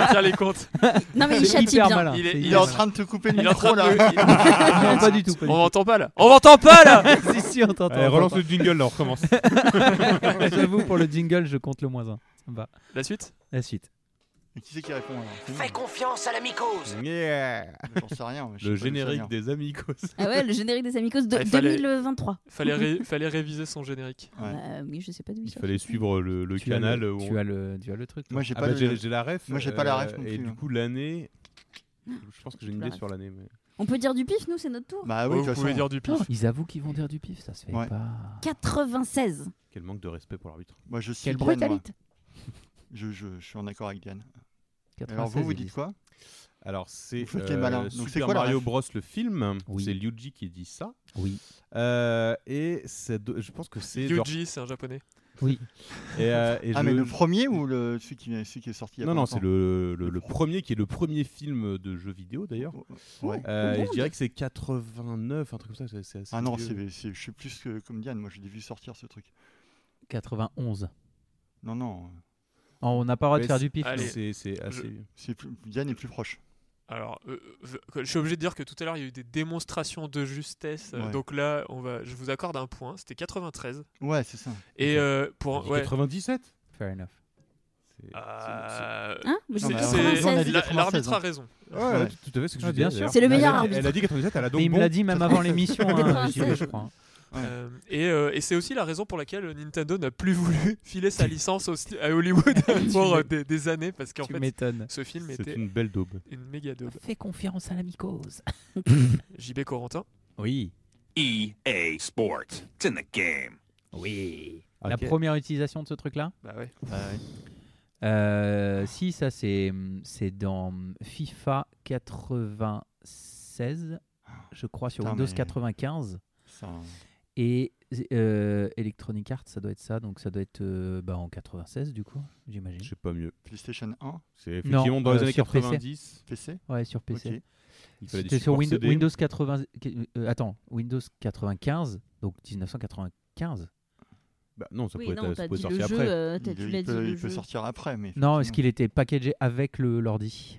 Speaker 3: je- je tiens les comptes.
Speaker 9: Non, mais il
Speaker 1: C'est
Speaker 9: châtie
Speaker 1: hyper
Speaker 9: bien.
Speaker 1: malin.
Speaker 3: Il est-
Speaker 1: c'est
Speaker 3: il
Speaker 10: Il est
Speaker 1: hyper
Speaker 10: en
Speaker 1: malin.
Speaker 10: train de te couper le
Speaker 3: Il est en
Speaker 10: micro
Speaker 3: train
Speaker 10: là.
Speaker 3: de.
Speaker 1: Non, pas du tout. Pas
Speaker 3: On m'entend pas là On m'entend pas là
Speaker 1: du tout. si, si, on t'entend.
Speaker 2: Allez,
Speaker 1: on
Speaker 2: Eh, relance
Speaker 1: t'entend.
Speaker 2: le jingle, là, on recommence.
Speaker 1: J'avoue, pour le jingle, je compte le moins 1. Ça me va.
Speaker 3: La suite
Speaker 1: La suite.
Speaker 10: Et Qui c'est qui répond alors C'est
Speaker 8: Fais
Speaker 10: moi.
Speaker 8: confiance à la mycose.
Speaker 10: J'en sais rien. moi, je
Speaker 2: Le
Speaker 10: sais pas d'où ça
Speaker 2: générique
Speaker 10: vient.
Speaker 2: des Amicos.
Speaker 9: Ah ouais, le générique des Amicos de
Speaker 3: Ah, il fallait-
Speaker 9: 2023.
Speaker 3: fallait, ré- fallait réviser son générique.
Speaker 10: Ouais.
Speaker 9: Bah oui, je sais pas d'où
Speaker 2: Il
Speaker 9: ça
Speaker 2: fallait suivre le, le
Speaker 1: Tu as
Speaker 2: canal. euh,
Speaker 1: le-
Speaker 2: où
Speaker 1: tu,
Speaker 2: on-
Speaker 1: as le, tu as le truc. toi.
Speaker 10: Moi j'ai
Speaker 2: Ah
Speaker 10: pas
Speaker 2: bah,
Speaker 10: de.
Speaker 2: j'ai j'ai la ref. euh,
Speaker 10: Moi, j'ai pas la ref non
Speaker 2: Et
Speaker 10: plus,
Speaker 2: du
Speaker 10: hein.
Speaker 2: coup, l'année. Je pense que j'ai une
Speaker 9: J'ai pas
Speaker 2: idée
Speaker 9: la
Speaker 2: sur l'année. mais-
Speaker 9: On peut dire du pif, nous, c'est notre tour.
Speaker 3: Oh,
Speaker 10: Bah oui, de
Speaker 3: vous
Speaker 10: toute
Speaker 3: pouvez
Speaker 10: façon.
Speaker 3: dire du pif.
Speaker 1: Ils avouent qu'ils vont dire du pif, ça se fait
Speaker 10: Ouais.
Speaker 1: pas.
Speaker 9: 96.
Speaker 2: Quel manque de respect pour l'arbitre.
Speaker 10: Moi je suis
Speaker 1: Quelle
Speaker 9: Quelle
Speaker 10: Diane, moi.
Speaker 9: brutalite.
Speaker 10: Je, je, je suis en accord avec Diane. Alors vous, vous dites quoi
Speaker 2: Alors, c'est euh,
Speaker 10: Vous faites les malins. Donc, c'est
Speaker 2: Super
Speaker 10: quoi la
Speaker 2: Mario
Speaker 10: ref
Speaker 2: Bros, le film.
Speaker 1: Oui.
Speaker 2: C'est Luigi qui dit ça.
Speaker 1: Oui.
Speaker 2: Euh, et c'est de- je pense que c'est. genre-
Speaker 3: Yuji, c'est un japonais.
Speaker 2: Et, euh, et
Speaker 10: Ah,
Speaker 2: je-
Speaker 10: mais le premier ou le, celui, qui, vient- celui qui est sorti il y a
Speaker 2: Non,
Speaker 10: pas
Speaker 2: non,
Speaker 10: longtemps
Speaker 2: c'est le, le- le premier qui est le premier film de jeu vidéo d'ailleurs.
Speaker 10: Ouais.
Speaker 2: Euh,
Speaker 9: Au
Speaker 2: et
Speaker 9: monde.
Speaker 2: je dirais que c'est 89, un truc comme ça. c'est- c'est assez
Speaker 10: Ah non,
Speaker 2: vieux.
Speaker 10: c'est, c'est- je suis plus que comme Diane, moi j'ai vu sortir ce truc.
Speaker 1: 91.
Speaker 10: Non, non,
Speaker 1: Oh, on n'a pas le droit de
Speaker 2: Ouais,
Speaker 1: faire du pif.
Speaker 3: Allez.
Speaker 2: C'est- C'est assez.
Speaker 3: Je-
Speaker 2: vieux.
Speaker 10: c'est plus- Diane est plus proche.
Speaker 3: Alors, euh, je je suis obligé de dire que tout à l'heure, il y a eu des démonstrations de justesse. euh,
Speaker 10: Ouais.
Speaker 3: Donc là, on va, je vous accorde un point. C'était 93.
Speaker 10: Ouais, c'est ça.
Speaker 3: Et euh, pour.
Speaker 2: J'ai
Speaker 3: Ouais.
Speaker 2: 97
Speaker 1: Fair enough.
Speaker 2: C'est-
Speaker 3: Euh,
Speaker 9: Hein Moi, j'ai
Speaker 3: c'est-
Speaker 10: Non, mais
Speaker 9: dit
Speaker 10: Ah, on a- on a dit
Speaker 9: 96.
Speaker 3: la-
Speaker 10: 96,
Speaker 3: L'arbitre
Speaker 10: hein.
Speaker 3: a raison.
Speaker 2: Ouais,
Speaker 10: Ouais.
Speaker 2: ouais, tout tout à fait, c'est ce que
Speaker 1: Ah, bien
Speaker 2: je disais.
Speaker 1: sûr.
Speaker 2: d'ailleurs.
Speaker 9: C'est le meilleur
Speaker 2: Elle a-
Speaker 9: arbitre.
Speaker 2: Elle a dit 97, elle a donc
Speaker 1: Mais il me
Speaker 2: bon.
Speaker 1: l'a dit même avant l'émission, hein,
Speaker 3: Ah,
Speaker 9: 96.
Speaker 1: JB, je crois.
Speaker 3: Euh, et euh, et c'est aussi la raison pour laquelle Nintendo n'a plus voulu filer sa licence au sti- à Hollywood pour euh, des, des années parce qu'en
Speaker 1: tu
Speaker 3: fait
Speaker 1: m'étonnes.
Speaker 3: ce film
Speaker 2: C'est
Speaker 3: était
Speaker 2: une belle daube.
Speaker 3: une méga daube.
Speaker 1: Fais confiance à la mycose.
Speaker 3: JB Corentin.
Speaker 1: Oui.
Speaker 6: EA Sports. It's in the game.
Speaker 11: Oui.
Speaker 1: La première utilisation de ce truc-là
Speaker 3: Bah ouais.
Speaker 10: Ah ouais.
Speaker 1: Euh, si, ça, c'est c'est dans FIFA 96, je crois, sur
Speaker 10: Putain,
Speaker 1: Windows
Speaker 10: mais-
Speaker 1: 95.
Speaker 10: Ça, hein.
Speaker 1: Et euh, Electronic Arts, ça doit être ça, donc ça doit être euh, bah, en 96, du coup, j'imagine.
Speaker 2: Je sais pas mieux.
Speaker 10: PlayStation 1,
Speaker 2: C'est effectivement dans
Speaker 1: euh,
Speaker 2: les années
Speaker 1: sur PC.
Speaker 2: 90.
Speaker 10: PC
Speaker 1: Ouais, sur PC.
Speaker 10: Ok.
Speaker 2: il fallait des
Speaker 1: C'était sur
Speaker 2: supports
Speaker 1: Windows,
Speaker 2: CD.
Speaker 1: Windows 80. euh, attends, Windows 95, donc 1995.
Speaker 2: Bah, non, ça
Speaker 9: Oui,
Speaker 2: pouvait
Speaker 9: non,
Speaker 2: être
Speaker 9: t'as
Speaker 2: ça pouvait
Speaker 9: dit
Speaker 2: sortir
Speaker 9: le
Speaker 2: après.
Speaker 9: jeu. euh, t'as-
Speaker 10: il,
Speaker 9: Tu
Speaker 10: il
Speaker 9: l'as dit.
Speaker 10: peut,
Speaker 9: le
Speaker 10: il peut
Speaker 9: jeu.
Speaker 10: sortir après, mais.
Speaker 1: Non, est-ce
Speaker 10: effectivement.
Speaker 1: qu'il était packagé avec le- l'ordi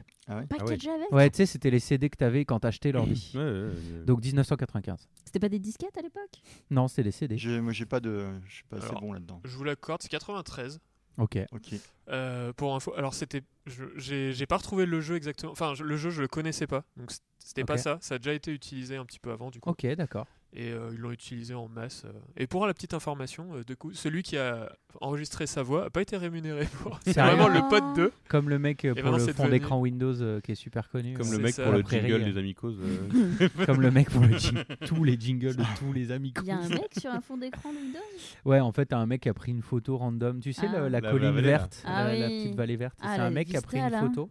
Speaker 9: Packagé avec
Speaker 1: Ouais, tu sais, c'était les CD que t'avais quand t'achetais l'ordi.
Speaker 2: Ouais, ouais, ouais.
Speaker 1: Donc 1995.
Speaker 9: C'était pas des disquettes à l'époque
Speaker 1: Non, c'est les CD.
Speaker 10: J'ai- Moi j'ai pas de. Je suis pas assez
Speaker 3: Alors.
Speaker 10: bon là-dedans.
Speaker 3: Je vous l'accorde, c'est 93.
Speaker 1: Ok.
Speaker 10: Ok.
Speaker 3: Euh, pour info, alors c'était, je- j'ai j'ai pas retrouvé le jeu exactement. Enfin, je- le jeu je le connaissais pas, donc c- c'était pas
Speaker 1: Ok.
Speaker 3: ça. Ça a déjà été utilisé un petit peu avant du coup,
Speaker 1: Ok, d'accord.
Speaker 3: et euh, ils l'ont utilisé en masse. euh. Et pour la petite information, euh, du coup, celui qui a enregistré sa voix a pas été rémunéré pour. C'est
Speaker 1: Sérieux
Speaker 3: vraiment le
Speaker 9: Ah.
Speaker 3: pote de.
Speaker 1: Comme le mec euh,
Speaker 3: Et
Speaker 1: pour
Speaker 3: maintenant,
Speaker 1: le
Speaker 3: Eh ben, c'est
Speaker 1: fond
Speaker 3: devenu-
Speaker 1: d'écran Windows euh, qui est super connu.
Speaker 2: Comme
Speaker 1: euh,
Speaker 2: le
Speaker 3: C'est
Speaker 2: mec
Speaker 3: ça.
Speaker 2: pour le
Speaker 1: La prairie,
Speaker 2: jingle
Speaker 1: euh.
Speaker 2: des Amicos. euh,
Speaker 1: comme le mec pour le jing- tous les jingles de tous les amis.
Speaker 9: Il y a un mec sur un fond d'écran de Windows
Speaker 1: Ouais, en fait, t'as un mec qui a pris une photo random. Tu sais, la,
Speaker 9: Ah.
Speaker 1: la
Speaker 2: La- la
Speaker 1: colline
Speaker 2: vallée, là.
Speaker 1: verte, euh,
Speaker 9: Ah
Speaker 1: la, la
Speaker 9: oui.
Speaker 1: petite vallée verte.
Speaker 9: Ah,
Speaker 1: c'est un
Speaker 9: la
Speaker 1: mec qui a pris
Speaker 9: Vista,
Speaker 1: une
Speaker 9: là.
Speaker 1: photo.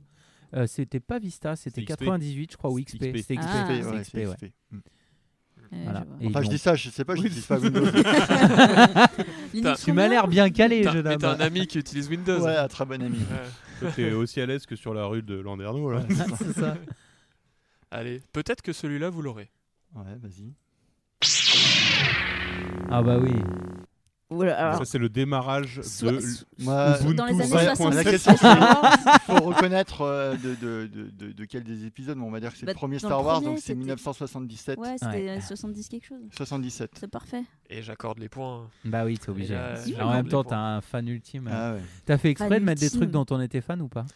Speaker 1: Euh, c'était pas Vista, c'était
Speaker 2: C'est XP.
Speaker 1: 98, je crois, ou XP.
Speaker 2: XP.
Speaker 1: C'était XP.
Speaker 9: Ah.
Speaker 10: XP,
Speaker 1: c'est
Speaker 10: ouais,
Speaker 1: XP, ouais.
Speaker 10: c'est XP. Mm.
Speaker 9: Euh,
Speaker 1: Voilà.
Speaker 9: je vois.
Speaker 1: Et
Speaker 10: Enfin, je
Speaker 1: ils
Speaker 10: dis
Speaker 1: ont-
Speaker 10: ça, je sais pas, je
Speaker 2: Oui,
Speaker 10: dis pas Windows.
Speaker 9: Linux
Speaker 1: Tu m'as l'air bien calé,
Speaker 3: T'as-
Speaker 1: jeune
Speaker 3: mais t'as
Speaker 1: homme.
Speaker 3: un ami qui utilise Windows.
Speaker 10: ouais, un très bon ami.
Speaker 3: Ouais.
Speaker 2: Toi, T'es aussi à l'aise que sur la rue de Landerneau, là.
Speaker 10: Ouais, c'est ça.
Speaker 1: C'est ça.
Speaker 3: Allez, peut-être que celui-là vous l'aurez.
Speaker 10: Ouais, vas-y.
Speaker 1: Ah bah oui.
Speaker 9: Voilà, alors,
Speaker 2: Ça, c'est le démarrage
Speaker 9: Soit-
Speaker 2: de.
Speaker 9: soit-
Speaker 10: Moi,
Speaker 9: dans les
Speaker 2: Ubuntu
Speaker 9: années
Speaker 2: 5.7.
Speaker 9: 60.
Speaker 10: La question, c'est- il faut reconnaître euh, de, de, de, de- de quel des épisodes, mais on va dire que c'est
Speaker 9: Bah,
Speaker 10: le premier
Speaker 9: dans
Speaker 10: Star
Speaker 9: le
Speaker 10: Wars,
Speaker 9: premier,
Speaker 10: donc c'est
Speaker 9: c'était-
Speaker 10: 1977.
Speaker 9: Ouais, c'était
Speaker 1: Ouais.
Speaker 9: euh, 70 quelque chose.
Speaker 10: 77.
Speaker 9: C'est parfait.
Speaker 3: Et j'accorde les points.
Speaker 1: Bah oui, t'es obligé.
Speaker 3: Et là,
Speaker 1: Mais
Speaker 3: euh,
Speaker 1: en même temps,
Speaker 3: les points.
Speaker 1: t'as un fan ultime.
Speaker 10: Ah ouais.
Speaker 1: T'as fait exprès
Speaker 9: Fan
Speaker 1: de mettre des
Speaker 9: ultime.
Speaker 1: trucs dont on était fan ou pas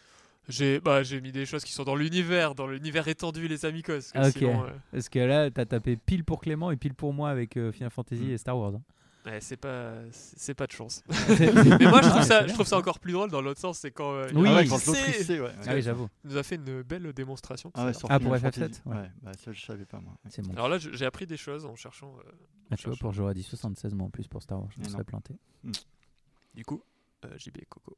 Speaker 3: J'ai bah, j'ai mis des choses qui sont dans l'univers, dans l'univers étendu, les amicos. parce que
Speaker 1: Ah, ok.
Speaker 3: sinon, euh,
Speaker 1: Parce que là, t'as tapé pile pour Clément et pile pour moi avec euh, Final Fantasy
Speaker 2: Mm.
Speaker 1: et Star Wars. hein.
Speaker 3: ouais, c'est pas, c'est c'est pas de chance.
Speaker 1: C'est-
Speaker 3: Mais moi, je
Speaker 1: Ah,
Speaker 3: trouve,
Speaker 1: c'est
Speaker 3: ça,
Speaker 1: bien.
Speaker 3: je trouve ça encore plus drôle dans l'autre sens. C'est quand. euh,
Speaker 1: Oui.
Speaker 10: ah ouais,
Speaker 3: il
Speaker 10: quand l'autre il
Speaker 3: sait-
Speaker 10: sait, ouais.
Speaker 1: Ah oui, j'avoue.
Speaker 3: nous a fait une belle démonstration.
Speaker 10: Ah ouais,
Speaker 3: ça.
Speaker 10: sur
Speaker 1: Ah,
Speaker 10: Final
Speaker 1: pour
Speaker 10: Fantasy.
Speaker 1: FF7, ouais.
Speaker 10: bah ça je savais pas moi. Ouais.
Speaker 1: C'est mon.
Speaker 3: Alors là, je- j'ai appris des choses en cherchant. euh,
Speaker 1: Ah, tu vois, pour j'aurais dit 76, moi en plus pour Star Wars, je me
Speaker 10: Mais non.
Speaker 1: serais planté.
Speaker 3: du coup, euh, JB et Coco.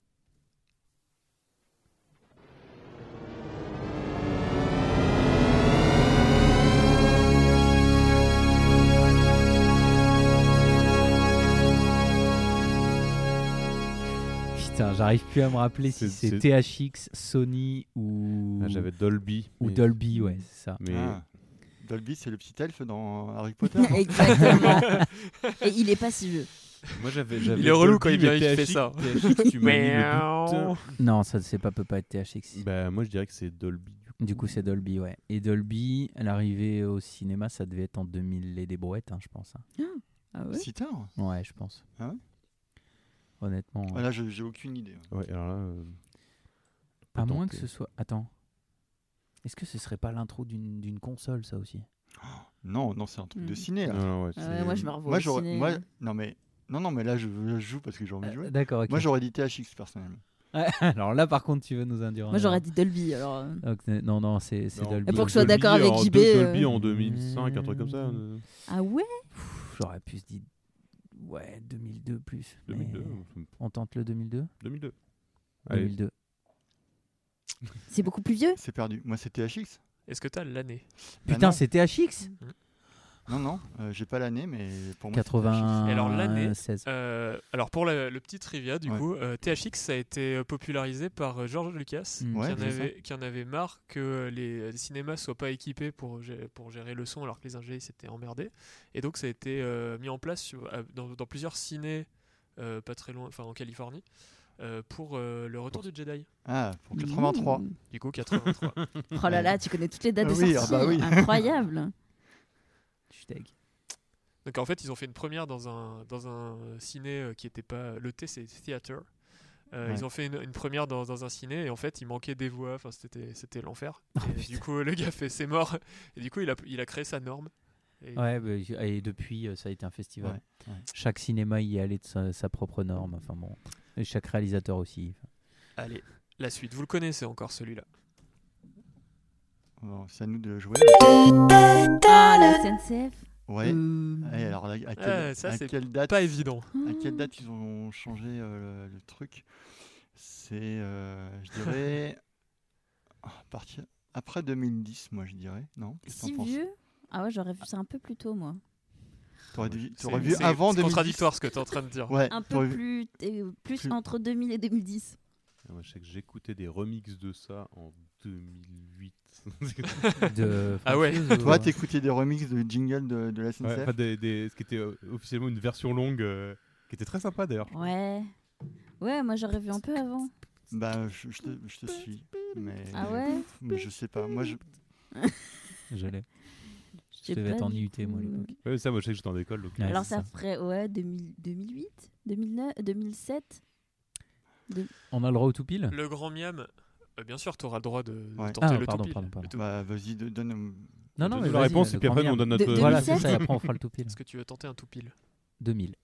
Speaker 1: Putain, j'arrive plus à me rappeler si
Speaker 2: C'est-
Speaker 1: c'est
Speaker 2: c'est-
Speaker 1: THX, Sony ou.
Speaker 2: Ah, J'avais Dolby.
Speaker 1: Ou
Speaker 2: mais-
Speaker 1: Dolby, ouais, c'est ça.
Speaker 2: Mais
Speaker 10: Ah, Dolby, c'est le petit elfe dans Harry Potter.
Speaker 9: Exactement. Et il est pas si vieux.
Speaker 2: moi j'avais.
Speaker 3: Il
Speaker 2: j'avais
Speaker 3: est relou
Speaker 2: Dolby,
Speaker 3: quand il vient,
Speaker 2: mais
Speaker 3: il fait
Speaker 2: THX,
Speaker 3: ça.
Speaker 2: THX, tu m'as mis le doute.
Speaker 1: Non, ça c'est pas, peut pas être THX.
Speaker 2: Bah, moi je dirais que c'est Dolby.
Speaker 1: Du coup, c'est Dolby, ouais. Et Dolby, à l'arrivée au cinéma, ça devait être en 2000 et des brouettes, hein, je pense. hein.
Speaker 9: Ah ouais
Speaker 10: Si tard
Speaker 1: Ouais, je pense.
Speaker 10: Ah ouais
Speaker 1: Honnêtement. ouais.
Speaker 10: Ah, Là, je- j'ai aucune idée.
Speaker 2: Ouais, alors là. euh,
Speaker 1: À
Speaker 2: Attends
Speaker 1: moins que
Speaker 2: que-
Speaker 1: ce soit. Attends. Est-ce que ce serait pas l'intro d'une d'une console, ça aussi
Speaker 10: Non, non, c'est un truc de
Speaker 9: Hmm.
Speaker 10: ciné. là.
Speaker 2: non, non, ouais,
Speaker 9: Ah
Speaker 2: c'est-
Speaker 9: ouais, moi je me revois.
Speaker 10: Moi,
Speaker 9: au
Speaker 10: j'aurais-
Speaker 9: ciné.
Speaker 10: moi- non, mais, non, non, mais là, je, là, je joue parce que j'ai envie de jouer.
Speaker 1: Euh, D'accord, ok.
Speaker 10: Moi, j'aurais dit THX personnellement.
Speaker 1: Ouais, Alors là, par contre, tu veux nous induire en
Speaker 9: Moi, j'aurais
Speaker 1: erreur.
Speaker 9: dit Dolby alors. euh.
Speaker 1: Donc, c'est- non, non, c'est c'est
Speaker 2: Non,
Speaker 1: Dolby.
Speaker 9: Et pour que je sois
Speaker 2: Dolby
Speaker 9: d'accord avec
Speaker 2: en-
Speaker 9: JB,
Speaker 2: Dolby
Speaker 9: euh.
Speaker 2: en 2005, un truc comme ça.
Speaker 1: Hmm.
Speaker 2: euh,
Speaker 9: Ah ouais
Speaker 1: Pff, J'aurais pu se dire. Ouais, 2002 plus. mais
Speaker 2: 2002. euh,
Speaker 1: On tente le 2002
Speaker 2: 2002. Allez.
Speaker 1: 2002.
Speaker 9: C'est beaucoup plus vieux
Speaker 10: C'est perdu. Moi, c'est THX.
Speaker 3: Est-ce que t'as l'année
Speaker 10: Bah
Speaker 1: Putain,
Speaker 10: non.
Speaker 1: c'est THX
Speaker 10: Non, non, euh, j'ai pas l'année, mais pour moi. c'est THX.
Speaker 1: 80.
Speaker 3: Et alors, l'année
Speaker 1: 16.
Speaker 3: Euh, Alors pour la- le petit trivia, du
Speaker 10: Ouais.
Speaker 3: coup, euh, THX ça a été popularisé par euh, George Lucas,
Speaker 1: Mm.
Speaker 10: Ouais,
Speaker 3: qui, en
Speaker 10: c'est ça.
Speaker 3: avait, qui en avait marre que euh, les les cinémas soient pas équipés pour, gé- pour gérer le son alors que les ingénieurs s'étaient emmerdés. Et donc ça a été euh, mis en place sur- à- dans, dans plusieurs ciné euh, pas très loin, enfin en Californie, euh, pour euh, le retour du Jedi.
Speaker 10: Ah, pour 83.
Speaker 9: Mmh.
Speaker 3: Du coup 83.
Speaker 9: Oh là là, tu connais toutes les dates de
Speaker 10: Ah oui, ah
Speaker 9: sortie.
Speaker 10: bah oui.
Speaker 9: Incroyable.
Speaker 1: Je suis deg.
Speaker 3: donc en fait ils ont fait une première dans un, dans un euh, ciné euh, qui était pas... Le T c'est Theater. Euh,
Speaker 10: Ouais.
Speaker 3: Ils ont fait une, une première dans, dans un ciné et en fait il manquait des voix, enfin c'était c'était l'enfer.
Speaker 1: Oh,
Speaker 3: Et
Speaker 1: putain.
Speaker 3: du coup, le gars fait c'est mort. Et du coup, il a, il a créé sa norme. Et
Speaker 1: Ouais, bah, j- et depuis, euh, ça a été un festival.
Speaker 10: Ouais, ouais.
Speaker 1: Chaque cinéma y est allé de sa, sa propre norme. Enfin bon, et chaque réalisateur aussi.
Speaker 3: Allez, la suite. Vous le connaissez encore celui-là.
Speaker 10: Bon, c'est à nous de jouer.
Speaker 9: Euh, Ah, la SNCF.
Speaker 10: Ouais.
Speaker 9: Euh,
Speaker 10: Ouais, alors, là, à, quelle,
Speaker 3: Ah, ça,
Speaker 10: à
Speaker 3: c'est
Speaker 10: quelle date
Speaker 3: Pas évident.
Speaker 10: À
Speaker 9: Ah.
Speaker 10: quelle date ils ont changé euh, le, le truc C'est, euh, je dirais, Ah, à partir après 2010, moi je dirais. Non Qu'est-ce que
Speaker 9: Oh, Si
Speaker 10: t'en penses
Speaker 9: vieux Ah ouais, j'aurais vu ça un peu plus tôt, moi.
Speaker 10: T'aurais dû-
Speaker 3: C'est-
Speaker 10: t'aurais vu
Speaker 3: c'est-
Speaker 10: avant
Speaker 3: C'est
Speaker 10: 2010
Speaker 3: contradictoire ce que tu es en train de dire.
Speaker 10: Ouais.
Speaker 9: Un
Speaker 10: Eh, t'aurais
Speaker 9: peu
Speaker 10: vu-
Speaker 9: plus, euh, plus,
Speaker 10: Plus-
Speaker 9: entre 2000 et 2010.
Speaker 2: Ah, Moi, je sais que j'écoutais des remixes de ça en 2008.
Speaker 1: De
Speaker 3: Ah ouais.
Speaker 1: française ou-
Speaker 10: Toi, t'écoutais des remixes de jingle de, de la SNCF
Speaker 2: Ouais, enfin, des, des- ce qui était euh, officiellement une version longue euh, qui était très sympa d'ailleurs.
Speaker 9: Ouais. Ouais, moi j'aurais vu un peu avant.
Speaker 10: Bah, je, je te, je te suis. Mais,
Speaker 9: Ah ouais
Speaker 10: mais je sais pas. Moi, je,
Speaker 1: Je l'ai. Je
Speaker 9: sais
Speaker 1: devais
Speaker 9: pas
Speaker 1: être en
Speaker 9: du
Speaker 1: IUT, moi, à
Speaker 9: tout.
Speaker 1: l'époque.
Speaker 2: Ouais, ça, moi, je sais que j'étais en école. Donc, euh,
Speaker 1: Ouais,
Speaker 9: Alors
Speaker 1: c'est
Speaker 9: ça
Speaker 1: ça.
Speaker 9: ferait, ouais, 2000 2008 2009 2007
Speaker 1: On a le droit au tout pile
Speaker 3: Le grand miam, euh, bien sûr, tu auras le droit de, de
Speaker 10: Ouais.
Speaker 3: tenter
Speaker 1: Ah,
Speaker 3: le
Speaker 1: pardon,
Speaker 3: tout pile.
Speaker 1: pardon, pardon.
Speaker 3: Le tout-
Speaker 10: bah, vas-y, de- donne.
Speaker 1: Non,
Speaker 2: on
Speaker 1: non,
Speaker 2: donne
Speaker 1: mais
Speaker 2: la
Speaker 1: vas-y,
Speaker 2: réponse
Speaker 1: le
Speaker 2: et puis après,
Speaker 1: grand
Speaker 2: on donne notre.
Speaker 9: De-
Speaker 1: Voilà,
Speaker 9: c'est
Speaker 1: c'est
Speaker 9: 2007.
Speaker 1: ça, et après on fera le tout pile.
Speaker 3: Est-ce que tu veux tenter un tout pile
Speaker 1: 2000.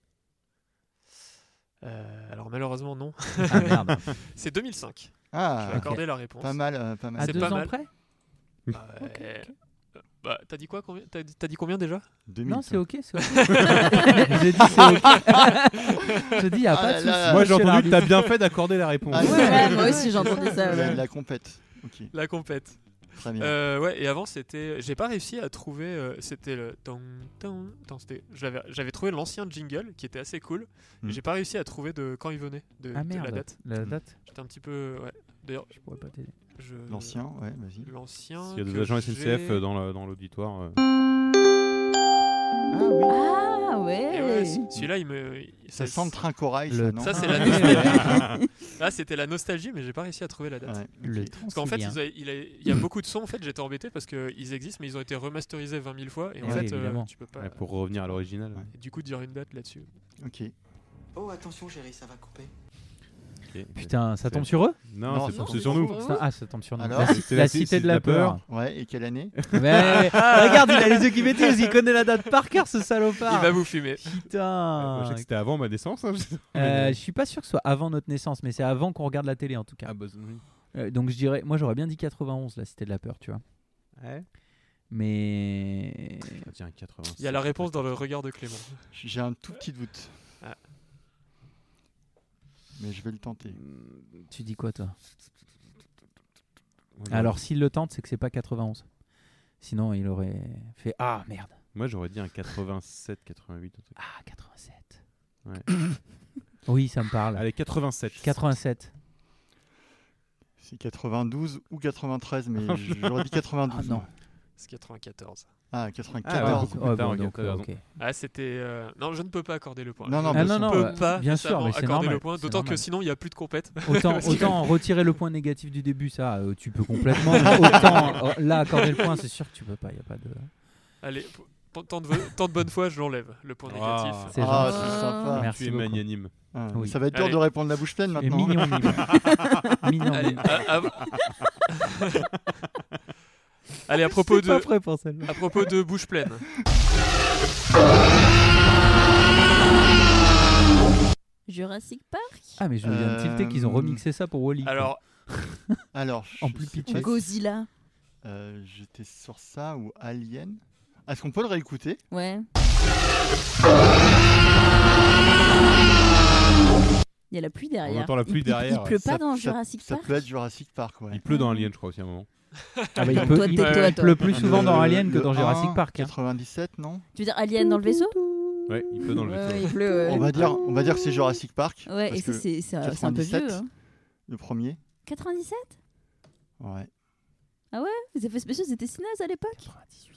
Speaker 3: Euh, Alors malheureusement, non.
Speaker 1: Ah merde.
Speaker 3: C'est 2005. Je vais
Speaker 10: Ah,
Speaker 1: ok.
Speaker 3: accorder la réponse.
Speaker 10: pas mal, euh, pas
Speaker 1: À
Speaker 10: mal.
Speaker 3: C'est
Speaker 1: deux
Speaker 3: pas
Speaker 1: ans
Speaker 3: mal.
Speaker 1: près
Speaker 3: Euh, euh, bah, t'as dit quoi combien- T'as dit, t'as dit combien déjà
Speaker 10: 2000,
Speaker 1: Non, c'est
Speaker 10: quoi.
Speaker 1: ok, c'est ok. J'ai dit c'est ok. J'ai dit, y a
Speaker 10: Ah
Speaker 1: pas
Speaker 10: là
Speaker 1: de
Speaker 10: là.
Speaker 1: souci.
Speaker 2: Moi, j'ai
Speaker 1: monsieur
Speaker 2: entendu que
Speaker 1: l'arbitre.
Speaker 2: t'as bien fait d'accorder la réponse.
Speaker 10: Ah,
Speaker 9: Ouais, moi aussi j'entendais ça.
Speaker 10: La,
Speaker 9: ouais.
Speaker 10: la compète. Ok,
Speaker 3: La compète.
Speaker 10: très bien.
Speaker 3: Euh, ouais, et avant c'était. J'ai pas réussi à trouver. euh, c'était le. Tang, tang, tang, c'était- J'avais j'avais trouvé l'ancien jingle qui était assez cool.
Speaker 10: Hmm.
Speaker 3: mais J'ai pas réussi à trouver de quand il venait, de,
Speaker 1: Ah
Speaker 3: de
Speaker 1: merde.
Speaker 3: la date.
Speaker 1: La date
Speaker 3: J'étais un petit peu. Ouais. D'ailleurs,
Speaker 1: Je pourrais pas t'aider.
Speaker 3: je.
Speaker 10: L'ancien, ouais, vas-y.
Speaker 3: euh, L'ancien.
Speaker 2: S'il y a des
Speaker 3: que
Speaker 2: agents
Speaker 3: j'ai-
Speaker 2: SNCF euh, dans la- dans l'auditoire. euh,
Speaker 10: Ah oui.
Speaker 9: Ah
Speaker 3: Eh
Speaker 9: ouais.
Speaker 3: ouais, c- celui-là, il me. il-
Speaker 10: Ça sent le train corail, ça,
Speaker 1: Le
Speaker 10: non
Speaker 3: Ça, c'est la nostalgie. Là, c'était la nostalgie, mais j'ai pas réussi à trouver la date.
Speaker 10: Ouais,
Speaker 1: Le
Speaker 10: ok.
Speaker 1: temps,
Speaker 3: Parce qu'en
Speaker 1: c'est
Speaker 3: fait,
Speaker 1: bien.
Speaker 3: ils avaient- il, a- il y a beaucoup de sons. En fait, j'étais embêté parce qu'ils existent, mais ils ont été remasterisés 20 000 fois. Et, en
Speaker 1: Eh oui,
Speaker 3: fait, euh,
Speaker 1: évidemment.
Speaker 3: tu peux pas.
Speaker 2: ouais, Pour revenir à l'original.
Speaker 10: Ouais.
Speaker 3: Du coup, dire une date là-dessus.
Speaker 10: Ok.
Speaker 8: Oh, attention, chérie, ça va couper.
Speaker 2: Ok.
Speaker 1: Putain, ça
Speaker 2: C'est-
Speaker 1: tombe sur eux
Speaker 10: Non,
Speaker 2: Non, c'est
Speaker 10: non,
Speaker 2: pour- c'est
Speaker 10: c'est
Speaker 2: sur
Speaker 10: pour
Speaker 2: nous.
Speaker 9: vous.
Speaker 1: Putain, Ah, ça tombe sur nous.
Speaker 10: Alors,
Speaker 1: la, ci-
Speaker 2: c'est
Speaker 1: la
Speaker 2: la ci-
Speaker 1: cité de la peur.
Speaker 10: Ouais, et quelle année
Speaker 1: Mais- regarde, il a les yeux qui m'étaient, il connaît la date par cœur, ce salopard.
Speaker 3: Il va vous fumer.
Speaker 2: Moi, je
Speaker 1: Putain.
Speaker 2: sais que c'était avant ma naissance. hein, je-
Speaker 1: Euh, je suis pas sûr que ce soit avant notre naissance, mais c'est avant qu'on regarde la télé en tout
Speaker 2: Ah
Speaker 1: cas. Euh, donc je dirais, moi j'aurais bien dit 91, la cité de la peur, tu vois.
Speaker 2: Ouais.
Speaker 1: Mais.
Speaker 2: Ah, Tiens, 80.
Speaker 3: Il y a la réponse dans le regard de Clément.
Speaker 10: J'ai un tout petit doute.
Speaker 3: Ah.
Speaker 10: Mais je vais le tenter.
Speaker 3: Hmm.
Speaker 1: Tu dis quoi toi
Speaker 2: Moi, j'aurais-
Speaker 1: Alors s'il le tente, c'est que c'est pas 91. Sinon il aurait fait Ah merde
Speaker 2: Moi, j'aurais dit un 87, 88. un truc.
Speaker 1: Ah 87. Oui, ça me parle.
Speaker 2: Allez, 87.
Speaker 1: 87.
Speaker 10: C'est 92 ou 93, mais
Speaker 2: Ah,
Speaker 10: j'aurais dit
Speaker 1: ah,
Speaker 10: 92.
Speaker 1: non.
Speaker 10: moi.
Speaker 3: C'est 94.
Speaker 10: Ah, 94.
Speaker 2: Ah, ouais, beaucoup plus
Speaker 1: Ouais,
Speaker 2: tard,
Speaker 1: Oh, bon,
Speaker 2: ok,
Speaker 1: donc,
Speaker 2: t'as raison.
Speaker 1: ok. Ah,
Speaker 3: Ah, c'était. euh, Non, je ne peux pas accorder le point.
Speaker 10: Non, non,
Speaker 3: je
Speaker 10: mais
Speaker 3: ne
Speaker 10: c'est
Speaker 3: peux
Speaker 1: normal.
Speaker 3: pas
Speaker 1: euh, Bien sûr,
Speaker 3: récemment
Speaker 1: mais c'est
Speaker 3: accorder
Speaker 1: normal,
Speaker 3: le point,
Speaker 1: c'est
Speaker 3: d'autant que
Speaker 1: normal.
Speaker 3: sinon il n'y a plus de compète.
Speaker 1: Autant,
Speaker 3: Parce que-
Speaker 1: autant retirer le point négatif du début, ça, euh, tu peux complètement. mais autant euh, là, accorder le point, c'est sûr que tu peux pas. Y a pas de...
Speaker 3: Allez, pour- tant de, vo- tant de bonne foi, je l'enlève le point
Speaker 2: Ah.
Speaker 3: négatif.
Speaker 1: C'est
Speaker 10: Ah,
Speaker 1: gentil.
Speaker 10: c'est sympa.
Speaker 1: Merci
Speaker 2: tu es
Speaker 1: beaucoup.
Speaker 2: magnanime.
Speaker 10: Ah,
Speaker 1: Oui.
Speaker 10: Ça va être dur
Speaker 3: Allez.
Speaker 10: de répondre la bouche pleine
Speaker 1: Et
Speaker 10: maintenant.
Speaker 1: mignon, mignon. mignon,
Speaker 3: Allez,
Speaker 1: mignon.
Speaker 3: à, à- Allez, à propos
Speaker 1: Je suis
Speaker 3: de.
Speaker 1: pas prêt pour celle-là.
Speaker 3: À propos de bouche pleine.
Speaker 9: Jurassic Park
Speaker 1: Ah, mais je me viens de tilter qu'ils ont
Speaker 10: Euh,
Speaker 1: remixé ça pour Wally.
Speaker 3: Alors,
Speaker 10: Alors, je
Speaker 1: En plus
Speaker 10: sais
Speaker 1: pitché.
Speaker 10: pas si-
Speaker 9: Godzilla
Speaker 10: euh, J'étais sur ça ou Alien. Est-ce qu'on peut le réécouter
Speaker 9: Ouais. Il y a la pluie derrière.
Speaker 2: On entend la pluie
Speaker 9: il, il-
Speaker 2: derrière,
Speaker 9: Il, pleut
Speaker 10: Ça-
Speaker 9: pas dans
Speaker 10: ça-
Speaker 9: Jurassic
Speaker 10: ça,
Speaker 9: Park.
Speaker 10: peut être Jurassic Park, ouais.
Speaker 2: Il pleut dans Alien, je crois aussi à un moment.
Speaker 1: Ah, bah, il, peut-
Speaker 9: Toi,
Speaker 1: il-
Speaker 9: tais-toi,
Speaker 1: il
Speaker 9: toi.
Speaker 1: pleut plus souvent dans
Speaker 10: Ah, Le-
Speaker 1: Alien que
Speaker 10: le
Speaker 1: dans Jurassic
Speaker 10: 1,
Speaker 1: Park. hein.
Speaker 10: 97, non
Speaker 9: Tu veux dire Alien dans le vaisseau
Speaker 2: Ouais, il pleut dans le vaisseau.
Speaker 9: Ouais, il pleut. ouais.
Speaker 10: on va, dire, on va dire que c'est Jurassic Park.
Speaker 9: Euh, Ouais,
Speaker 10: parce
Speaker 9: et ça,
Speaker 10: que
Speaker 9: c'est c'est un c'est un peu
Speaker 10: 97.
Speaker 9: vieux. hein.
Speaker 10: le premier.
Speaker 9: 97
Speaker 10: Ouais.
Speaker 9: Les effets spéciaux, c'était Sinaz à l'époque
Speaker 1: 98.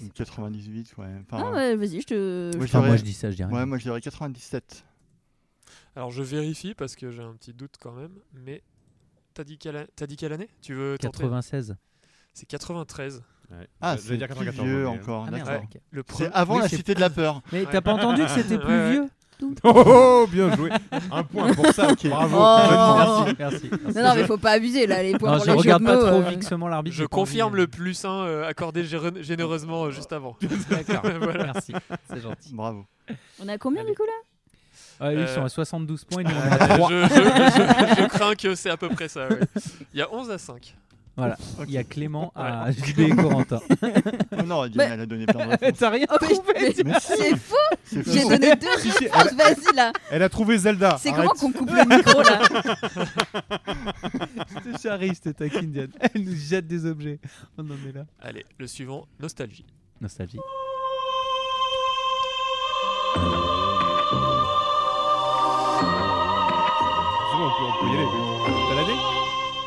Speaker 10: Ou 98, ouais. Enfin,
Speaker 9: Ah ouais, vas-y, je te.
Speaker 10: Moi, je
Speaker 1: Enfin, moi,
Speaker 10: dirais-
Speaker 1: je dis ça, je dis rien.
Speaker 10: ouais, moi je dirais 97.
Speaker 3: alors je vérifie parce que j'ai un petit doute quand même, mais t'as dit, quelle a- t'as dit quelle année Tu veux tenter
Speaker 1: 96.
Speaker 3: C'est 93.
Speaker 2: Ouais.
Speaker 10: Ah,
Speaker 2: Je vais
Speaker 10: c'est
Speaker 2: dire hein.
Speaker 10: plus
Speaker 2: 94,
Speaker 10: vieux
Speaker 2: mais- euh,
Speaker 10: encore.
Speaker 1: Ah, merde,
Speaker 10: d'accord.
Speaker 1: ok.
Speaker 3: Le
Speaker 10: C'est
Speaker 3: premier.
Speaker 10: avant
Speaker 1: Oui,
Speaker 10: la
Speaker 1: c'est-
Speaker 10: Cité de la Peur.
Speaker 1: Mais
Speaker 3: Ouais.
Speaker 1: t'as pas entendu que c'était plus
Speaker 3: Ouais, ouais.
Speaker 1: vieux
Speaker 2: Oh, oh, bien joué. Un point pour ça.
Speaker 10: Ok.
Speaker 2: Bravo.
Speaker 9: Oh.
Speaker 1: Merci, merci. merci.
Speaker 9: Non, non, mais faut pas abuser là, les points
Speaker 1: Non,
Speaker 9: pour
Speaker 1: je
Speaker 9: les jeux de
Speaker 1: regarde pas
Speaker 9: mots,
Speaker 1: trop
Speaker 9: euh.
Speaker 1: fixement l'arbitre.
Speaker 3: Je
Speaker 1: j'ai pas envie,
Speaker 3: confirme
Speaker 1: euh,
Speaker 3: le plus 1 accordé gére- généreusement euh, juste avant.
Speaker 1: D'accord,
Speaker 3: Voilà.
Speaker 1: merci. C'est gentil.
Speaker 10: Bravo.
Speaker 9: On a combien
Speaker 3: Allez.
Speaker 9: du coup là
Speaker 1: Ah, eux,
Speaker 3: Euh,
Speaker 1: Ils sont à 72 points. Nous, on
Speaker 3: Euh,
Speaker 1: est à 3.
Speaker 3: je, je- je crains que c'est à peu près ça. ouais. Il y a 11 à 5.
Speaker 1: Voilà.
Speaker 10: Ok.
Speaker 1: Il y a Clément à JB et Corentin.
Speaker 10: Oh non, elle dit-
Speaker 9: Mais-
Speaker 10: elle a donné plein de réponses.
Speaker 1: T'as rien trouvé
Speaker 10: Mais si,
Speaker 9: C'est faux
Speaker 10: c'est
Speaker 9: J'ai
Speaker 10: faux.
Speaker 9: donné deux
Speaker 2: Si, si, elle,
Speaker 9: réponses, vas-y là
Speaker 2: elle a trouvé Zelda.
Speaker 9: C'est
Speaker 2: Arrête.
Speaker 9: comment qu'on coupe le micro là
Speaker 1: C'était chariste, cette Indienne. Elle nous jette des objets. On en est là.
Speaker 3: Allez, le suivant, nostalgie.
Speaker 1: Nostalgie.
Speaker 2: C'est bon, on peut, on peut y aller. T'as l'année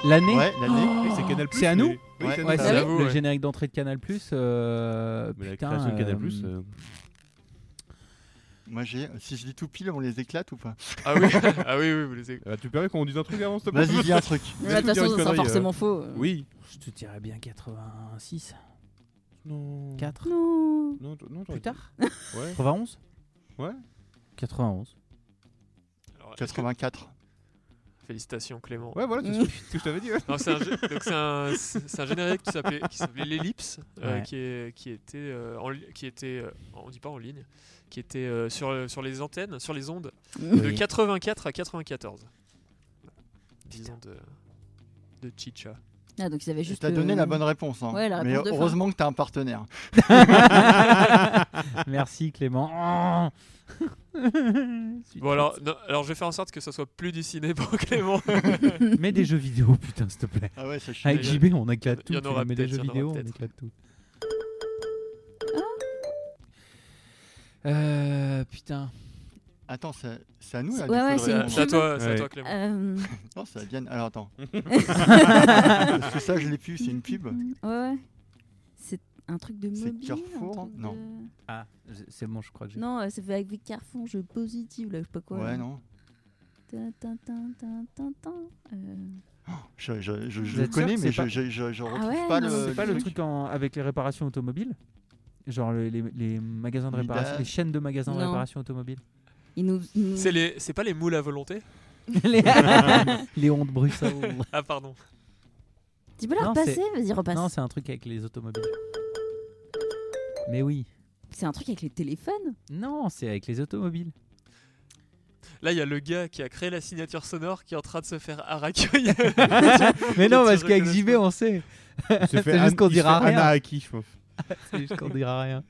Speaker 1: L'année
Speaker 10: Ouais, l'année.
Speaker 9: Oh.
Speaker 2: Oui, c'est Canal+.
Speaker 1: C'est à nous
Speaker 2: mais- Oui,
Speaker 10: Ouais.
Speaker 2: c'est à nous.
Speaker 1: Ouais,
Speaker 9: Ah
Speaker 1: c'est
Speaker 9: oui
Speaker 1: le-
Speaker 3: J'avoue,
Speaker 1: le
Speaker 3: ouais.
Speaker 1: générique d'entrée de Canal Plus. Euh,
Speaker 2: Mais la
Speaker 1: putain,
Speaker 2: création de Canal+.
Speaker 1: euh,
Speaker 2: euh,
Speaker 10: Moi j'ai. Si je dis tout pile, on les éclate ou pas
Speaker 3: Ah oui, ah oui, oui, vous les avez-
Speaker 2: euh, tu permets qu'on dise un truc avant, s'il te plaît
Speaker 10: Vas-y, dis un truc.
Speaker 9: Mais De toute façon,
Speaker 2: Une
Speaker 9: ça sera
Speaker 2: connerie, euh.
Speaker 9: forcément faux.
Speaker 2: Oui.
Speaker 1: Je te dirais bien 86,
Speaker 2: Non.
Speaker 1: 4,
Speaker 9: Non
Speaker 2: Non, t- non, t'aurais
Speaker 1: plus
Speaker 2: dit-
Speaker 1: tard
Speaker 2: Ouais.
Speaker 1: 91
Speaker 2: Ouais.
Speaker 1: 91.
Speaker 3: Alors, est-ce que-
Speaker 10: 84.
Speaker 3: Félicitations Clément.
Speaker 2: Ouais, voilà, c'est ce que- ce que je t'avais dit. ouais.
Speaker 3: Non, c'est un, gé- donc c'est un- c'est un générique qui s'appelait qui s'appelait l'ellipse, euh,
Speaker 1: Ouais.
Speaker 3: qui, est- qui était, euh, en li- qui était, euh, on dit pas en ligne, qui était euh, sur, euh, sur les antennes, sur les ondes, de
Speaker 1: Oui.
Speaker 3: 84 à 94. 10 ans de, de chicha.
Speaker 9: Ah, donc ils avaient juste.
Speaker 10: T'as donné
Speaker 9: euh,
Speaker 10: la bonne réponse. hein.
Speaker 9: Ouais, la
Speaker 10: Mais
Speaker 9: réponse de fin.
Speaker 10: heureusement que t'as un partenaire.
Speaker 1: Merci Clément.
Speaker 3: Bon alors, non, alors je vais faire en sorte que ça soit plus du ciné pour Clément.
Speaker 1: Mets des jeux vidéo, putain, s'il te plaît.
Speaker 10: Ah ouais, ça chie.
Speaker 1: Avec
Speaker 3: Il y en-
Speaker 1: JB, on éclate tout.
Speaker 3: il y en
Speaker 1: tu
Speaker 3: aura
Speaker 1: mets des
Speaker 3: peut-être,
Speaker 1: jeux
Speaker 3: il y en aura
Speaker 1: vidéo, on
Speaker 3: peut-être.
Speaker 1: éclate tout. Euh, putain.
Speaker 10: Attends, c'est c'est à nous là.
Speaker 9: Ouais,
Speaker 10: du coup,
Speaker 9: ouais,
Speaker 10: le
Speaker 9: c'est
Speaker 3: C'est à
Speaker 10: raisonnement.
Speaker 9: une
Speaker 3: c'est à toi, c'est à
Speaker 2: Ouais.
Speaker 3: toi Clément.
Speaker 9: Euh,
Speaker 10: Non, c'est à Diane. Alors attends. Parce que ça, je l'ai plus, c'est une pub.
Speaker 9: Ouais, ouais. C'est un truc de
Speaker 10: C'est
Speaker 9: mobile. un
Speaker 10: Carrefour,
Speaker 9: truc
Speaker 10: non.
Speaker 9: de-
Speaker 1: Ah, je- c'est bon, je crois que j'ai.
Speaker 9: Non, euh, c'est fait avec Carrefour, jeu positif là, je sais pas quoi.
Speaker 10: Ouais,
Speaker 9: là.
Speaker 10: non.
Speaker 9: Tin, tin, tin, tin, tin, tin. Euh,
Speaker 10: Je, je, je, je
Speaker 1: Vous
Speaker 10: le
Speaker 1: êtes sûr
Speaker 10: connais,
Speaker 1: que
Speaker 10: mais
Speaker 1: c'est
Speaker 10: je, je, je, je
Speaker 9: Ah
Speaker 10: retrouve
Speaker 9: ouais,
Speaker 10: pas
Speaker 9: non,
Speaker 10: le.
Speaker 9: c'est
Speaker 1: pas le truc en- avec les réparations automobiles Genre le- les, les magasins de
Speaker 10: Mida.
Speaker 1: réparation, les chaînes de magasins de
Speaker 9: Non.
Speaker 1: réparation automobile
Speaker 9: Il nous. il nous-
Speaker 3: C'est les, c'est pas les moules à volonté
Speaker 1: les... hontes Bruxelles.
Speaker 3: Ah pardon.
Speaker 9: Tu peux la
Speaker 1: Non,
Speaker 9: repasser
Speaker 1: c'est-
Speaker 9: Vas-y, repasse.
Speaker 1: Non, c'est un truc avec les automobiles. Mais oui.
Speaker 9: C'est un truc avec les téléphones
Speaker 1: Non, c'est avec les automobiles.
Speaker 3: Là il y a le gars qui a créé la signature sonore qui est en train de se faire haracouiller.
Speaker 1: Mais
Speaker 3: non,
Speaker 1: non,
Speaker 3: tu
Speaker 1: parce
Speaker 3: parce qu'avec
Speaker 1: qu'avec
Speaker 3: reconnais
Speaker 1: JB,
Speaker 3: JB, pas.
Speaker 1: on sait.
Speaker 2: Il se fait
Speaker 1: C'est juste qu'on
Speaker 2: Anne- il se
Speaker 1: dira
Speaker 2: fait
Speaker 1: rien.
Speaker 2: Anna Aki, je pense.
Speaker 1: C'est juste qu'on dira rien.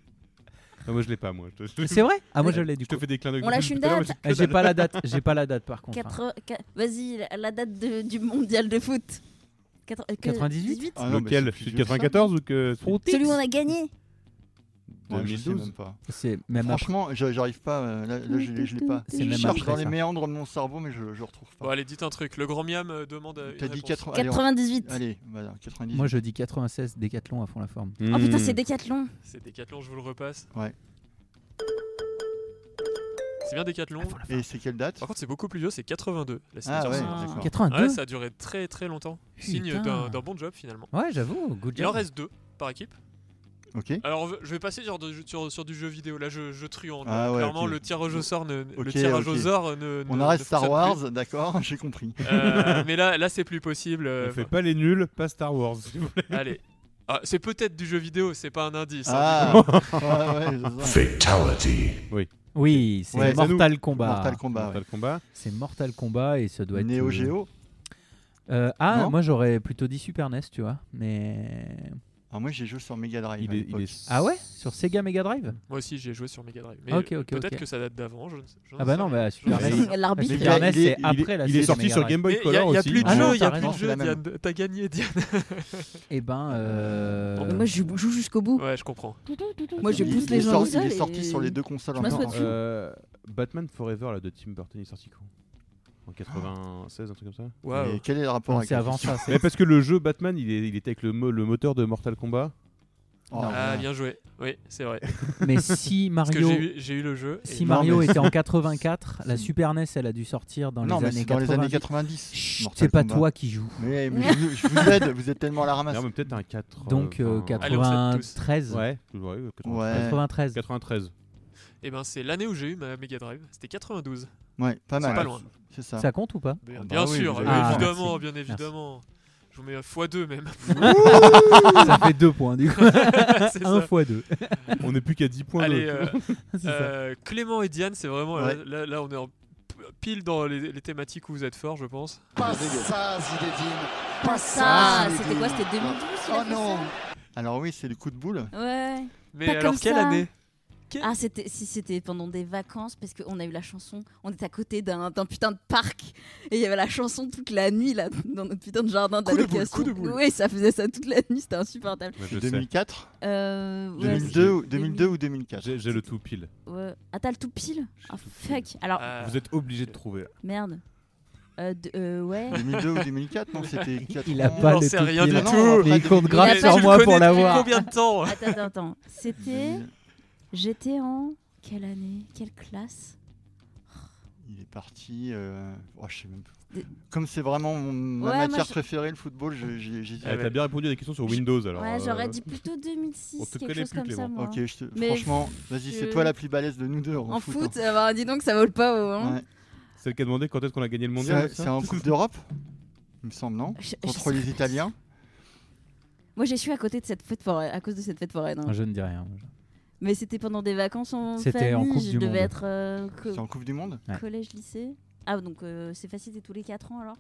Speaker 2: Non, moi, je l'ai pas, moi. Je te-
Speaker 1: C'est vrai Ah, moi je l'ai du
Speaker 2: Je te
Speaker 1: coup.
Speaker 2: fais des clins d'œil.
Speaker 9: On lâche une
Speaker 2: Tout à l'heure,
Speaker 9: date.
Speaker 2: mais c'est que
Speaker 1: Ah, J'ai
Speaker 2: dalle.
Speaker 1: pas la date, j'ai pas la date par contre. hein.
Speaker 9: Quatre- qua- Vas-y, la- la date de- du mondial de foot. Quatre- euh, que-
Speaker 1: 98?
Speaker 10: Ah non, mais
Speaker 2: Lequel
Speaker 10: c'est plus
Speaker 2: Celui de
Speaker 10: vieux que ça.
Speaker 2: 94 ou que.
Speaker 1: Frottix.
Speaker 9: Celui où on a gagné
Speaker 10: Ouais, je sais
Speaker 2: 2012.
Speaker 10: même pas.
Speaker 1: C'est même après-
Speaker 10: Franchement, j'a- j'arrive pas. euh, Là, là, je l'ai je l'ai pas.
Speaker 1: C'est
Speaker 10: Je
Speaker 1: même
Speaker 10: cherche
Speaker 1: après
Speaker 10: dans les
Speaker 1: ça.
Speaker 10: méandres de mon cerveau, mais je, je retrouve pas.
Speaker 3: Bon, allez, dites un truc. Le grand miam euh, demande. euh, une
Speaker 10: T'as dit
Speaker 3: réponse.
Speaker 10: 80, allez, on-
Speaker 9: 98.
Speaker 10: Allez, voilà, 98.
Speaker 1: Moi, je dis 96, Décathlon à fond la forme.
Speaker 9: Oh
Speaker 2: Hmm.
Speaker 9: putain, c'est Décathlon.
Speaker 3: C'est Décathlon, je vous le repasse.
Speaker 10: Ouais.
Speaker 3: C'est bien Décathlon.
Speaker 10: Et c'est quelle date
Speaker 3: Par contre, c'est beaucoup plus vieux, c'est 82. La
Speaker 10: Ah
Speaker 3: signature
Speaker 10: ouais,
Speaker 3: sonore.
Speaker 10: d'accord.
Speaker 1: 82.
Speaker 3: Ouais, ça a duré très très longtemps. Signe
Speaker 1: Putain.
Speaker 3: d'un d'un bon job finalement.
Speaker 1: Ouais, j'avoue, good
Speaker 3: Il en
Speaker 1: job.
Speaker 3: reste deux par équipe.
Speaker 10: Ok.
Speaker 3: Alors v- je vais passer sur, de- sur, sur du jeu vidéo. Là, je, je truande.
Speaker 10: Ah
Speaker 3: Là,
Speaker 10: ouais,
Speaker 3: Clairement,
Speaker 10: ok.
Speaker 3: le tirage au sort ne,
Speaker 10: Ok,
Speaker 3: le tirage au
Speaker 10: ok.
Speaker 3: sort ne-
Speaker 10: On
Speaker 3: ne-
Speaker 10: arrête
Speaker 3: ne
Speaker 10: Star
Speaker 3: fonctionne plus.
Speaker 10: Wars, d'accord, j'ai compris.
Speaker 3: Euh, mais là, là, c'est plus possible. euh,
Speaker 2: On fait pas les nuls, pas Star Wars. s'il vous plaît.
Speaker 3: Allez. Ah, c'est peut-être du jeu vidéo, c'est pas un indice. hein,
Speaker 10: Ah,
Speaker 3: Nicolas.
Speaker 10: ouais, ouais, c'est ça.
Speaker 6: Fatality.
Speaker 2: Oui.
Speaker 1: Oui, c'est
Speaker 10: Ouais,
Speaker 1: Mortal
Speaker 10: nous.
Speaker 1: Kombat.
Speaker 10: Mortal Kombat,
Speaker 2: Mortal Kombat.
Speaker 1: C'est Mortal Kombat et ça doit être.
Speaker 10: Neo
Speaker 1: euh,
Speaker 10: Geo.
Speaker 1: euh, ah,
Speaker 10: Non
Speaker 1: moi j'aurais plutôt dit Super NES, tu vois. Mais.
Speaker 10: Ah, moi, j'ai joué sur Mega Drive.
Speaker 2: Il
Speaker 10: à
Speaker 2: est, il
Speaker 10: l'époque.
Speaker 2: est-
Speaker 1: Ah ouais Sur Sega Mega Drive
Speaker 3: Moi aussi, j'ai joué sur Mega Drive. Mais
Speaker 1: Ok, ok,
Speaker 3: peut-être
Speaker 1: ok.
Speaker 3: que ça date d'avant. je ne sais- je
Speaker 1: Ah
Speaker 3: n'en
Speaker 1: bah
Speaker 3: sais
Speaker 1: non,
Speaker 3: rien.
Speaker 1: bah,
Speaker 3: Je ne
Speaker 1: Super
Speaker 3: sais
Speaker 1: NES.
Speaker 3: rien.
Speaker 9: L'arbitre.
Speaker 1: Super
Speaker 10: il est-
Speaker 1: NES, c'est
Speaker 10: il est-
Speaker 1: après la
Speaker 2: Il est
Speaker 1: Sega
Speaker 2: sorti
Speaker 1: Mega
Speaker 2: sur
Speaker 1: Drive.
Speaker 2: Game Boy
Speaker 3: Mais Il y a,
Speaker 2: Color
Speaker 3: il y a
Speaker 2: aussi.
Speaker 3: plus de
Speaker 1: Ah
Speaker 3: jeux,
Speaker 1: non,
Speaker 3: il y a
Speaker 10: t'as
Speaker 3: plus de
Speaker 10: raison, c'est
Speaker 3: jeux,
Speaker 10: la même.
Speaker 3: Diane. T'as gagné, Diane.
Speaker 1: Eh ben. euh,
Speaker 9: Mais Moi, je joue jusqu'au bout.
Speaker 3: Ouais, je comprends.
Speaker 9: Moi, je
Speaker 10: Il-
Speaker 9: pousse
Speaker 10: il est
Speaker 9: les gens
Speaker 10: sorti-
Speaker 9: au sol
Speaker 10: Il est sorti
Speaker 9: et-
Speaker 10: sur les deux consoles en
Speaker 9: je
Speaker 10: même
Speaker 9: m'assois
Speaker 10: temps.
Speaker 9: dessus.
Speaker 2: Euh, Batman Forever là, de Tim Burton, il est sorti quand
Speaker 3: Ah.
Speaker 2: En 96, un truc comme ça
Speaker 3: Waouh.
Speaker 10: Et quel est le rapport
Speaker 1: non,
Speaker 10: avec
Speaker 1: C'est
Speaker 10: la
Speaker 1: avant
Speaker 10: question
Speaker 1: ça.
Speaker 2: Mais
Speaker 1: c'est-
Speaker 2: parce que le jeu Batman, il, est, il était avec le, mo- le moteur de Mortal Kombat.
Speaker 10: Oh,
Speaker 3: Ah,
Speaker 10: ouais.
Speaker 3: bien joué. Oui, c'est vrai.
Speaker 1: Mais si
Speaker 3: Parce que
Speaker 1: Mario.
Speaker 3: j'ai eu, j'ai eu le jeu. et-
Speaker 1: Si
Speaker 10: Non,
Speaker 1: Mario
Speaker 10: mais-
Speaker 1: était en 84, la Super NES, elle a dû sortir dans
Speaker 10: Non,
Speaker 1: les
Speaker 10: mais
Speaker 1: années
Speaker 10: c'est dans les années
Speaker 1: 90.
Speaker 10: 90.
Speaker 1: Chut,
Speaker 10: Mortal
Speaker 1: C'est pas
Speaker 10: Kombat. Ah
Speaker 1: toi qui joues.
Speaker 10: Mais, mais je, vous- je vous aide, vous êtes tellement à la ramasse.
Speaker 2: Non, mais peut-être un 4.
Speaker 1: Donc euh,
Speaker 3: Allez, on s'aide tous.
Speaker 1: 93.
Speaker 2: Ouais, ouais, ouais, 93.
Speaker 10: Ouais.
Speaker 1: 93.
Speaker 2: 93.
Speaker 3: Eh ben, c'est l'année où j'ai eu ma Mega Drive. C'était 92.
Speaker 10: Ouais, pas
Speaker 3: C'est
Speaker 10: mal.
Speaker 3: pas loin.
Speaker 10: C'est ça.
Speaker 1: Ça compte ou pas
Speaker 3: Bien,
Speaker 10: Ah, bah
Speaker 3: bien
Speaker 10: oui,
Speaker 3: sûr,
Speaker 10: vous avez
Speaker 3: bien
Speaker 1: raison.
Speaker 3: évidemment,
Speaker 1: Ah, Merci.
Speaker 3: bien évidemment. Je vous mets x2 même.
Speaker 1: Ça fait 2 points du coup.
Speaker 3: C'est
Speaker 1: 1
Speaker 3: ça.
Speaker 1: fois 2.
Speaker 2: On n'est plus qu'à 10 points.
Speaker 3: Allez,
Speaker 2: là.
Speaker 3: euh, euh, Clément et Diane, c'est vraiment là-
Speaker 10: Ouais.
Speaker 3: là, là, on est en pile dans les, les thématiques où vous êtes forts, je pense.
Speaker 10: Ah,
Speaker 5: Pas ça, Zinedine.
Speaker 9: Pas ça. C'était quoi C'était 2012 qu'il a
Speaker 5: Oh
Speaker 9: fait
Speaker 5: non
Speaker 10: Alors oui, c'est le coup de boule.
Speaker 9: ça Ouais.
Speaker 3: Mais
Speaker 9: Pas
Speaker 3: alors,
Speaker 9: comme
Speaker 3: quelle
Speaker 9: ça.
Speaker 3: année
Speaker 9: Ah, c'était si c'était pendant des vacances parce qu'on a eu la chanson. On était à côté d'un d'un putain de parc et il y avait la chanson toute la nuit là dans notre putain de jardin
Speaker 3: Coup de boule,
Speaker 9: d'allocation.
Speaker 3: coup de boule.
Speaker 9: Oui, ça faisait ça toute la nuit. C'était insupportable.
Speaker 2: Ouais, je sais.
Speaker 10: 2004
Speaker 9: Euh, ouais,
Speaker 10: 2002, ou-
Speaker 9: c'est-
Speaker 10: 2002 ou 2004
Speaker 2: J'ai j'ai le tout pile.
Speaker 9: ouais. Ah, t'as le tout pile Ah, fuck. Alors,
Speaker 3: Ah,
Speaker 2: Vous êtes obligé de trouver.
Speaker 9: merde. Euh, de- euh, ouais.
Speaker 10: 2002 ou 2004 Non, c'était 4
Speaker 1: Il a
Speaker 10: ans.
Speaker 1: pas
Speaker 3: j'en
Speaker 1: le
Speaker 3: sais
Speaker 1: tout
Speaker 3: rien
Speaker 1: pile.
Speaker 10: du
Speaker 1: Ah
Speaker 10: tout.
Speaker 1: non, mais Il
Speaker 10: Après,
Speaker 1: compte grave
Speaker 9: Mais
Speaker 1: sur
Speaker 9: tu
Speaker 1: moi
Speaker 3: connais
Speaker 1: pour
Speaker 3: depuis
Speaker 1: l'avoir.
Speaker 3: combien de temps
Speaker 9: Attends, attends, attends. C'était. J'étais en. Quelle année Quelle classe
Speaker 10: Il est parti. euh, oh, je sais même plus.
Speaker 9: Des-
Speaker 10: Comme c'est vraiment mon- ma
Speaker 9: Ouais, moi,
Speaker 10: matière
Speaker 9: je-
Speaker 10: préférée, le football, je- j'ai j'ai dit.
Speaker 2: Eh, T'as bien répondu à des questions sur Windows alors.
Speaker 9: Ouais,
Speaker 2: euh,
Speaker 9: j'aurais dit plutôt
Speaker 2: on
Speaker 9: 2006,
Speaker 2: te
Speaker 9: quelque
Speaker 2: connaît
Speaker 9: chose
Speaker 2: plus,
Speaker 9: comme ça, moi.
Speaker 10: Ok, je te-
Speaker 9: Mais
Speaker 10: franchement, vas-y, c'est
Speaker 9: je-
Speaker 10: toi la plus balèze de nous deux. En,
Speaker 9: En
Speaker 10: foot,
Speaker 9: foot,
Speaker 10: hein.
Speaker 9: euh, bah, dis donc, ça vaut le pas. oh, hein.
Speaker 10: Ouais.
Speaker 2: Celle qui a demandé quand est-ce qu'on a gagné le mondial.
Speaker 10: C'est c'est en Coupe d'Europe Il me semble, non
Speaker 9: Je- je sais
Speaker 10: Contre les
Speaker 9: pas.
Speaker 10: Italiens
Speaker 9: Moi, j'ai su à côté de cette fête foraine, à cause de cette fête foraine. hein.
Speaker 1: Je ne dis rien.
Speaker 9: Mais c'était pendant des vacances en
Speaker 1: C'était
Speaker 9: famille.
Speaker 1: en Coupe
Speaker 9: je
Speaker 1: du
Speaker 9: devais
Speaker 1: Monde.
Speaker 9: être euh, co-
Speaker 10: C'est en Coupe du Monde
Speaker 1: Ouais.
Speaker 9: collège, lycée. Ah, donc euh, c'est facile, c'est tous les 4 ans alors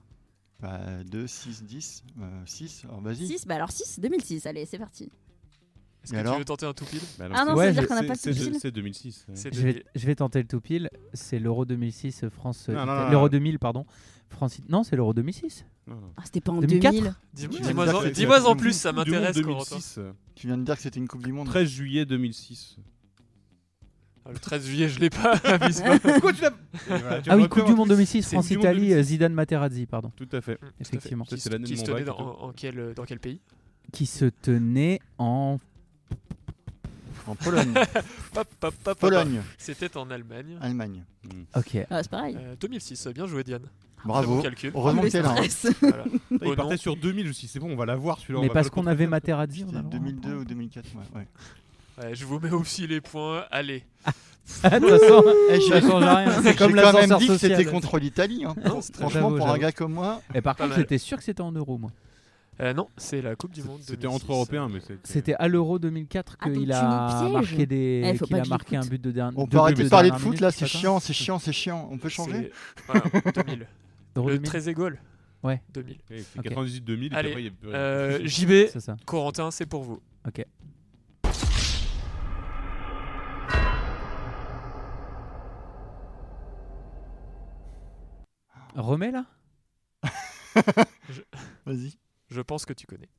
Speaker 10: bah, 2, 6, 10, 6. euh, Alors vas-y.
Speaker 9: 6 Bah alors 6, 2006, allez, c'est parti.
Speaker 3: Est-ce
Speaker 10: Et
Speaker 3: que tu
Speaker 10: alors
Speaker 3: veux tenter un tout pile
Speaker 2: Bah,
Speaker 9: Ah non,
Speaker 1: Ouais,
Speaker 9: ça veut dire
Speaker 1: je-
Speaker 9: qu'on n'a pas
Speaker 2: c'est-
Speaker 9: de
Speaker 2: c'est-
Speaker 9: pile.
Speaker 2: C'est 2006. ouais.
Speaker 3: C'est
Speaker 1: Je vais,
Speaker 3: 2000.
Speaker 1: je vais tenter le tout pile. C'est l'Euro 2006 euh, France.
Speaker 2: Non, non,
Speaker 1: Italie-
Speaker 2: non, non.
Speaker 1: L'Euro 2000, pardon. France. Non, c'est l'Euro 2006.
Speaker 2: Non, non.
Speaker 9: Ah, c'était pas en
Speaker 1: 2004.
Speaker 9: 2000
Speaker 3: Dis-moi
Speaker 10: Tu viens de
Speaker 3: dis-moi
Speaker 10: dire
Speaker 3: en,
Speaker 10: que-
Speaker 3: dis-moi en
Speaker 10: que-
Speaker 3: plus, ça
Speaker 2: Coupe du
Speaker 3: m'intéresse,
Speaker 2: Monde
Speaker 3: Corentin.
Speaker 2: 2006. euh,
Speaker 10: Tu viens de dire que c'était une Coupe du Monde
Speaker 2: 13 juillet 2006.
Speaker 3: Ah, Le 13 juillet, je l'ai pas.
Speaker 2: Pourquoi tu l'as
Speaker 1: Ah oui, Coupe du Monde 2006,
Speaker 2: C'est Coupe du Monde
Speaker 1: France-Italie,
Speaker 2: 2006.
Speaker 1: euh, Zidane Materazzi, pardon.
Speaker 2: Tout à fait.
Speaker 1: Effectivement.
Speaker 2: Ça,
Speaker 3: Qui,
Speaker 2: c'est l'année
Speaker 3: qui
Speaker 2: de
Speaker 3: se
Speaker 2: mon
Speaker 3: tenait
Speaker 2: bac,
Speaker 3: dans,
Speaker 2: plutôt.
Speaker 3: en, en quel, euh, dans quel pays
Speaker 1: Qui se tenait en.
Speaker 10: En Pologne.
Speaker 3: Hop, hop, hop, hop, hop.
Speaker 10: Pologne,
Speaker 3: C'était en Allemagne.
Speaker 10: Allemagne.
Speaker 1: Ok.
Speaker 9: Ah, c'est pareil.
Speaker 3: Euh, 2006, bien joué Diane. Très bon
Speaker 10: Bravo.
Speaker 3: calcul.
Speaker 9: Le
Speaker 10: Remontez là. hein.
Speaker 9: stress.
Speaker 3: Voilà.
Speaker 2: Il
Speaker 3: Oh,
Speaker 2: partait
Speaker 3: non.
Speaker 2: sur 2000, je me suis dit, c'est bon, on va l'avoir celui-là. on
Speaker 1: Mais
Speaker 2: va
Speaker 1: parce
Speaker 2: pas le
Speaker 1: qu'on avait
Speaker 2: contrer.
Speaker 1: Materazzi, on a le
Speaker 10: C'était
Speaker 1: droit.
Speaker 10: 2002 ou 2004, ouais. ouais.
Speaker 3: Ouais, je vous mets aussi les points. Allez.
Speaker 1: Ah, de toute façon,
Speaker 10: Eh, j'ai-
Speaker 1: ça change rien. C'est
Speaker 10: J'ai
Speaker 1: comme
Speaker 10: quand même
Speaker 1: l'ascenseur
Speaker 10: dit que
Speaker 1: social.
Speaker 10: c'était contre l'Italie. hein.
Speaker 3: Non, c'est très
Speaker 10: Franchement,
Speaker 1: bien.
Speaker 10: pour
Speaker 1: J'avoue,
Speaker 10: un gars comme moi,
Speaker 1: Et par
Speaker 3: Pas
Speaker 1: contre,
Speaker 3: mal.
Speaker 1: j'étais sûr que c'était en euros, moi.
Speaker 3: Euh, non, c'est la Coupe du Monde.
Speaker 2: C'était
Speaker 3: 2006.
Speaker 2: entre Européens, mais c'était.
Speaker 1: C'était à l'Euro 2004
Speaker 9: Ah, donc
Speaker 1: qu'il
Speaker 9: tu
Speaker 1: a
Speaker 9: nous pièges.
Speaker 1: marqué des,
Speaker 9: Eh, faut
Speaker 1: qu'il
Speaker 9: pas
Speaker 1: a
Speaker 9: que je
Speaker 1: marqué un
Speaker 9: l'écoute.
Speaker 1: but de dernier.
Speaker 10: on peut arrêter de parler de foot là, c'est
Speaker 1: chiant
Speaker 10: chiant, c'est chiant, c'est chiant. On peut changer
Speaker 3: C'est- voilà, 2000. Le 13 égole.
Speaker 1: Ouais.
Speaker 3: 2000.
Speaker 2: Ouais, c'est
Speaker 1: Ok.
Speaker 2: 98 2000 et puis
Speaker 3: Allez,
Speaker 2: après il y a plus rien.
Speaker 3: Euh, JB,
Speaker 1: C'est ça.
Speaker 3: Corentin, c'est pour vous.
Speaker 1: Remets là
Speaker 10: Vas-y.
Speaker 3: Je pense que tu connais.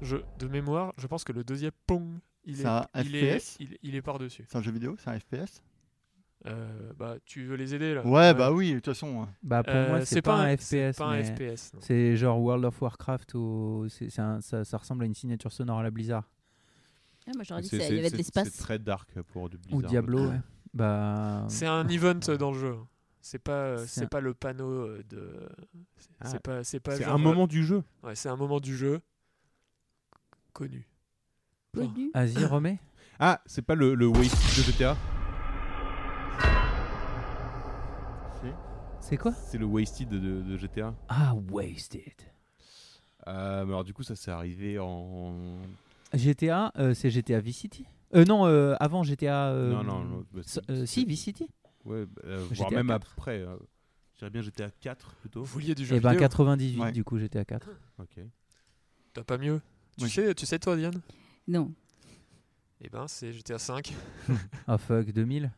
Speaker 3: je, de mémoire, je pense que le deuxième pong, il
Speaker 10: C'est un
Speaker 3: est, il
Speaker 10: FPS?
Speaker 3: est, il, il est par-dessus.
Speaker 10: C'est un jeu vidéo, c'est un FPS
Speaker 3: Euh, bah, tu veux les aider là
Speaker 10: Ouais, bah oui, de toute façon.
Speaker 1: Bah pour
Speaker 3: Euh,
Speaker 1: moi c'est pas, un
Speaker 3: c'est
Speaker 1: FPS.
Speaker 3: pas un
Speaker 1: mais
Speaker 3: FPS, non.
Speaker 1: C'est genre World of Warcraft ou c'est c'est un- ça, ça ressemble à une signature sonore à la Blizzard.
Speaker 9: Ah, moi, j'aurais dit
Speaker 2: C'est-
Speaker 9: c'est- il y
Speaker 2: c'est-
Speaker 9: avait de
Speaker 2: c'est-
Speaker 9: l'espace.
Speaker 2: C'est très dark pour du
Speaker 1: Ou
Speaker 2: Blizzard.
Speaker 1: Diablo. ouais. Bah
Speaker 3: C'est un event dans le jeu. hein. C'est pas, euh,
Speaker 1: C'est
Speaker 3: c'est
Speaker 1: un-
Speaker 3: pas le panneau euh, de. c'est-
Speaker 2: Ah,
Speaker 3: C'est pas, c'est pas.
Speaker 2: c'est
Speaker 3: genre,
Speaker 2: un
Speaker 3: euh,
Speaker 2: moment du jeu.
Speaker 3: Ouais, c'est un moment du jeu connu.
Speaker 9: Connu.
Speaker 1: Asie Romé.
Speaker 2: Ah, c'est pas le, le Waste de GTA
Speaker 1: C'est quoi
Speaker 2: C'est le Wasted de, de GTA.
Speaker 1: Ah Wasted.
Speaker 2: Euh, mais alors du coup, ça s'est arrivé en.
Speaker 1: GTA, euh, c'est GTA Vice City. Euh, non, euh, avant GTA. euh,
Speaker 2: Non, non, non, bah,
Speaker 1: s-
Speaker 2: c'est-
Speaker 1: euh,
Speaker 2: c'est-
Speaker 1: si Vice City.
Speaker 2: Ouais, bah, euh,
Speaker 1: GTA
Speaker 2: voire même
Speaker 1: 4.
Speaker 2: après. euh, je dirais bien GTA 4 plutôt.
Speaker 3: Vous vouliez du jeu
Speaker 1: Et ben
Speaker 3: vidéo.
Speaker 1: 98
Speaker 10: Ouais.
Speaker 1: du coup GTA 4.
Speaker 2: Ok.
Speaker 3: T'as pas mieux. Tu
Speaker 10: Oui.
Speaker 3: sais, tu sais toi, Diane
Speaker 9: Non.
Speaker 3: Eh ben, c'est GTA 5
Speaker 1: Ah fuck 2000.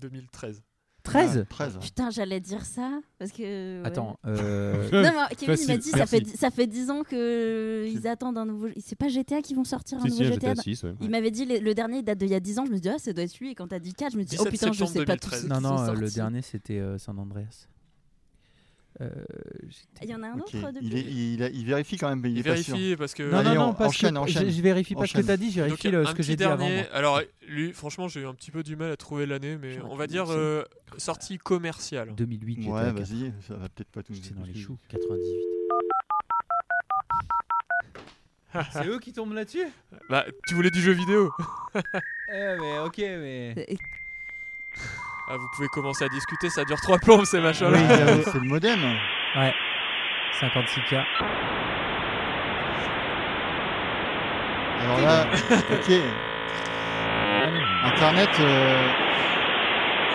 Speaker 3: 2013.
Speaker 1: 13
Speaker 10: Ah, 13.
Speaker 9: Putain, j'allais dire ça parce que. ouais.
Speaker 1: Attends. euh,
Speaker 9: Non, mais Kevin il m'a
Speaker 2: Facile,
Speaker 9: dit ça
Speaker 2: merci.
Speaker 9: fait, dix- ça fait 10 ans que ils attendent un nouveau. C'est pas GTA qui vont
Speaker 10: Ah,
Speaker 9: sortir un
Speaker 2: Si,
Speaker 9: nouveau
Speaker 2: si,
Speaker 9: GTA.
Speaker 2: GTA 6, ouais.
Speaker 9: bah. Il m'avait dit le, le dernier date d'il y a 10 ans. Je me dis ah ça doit être lui. Et quand t'as dit 4 je me dis oh
Speaker 3: 17
Speaker 9: putain je
Speaker 3: septembre
Speaker 9: sais pas tout.
Speaker 3: 2013.
Speaker 1: non, non, euh, le
Speaker 9: sortis.
Speaker 1: dernier c'était euh, San Andreas. Euh, j'étais-
Speaker 9: Ah, Il y en a un
Speaker 10: Ok.
Speaker 9: autre depuis.
Speaker 10: Il, est- il, a- il vérifie quand même, mais il,
Speaker 3: Il
Speaker 10: est pas sûr.
Speaker 3: vérifie parce que.
Speaker 1: non, non,
Speaker 10: Allez,
Speaker 1: non,
Speaker 10: on-
Speaker 1: parce
Speaker 10: enchaîne,
Speaker 1: que
Speaker 10: enchaîne.
Speaker 1: je- je vérifie pas ce que
Speaker 10: Enchaîne.
Speaker 1: t'as dit, je
Speaker 3: Donc,
Speaker 1: vérifie le-
Speaker 3: un
Speaker 1: ce que
Speaker 3: petit
Speaker 1: j'ai dit avant.
Speaker 3: dernier.
Speaker 1: moi.
Speaker 3: Alors, lui, franchement, j'ai eu un petit peu du mal à trouver l'année, mais
Speaker 1: J'aurais
Speaker 3: on va
Speaker 1: pu
Speaker 3: dire
Speaker 1: dire ça.
Speaker 3: euh, sortie commerciale.
Speaker 1: 2008, j'étais
Speaker 10: Ouais,
Speaker 1: à 4.
Speaker 10: vas-y, ça va peut-être pas tout
Speaker 1: J'étais dans les
Speaker 10: tout-
Speaker 1: choux. 98. C'est eux qui tombent là-dessus
Speaker 3: Bah, tu voulais du jeu vidéo
Speaker 1: Eh, mais ok, mais.
Speaker 9: Euh,
Speaker 3: Ah, vous pouvez commencer à discuter, ça dure trois plombes ces
Speaker 10: Oui,
Speaker 3: machins-là.
Speaker 10: il y a- c'est le modem.
Speaker 1: 56K.
Speaker 10: Alors là, ok.
Speaker 1: Ah
Speaker 10: Internet, euh,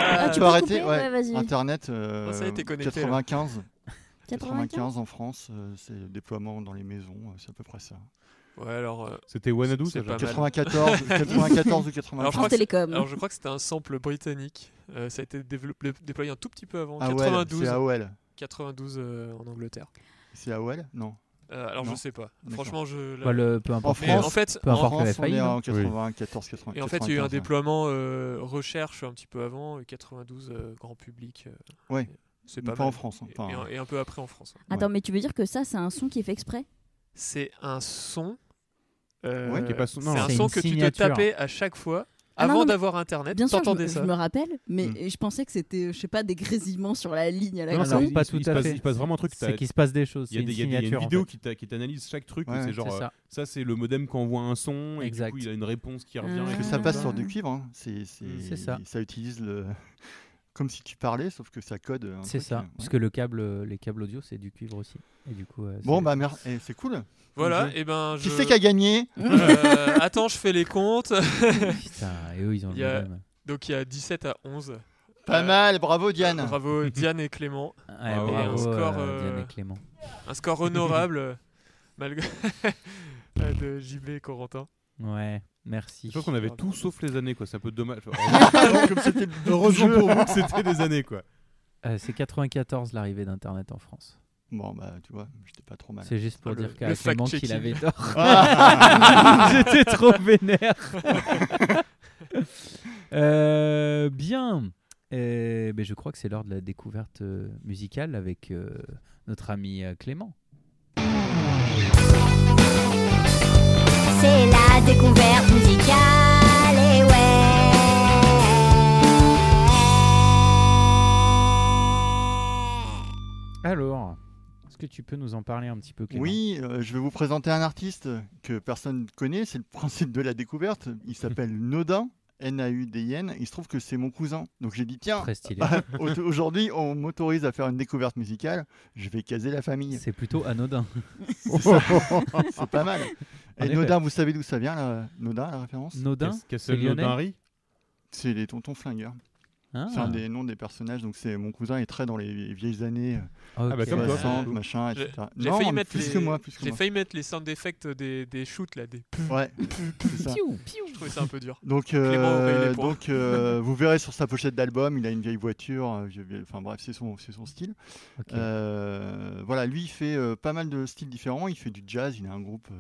Speaker 3: Ah,
Speaker 9: Ah,
Speaker 10: tu peux
Speaker 9: tu peux
Speaker 10: arrêter
Speaker 9: couper
Speaker 10: ouais.
Speaker 9: Ouais, vas-y.
Speaker 10: Internet, euh,
Speaker 3: Oh, ça y est, t'es connecté,
Speaker 10: 95.
Speaker 9: 95
Speaker 10: 95 en France, euh, c'est le déploiement dans les maisons, euh, c'est à peu près ça.
Speaker 3: Ouais, alors, euh,
Speaker 2: C'était Wanadu,
Speaker 3: C'est
Speaker 2: ça
Speaker 3: pas
Speaker 2: Jacques
Speaker 3: mal.
Speaker 10: 94, 94 ou
Speaker 3: Alors, je
Speaker 10: 95.
Speaker 3: crois
Speaker 9: France
Speaker 3: que c'est-
Speaker 9: Télécom.
Speaker 3: alors, je crois que c'était un sample britannique. Euh, ça a été développé- déployé un tout petit peu
Speaker 1: Ah
Speaker 3: avant,
Speaker 10: AOL, Ah c'est
Speaker 3: 92,
Speaker 10: AOL.
Speaker 3: 92 euh, en Angleterre.
Speaker 10: C'est AOL Non.
Speaker 3: Euh, alors
Speaker 10: Non.
Speaker 3: je sais pas.
Speaker 10: D'accord.
Speaker 3: Franchement, je. la-
Speaker 1: Bah, le- peu
Speaker 10: En
Speaker 1: importe.
Speaker 3: Mais
Speaker 10: France,
Speaker 3: en fait,
Speaker 1: peu
Speaker 3: en-
Speaker 10: En
Speaker 1: importe.
Speaker 10: France,
Speaker 1: qu'elle
Speaker 10: on
Speaker 1: avait
Speaker 10: est
Speaker 1: failli,
Speaker 10: en 94, 95.
Speaker 3: et en fait, il y a eu un déploiement
Speaker 10: déploiement
Speaker 3: euh, recherche un petit peu avant, euh, 92 euh, grand public. euh,
Speaker 10: Ouais.
Speaker 3: C'est
Speaker 10: Mais
Speaker 3: pas,
Speaker 10: pas
Speaker 3: mal.
Speaker 10: en France, hein,
Speaker 3: Et-
Speaker 10: pas en-
Speaker 3: et, un- et un peu après en France. ouais.
Speaker 9: Attends, mais tu veux dire que ça, c'est un son qui est fait exprès
Speaker 3: C'est un son. euh,
Speaker 2: Ouais, qui est pas son- non,
Speaker 3: c'est
Speaker 2: non.
Speaker 3: un
Speaker 10: hein.
Speaker 1: C'est
Speaker 3: son
Speaker 1: une
Speaker 3: que tu te
Speaker 1: signature.
Speaker 3: tapais à chaque fois
Speaker 9: Ah non,
Speaker 3: avant
Speaker 9: non, mais-
Speaker 3: d'avoir internet.
Speaker 9: Bien sûr, je,
Speaker 3: Bah,
Speaker 9: me-
Speaker 3: T'entendais
Speaker 9: je
Speaker 3: ça.
Speaker 9: me rappelle, mais
Speaker 10: Mm.
Speaker 9: je pensais que c'était, euh, je sais pas, des grésillements sur la ligne à la
Speaker 2: Non,
Speaker 9: con.
Speaker 1: non,
Speaker 2: c'est-
Speaker 1: pas
Speaker 2: il-
Speaker 1: tout
Speaker 2: il
Speaker 1: à
Speaker 2: se passe-
Speaker 1: fait.
Speaker 2: Il se passe vraiment un truc. t'as-
Speaker 1: C'est qu'il se passe des choses.
Speaker 2: Il y a
Speaker 1: c'est
Speaker 2: des-
Speaker 1: une
Speaker 2: il y a des- il y a
Speaker 1: signature,
Speaker 2: une
Speaker 1: en
Speaker 2: vidéo
Speaker 1: fait.
Speaker 2: qui t'a- qui t'analyse chaque truc. où
Speaker 10: Ouais,
Speaker 2: C'est
Speaker 10: ouais,
Speaker 1: C'est
Speaker 2: genre, euh,
Speaker 1: ça.
Speaker 2: ça c'est le modem qui envoie un son et
Speaker 1: Exact.
Speaker 2: du coup il a une réponse qui revient.
Speaker 9: Ah.
Speaker 2: et
Speaker 10: Parce que
Speaker 2: tout.
Speaker 10: ça passe sur du cuivre, hein. c'est, c'est-
Speaker 1: C'est ça.
Speaker 10: utilise le. Comme si tu parlais, sauf que ça code. un
Speaker 1: C'est
Speaker 10: truc,
Speaker 1: ça.
Speaker 10: euh, ouais.
Speaker 1: Parce que le câble, euh, les câbles audio, c'est du cuivre aussi. Et du coup. euh,
Speaker 10: Bon,
Speaker 1: c'est-
Speaker 10: bah mer- eh, c'est cool.
Speaker 3: Voilà,
Speaker 10: Ok.
Speaker 3: et ben.
Speaker 10: Qui
Speaker 3: je-
Speaker 10: c'est qui a gagné
Speaker 3: Euh, Attends, je fais les comptes.
Speaker 1: Putain, et eux, ils ont le
Speaker 3: Il y a-
Speaker 1: même.
Speaker 3: Donc il y a 17 à 11.
Speaker 10: Pas
Speaker 3: Euh,
Speaker 10: mal, bravo Diane.
Speaker 3: Bravo Diane et Clément.
Speaker 1: Ouais,
Speaker 2: Ah ouais.
Speaker 1: bravo,
Speaker 2: Un
Speaker 3: score,
Speaker 1: euh, Diane
Speaker 3: euh,
Speaker 1: et Clément.
Speaker 3: Un score honorable euh, malgré euh, de JB et Corentin.
Speaker 1: Ouais, merci.
Speaker 2: Je pense qu'on avait tout sauf les années quoi. C'est un peu dommage.
Speaker 10: Comme c'était le
Speaker 2: Heureusement
Speaker 10: jeu.
Speaker 2: pour vous que c'était des années quoi.
Speaker 1: Euh, c'est 94 l'arrivée d'Internet en France.
Speaker 10: Bon, bah tu vois, j'étais pas trop mal.
Speaker 1: C'est juste pour
Speaker 3: Le-
Speaker 1: dire qu'à
Speaker 3: le
Speaker 1: Clément qu'il
Speaker 3: fact-checking.
Speaker 1: avait tort.
Speaker 10: Ah.
Speaker 1: J'étais trop vénère. Euh, bien. Euh, ben, je crois que c'est l'heure de la découverte euh, musicale avec euh, notre ami euh, Clément.
Speaker 7: C'est la découverte musicale, et ouais.
Speaker 1: Alors, est-ce que tu peux nous en parler un petit peu, Clément
Speaker 10: Oui, euh, je vais vous présenter un artiste que personne ne connaît, c'est le principe de la découverte. Il s'appelle Nodin, N-A-U-D-I-N. Il se trouve que c'est mon cousin. Donc j'ai dit, tiens,
Speaker 1: Très stylé.
Speaker 10: au- aujourd'hui on m'autorise à faire une découverte musicale, je vais caser la famille.
Speaker 1: C'est plutôt anodin.
Speaker 10: C'est pas mal.
Speaker 1: En
Speaker 10: Et
Speaker 1: effet.
Speaker 10: Nodin, vous savez d'où ça vient, la... Nodin, la référence
Speaker 1: Nodin
Speaker 2: Qu'est-ce- qu'est-ce que le
Speaker 1: Lyonnais
Speaker 2: Nodin-Ri
Speaker 10: C'est les tontons flingueurs.
Speaker 1: Ah,
Speaker 10: C'est un des noms des personnages. Donc c'est mon cousin est très dans les vieilles années euh,
Speaker 1: ok.
Speaker 2: Ah bah comme toi.
Speaker 10: 60,
Speaker 2: Ouais.
Speaker 10: machin,
Speaker 3: J'ai-
Speaker 10: etc.
Speaker 3: j'ai
Speaker 10: non,
Speaker 3: failli
Speaker 10: mais
Speaker 3: mettre
Speaker 10: plus
Speaker 3: les-
Speaker 10: que moi, plus que
Speaker 3: J'ai
Speaker 10: moi.
Speaker 3: failles mettre les sound effects des, des shoots là, des pfff,
Speaker 10: Ouais, c'est ça.
Speaker 1: Piou, piou.
Speaker 3: je trouvais ça un peu dur.
Speaker 10: Donc,
Speaker 3: Clément Aurélie
Speaker 10: euh,
Speaker 3: les points.
Speaker 10: donc euh, vous verrez sur sa pochette d'album, il a une vieille voiture. euh, vieux- vieux- Enfin bref, c'est son, c'est son style.
Speaker 1: Ok.
Speaker 10: Euh, voilà, lui, il fait euh, pas mal de styles différents. Il fait du jazz, il a un groupe. euh,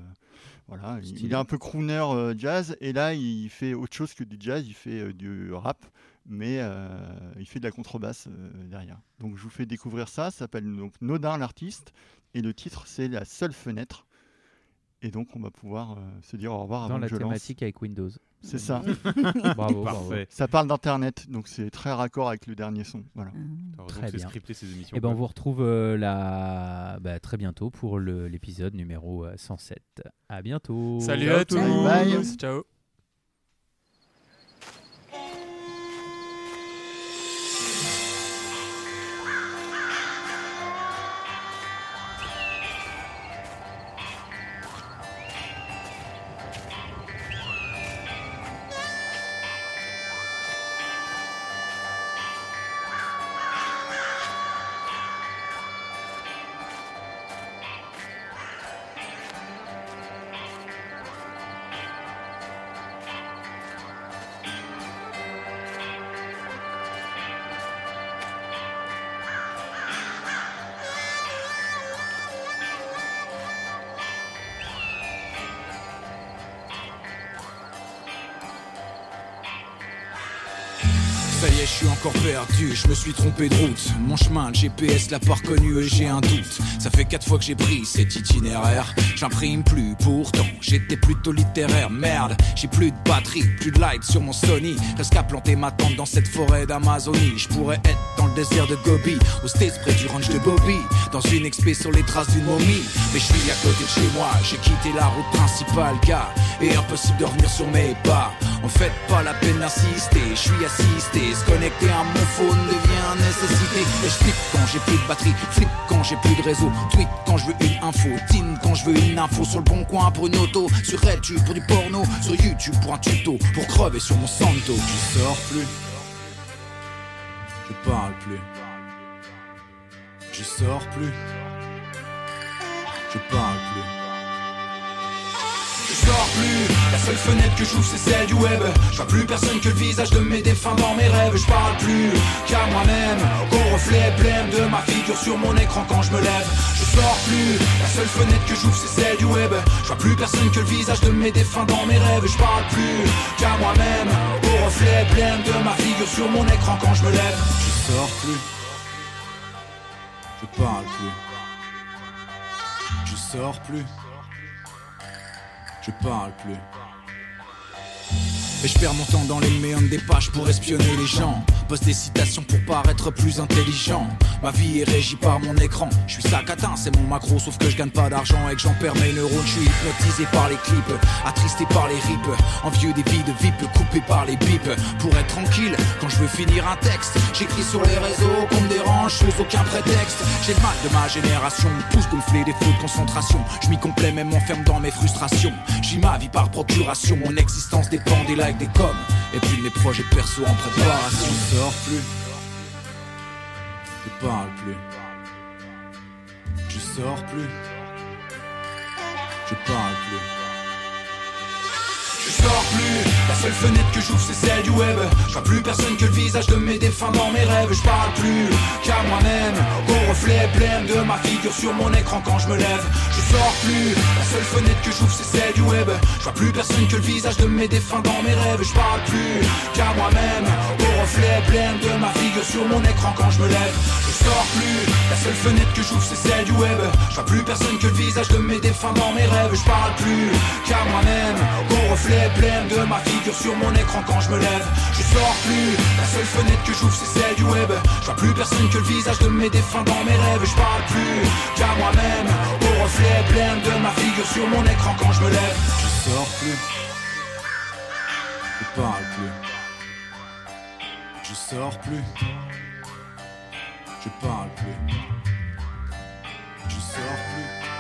Speaker 10: Voilà, il-
Speaker 1: Stylé.
Speaker 10: il est un peu crooner euh, jazz et là il fait autre chose que du jazz, il fait euh, du rap, mais euh, il fait de la contrebasse euh, derrière. Donc je vous fais découvrir ça, ça s'appelle donc Nodin l'artiste et le titre c'est La seule fenêtre. Et donc on va pouvoir euh, se dire au revoir
Speaker 1: Dans
Speaker 10: avant
Speaker 1: la
Speaker 10: que je lance.
Speaker 1: thématique avec Windows.
Speaker 10: C'est ça.
Speaker 1: Bravo, bravo. Parfait.
Speaker 10: Ça parle d'internet, donc c'est très raccord avec le dernier son. Voilà.
Speaker 2: Heureusement que c'est scripté ces émissions.
Speaker 1: Et ben on
Speaker 2: quoi.
Speaker 1: vous retrouve euh, là bah, très bientôt pour le- l'épisode numéro euh, 107. À
Speaker 10: Oh.
Speaker 1: bientôt.
Speaker 3: Salut à tous. Ciao.
Speaker 12: Ça y est, je suis encore perdu, je me suis trompé de route. Mon chemin, le GPS l'a pas reconnu et j'ai un doute. Ça fait quatre fois que j'ai pris cet itinéraire. J'imprime plus, pourtant j'étais plutôt littéraire. Merde, j'ai plus de batterie, plus de light sur mon Sony. Reste qu'à planter ma tente dans cette forêt d'Amazonie. Je pourrais être dans le désert de Gobi, au States près du ranch de Bobby. Dans une expé sur les traces d'une momie. Mais je suis à côté de chez moi, j'ai quitté la route principale, car et impossible de revenir sur mes pas. En fait, pas la peine d'insister, je suis assisté. Se connecter à mon phone devient nécessité. Et je flippe quand j'ai plus de batterie, flip quand j'ai plus de réseau, tweet quand je veux une info, tin quand je veux une info. Sur le bon coin pour une auto, sur RedTube pour du porno, sur YouTube pour un tuto, pour crever sur mon santo. Je sors plus, je parle plus, je sors plus, je parle plus. Je sors plus, la seule fenêtre que j'ouvre c'est celle du web Je vois plus personne que le visage de mes défunts dans mes rêves Je parle plus qu'à moi-même Au reflet plein de ma figure sur mon écran quand je me lève Je sors plus, la seule fenêtre que j'ouvre c'est celle du web Je vois plus personne que le visage de mes défunts dans mes rêves Je parle plus qu'à moi-même Au reflet plein de ma figure sur mon écran quand je me lève Je sors plus Je parle plus Je sors plus je parle plus. Et je perds mon temps dans les méandres des pages pour espionner les gens. Poste des citations pour paraître plus intelligent. Ma vie est régie par mon écran. Je suis sacatin, c'est mon macro, sauf que je gagne pas d'argent et que j'en perds mes neurones. Je suis hypnotisé par les clips, attristé par les rips, envieux des vies de VIP coupées par les bips. Pour être tranquille, quand je veux finir un texte, j'écris sur les réseaux qu'on me dérange sous aucun prétexte. J'ai le mal de ma génération, me pousse gonfler des faux de concentration. Je m'y complais, même m'enferme dans mes frustrations. J'y ma vie par procuration, mon existence dépend des likes, des coms. Et puis de mes projets perso en préparation. Je sors plus, je parle plus. Je sors plus, je parle plus. Je sors plus, la seule fenêtre que j'ouvre c'est celle du web Je vois plus personne que le visage de mes défunts dans mes rêves Je parle plus qu'à moi-même Au reflet plein de ma figure sur mon écran quand je me lève Je sors plus, la seule fenêtre que j'ouvre c'est celle du web Je vois plus personne que le visage de mes défunts dans mes rêves Je parle plus qu'à moi-même Au reflet plein de ma figure sur mon écran quand je me lève Je sors plus, la seule fenêtre que j'ouvre c'est celle du web Je vois plus personne que le visage de mes défunts dans mes rêves Je parle plus qu'à moi-même Au reflet plein de ma figure sur mon écran quand je me lève Je sors plus, la seule fenêtre que j'ouvre c'est celle du web Je vois plus personne que le visage de mes défunts dans mes rêves Je parle plus qu'à moi-même Au reflet plein de ma figure sur mon écran quand je me lève Je sors plus Je parle plus Je sors plus Je parle plus Je sors plus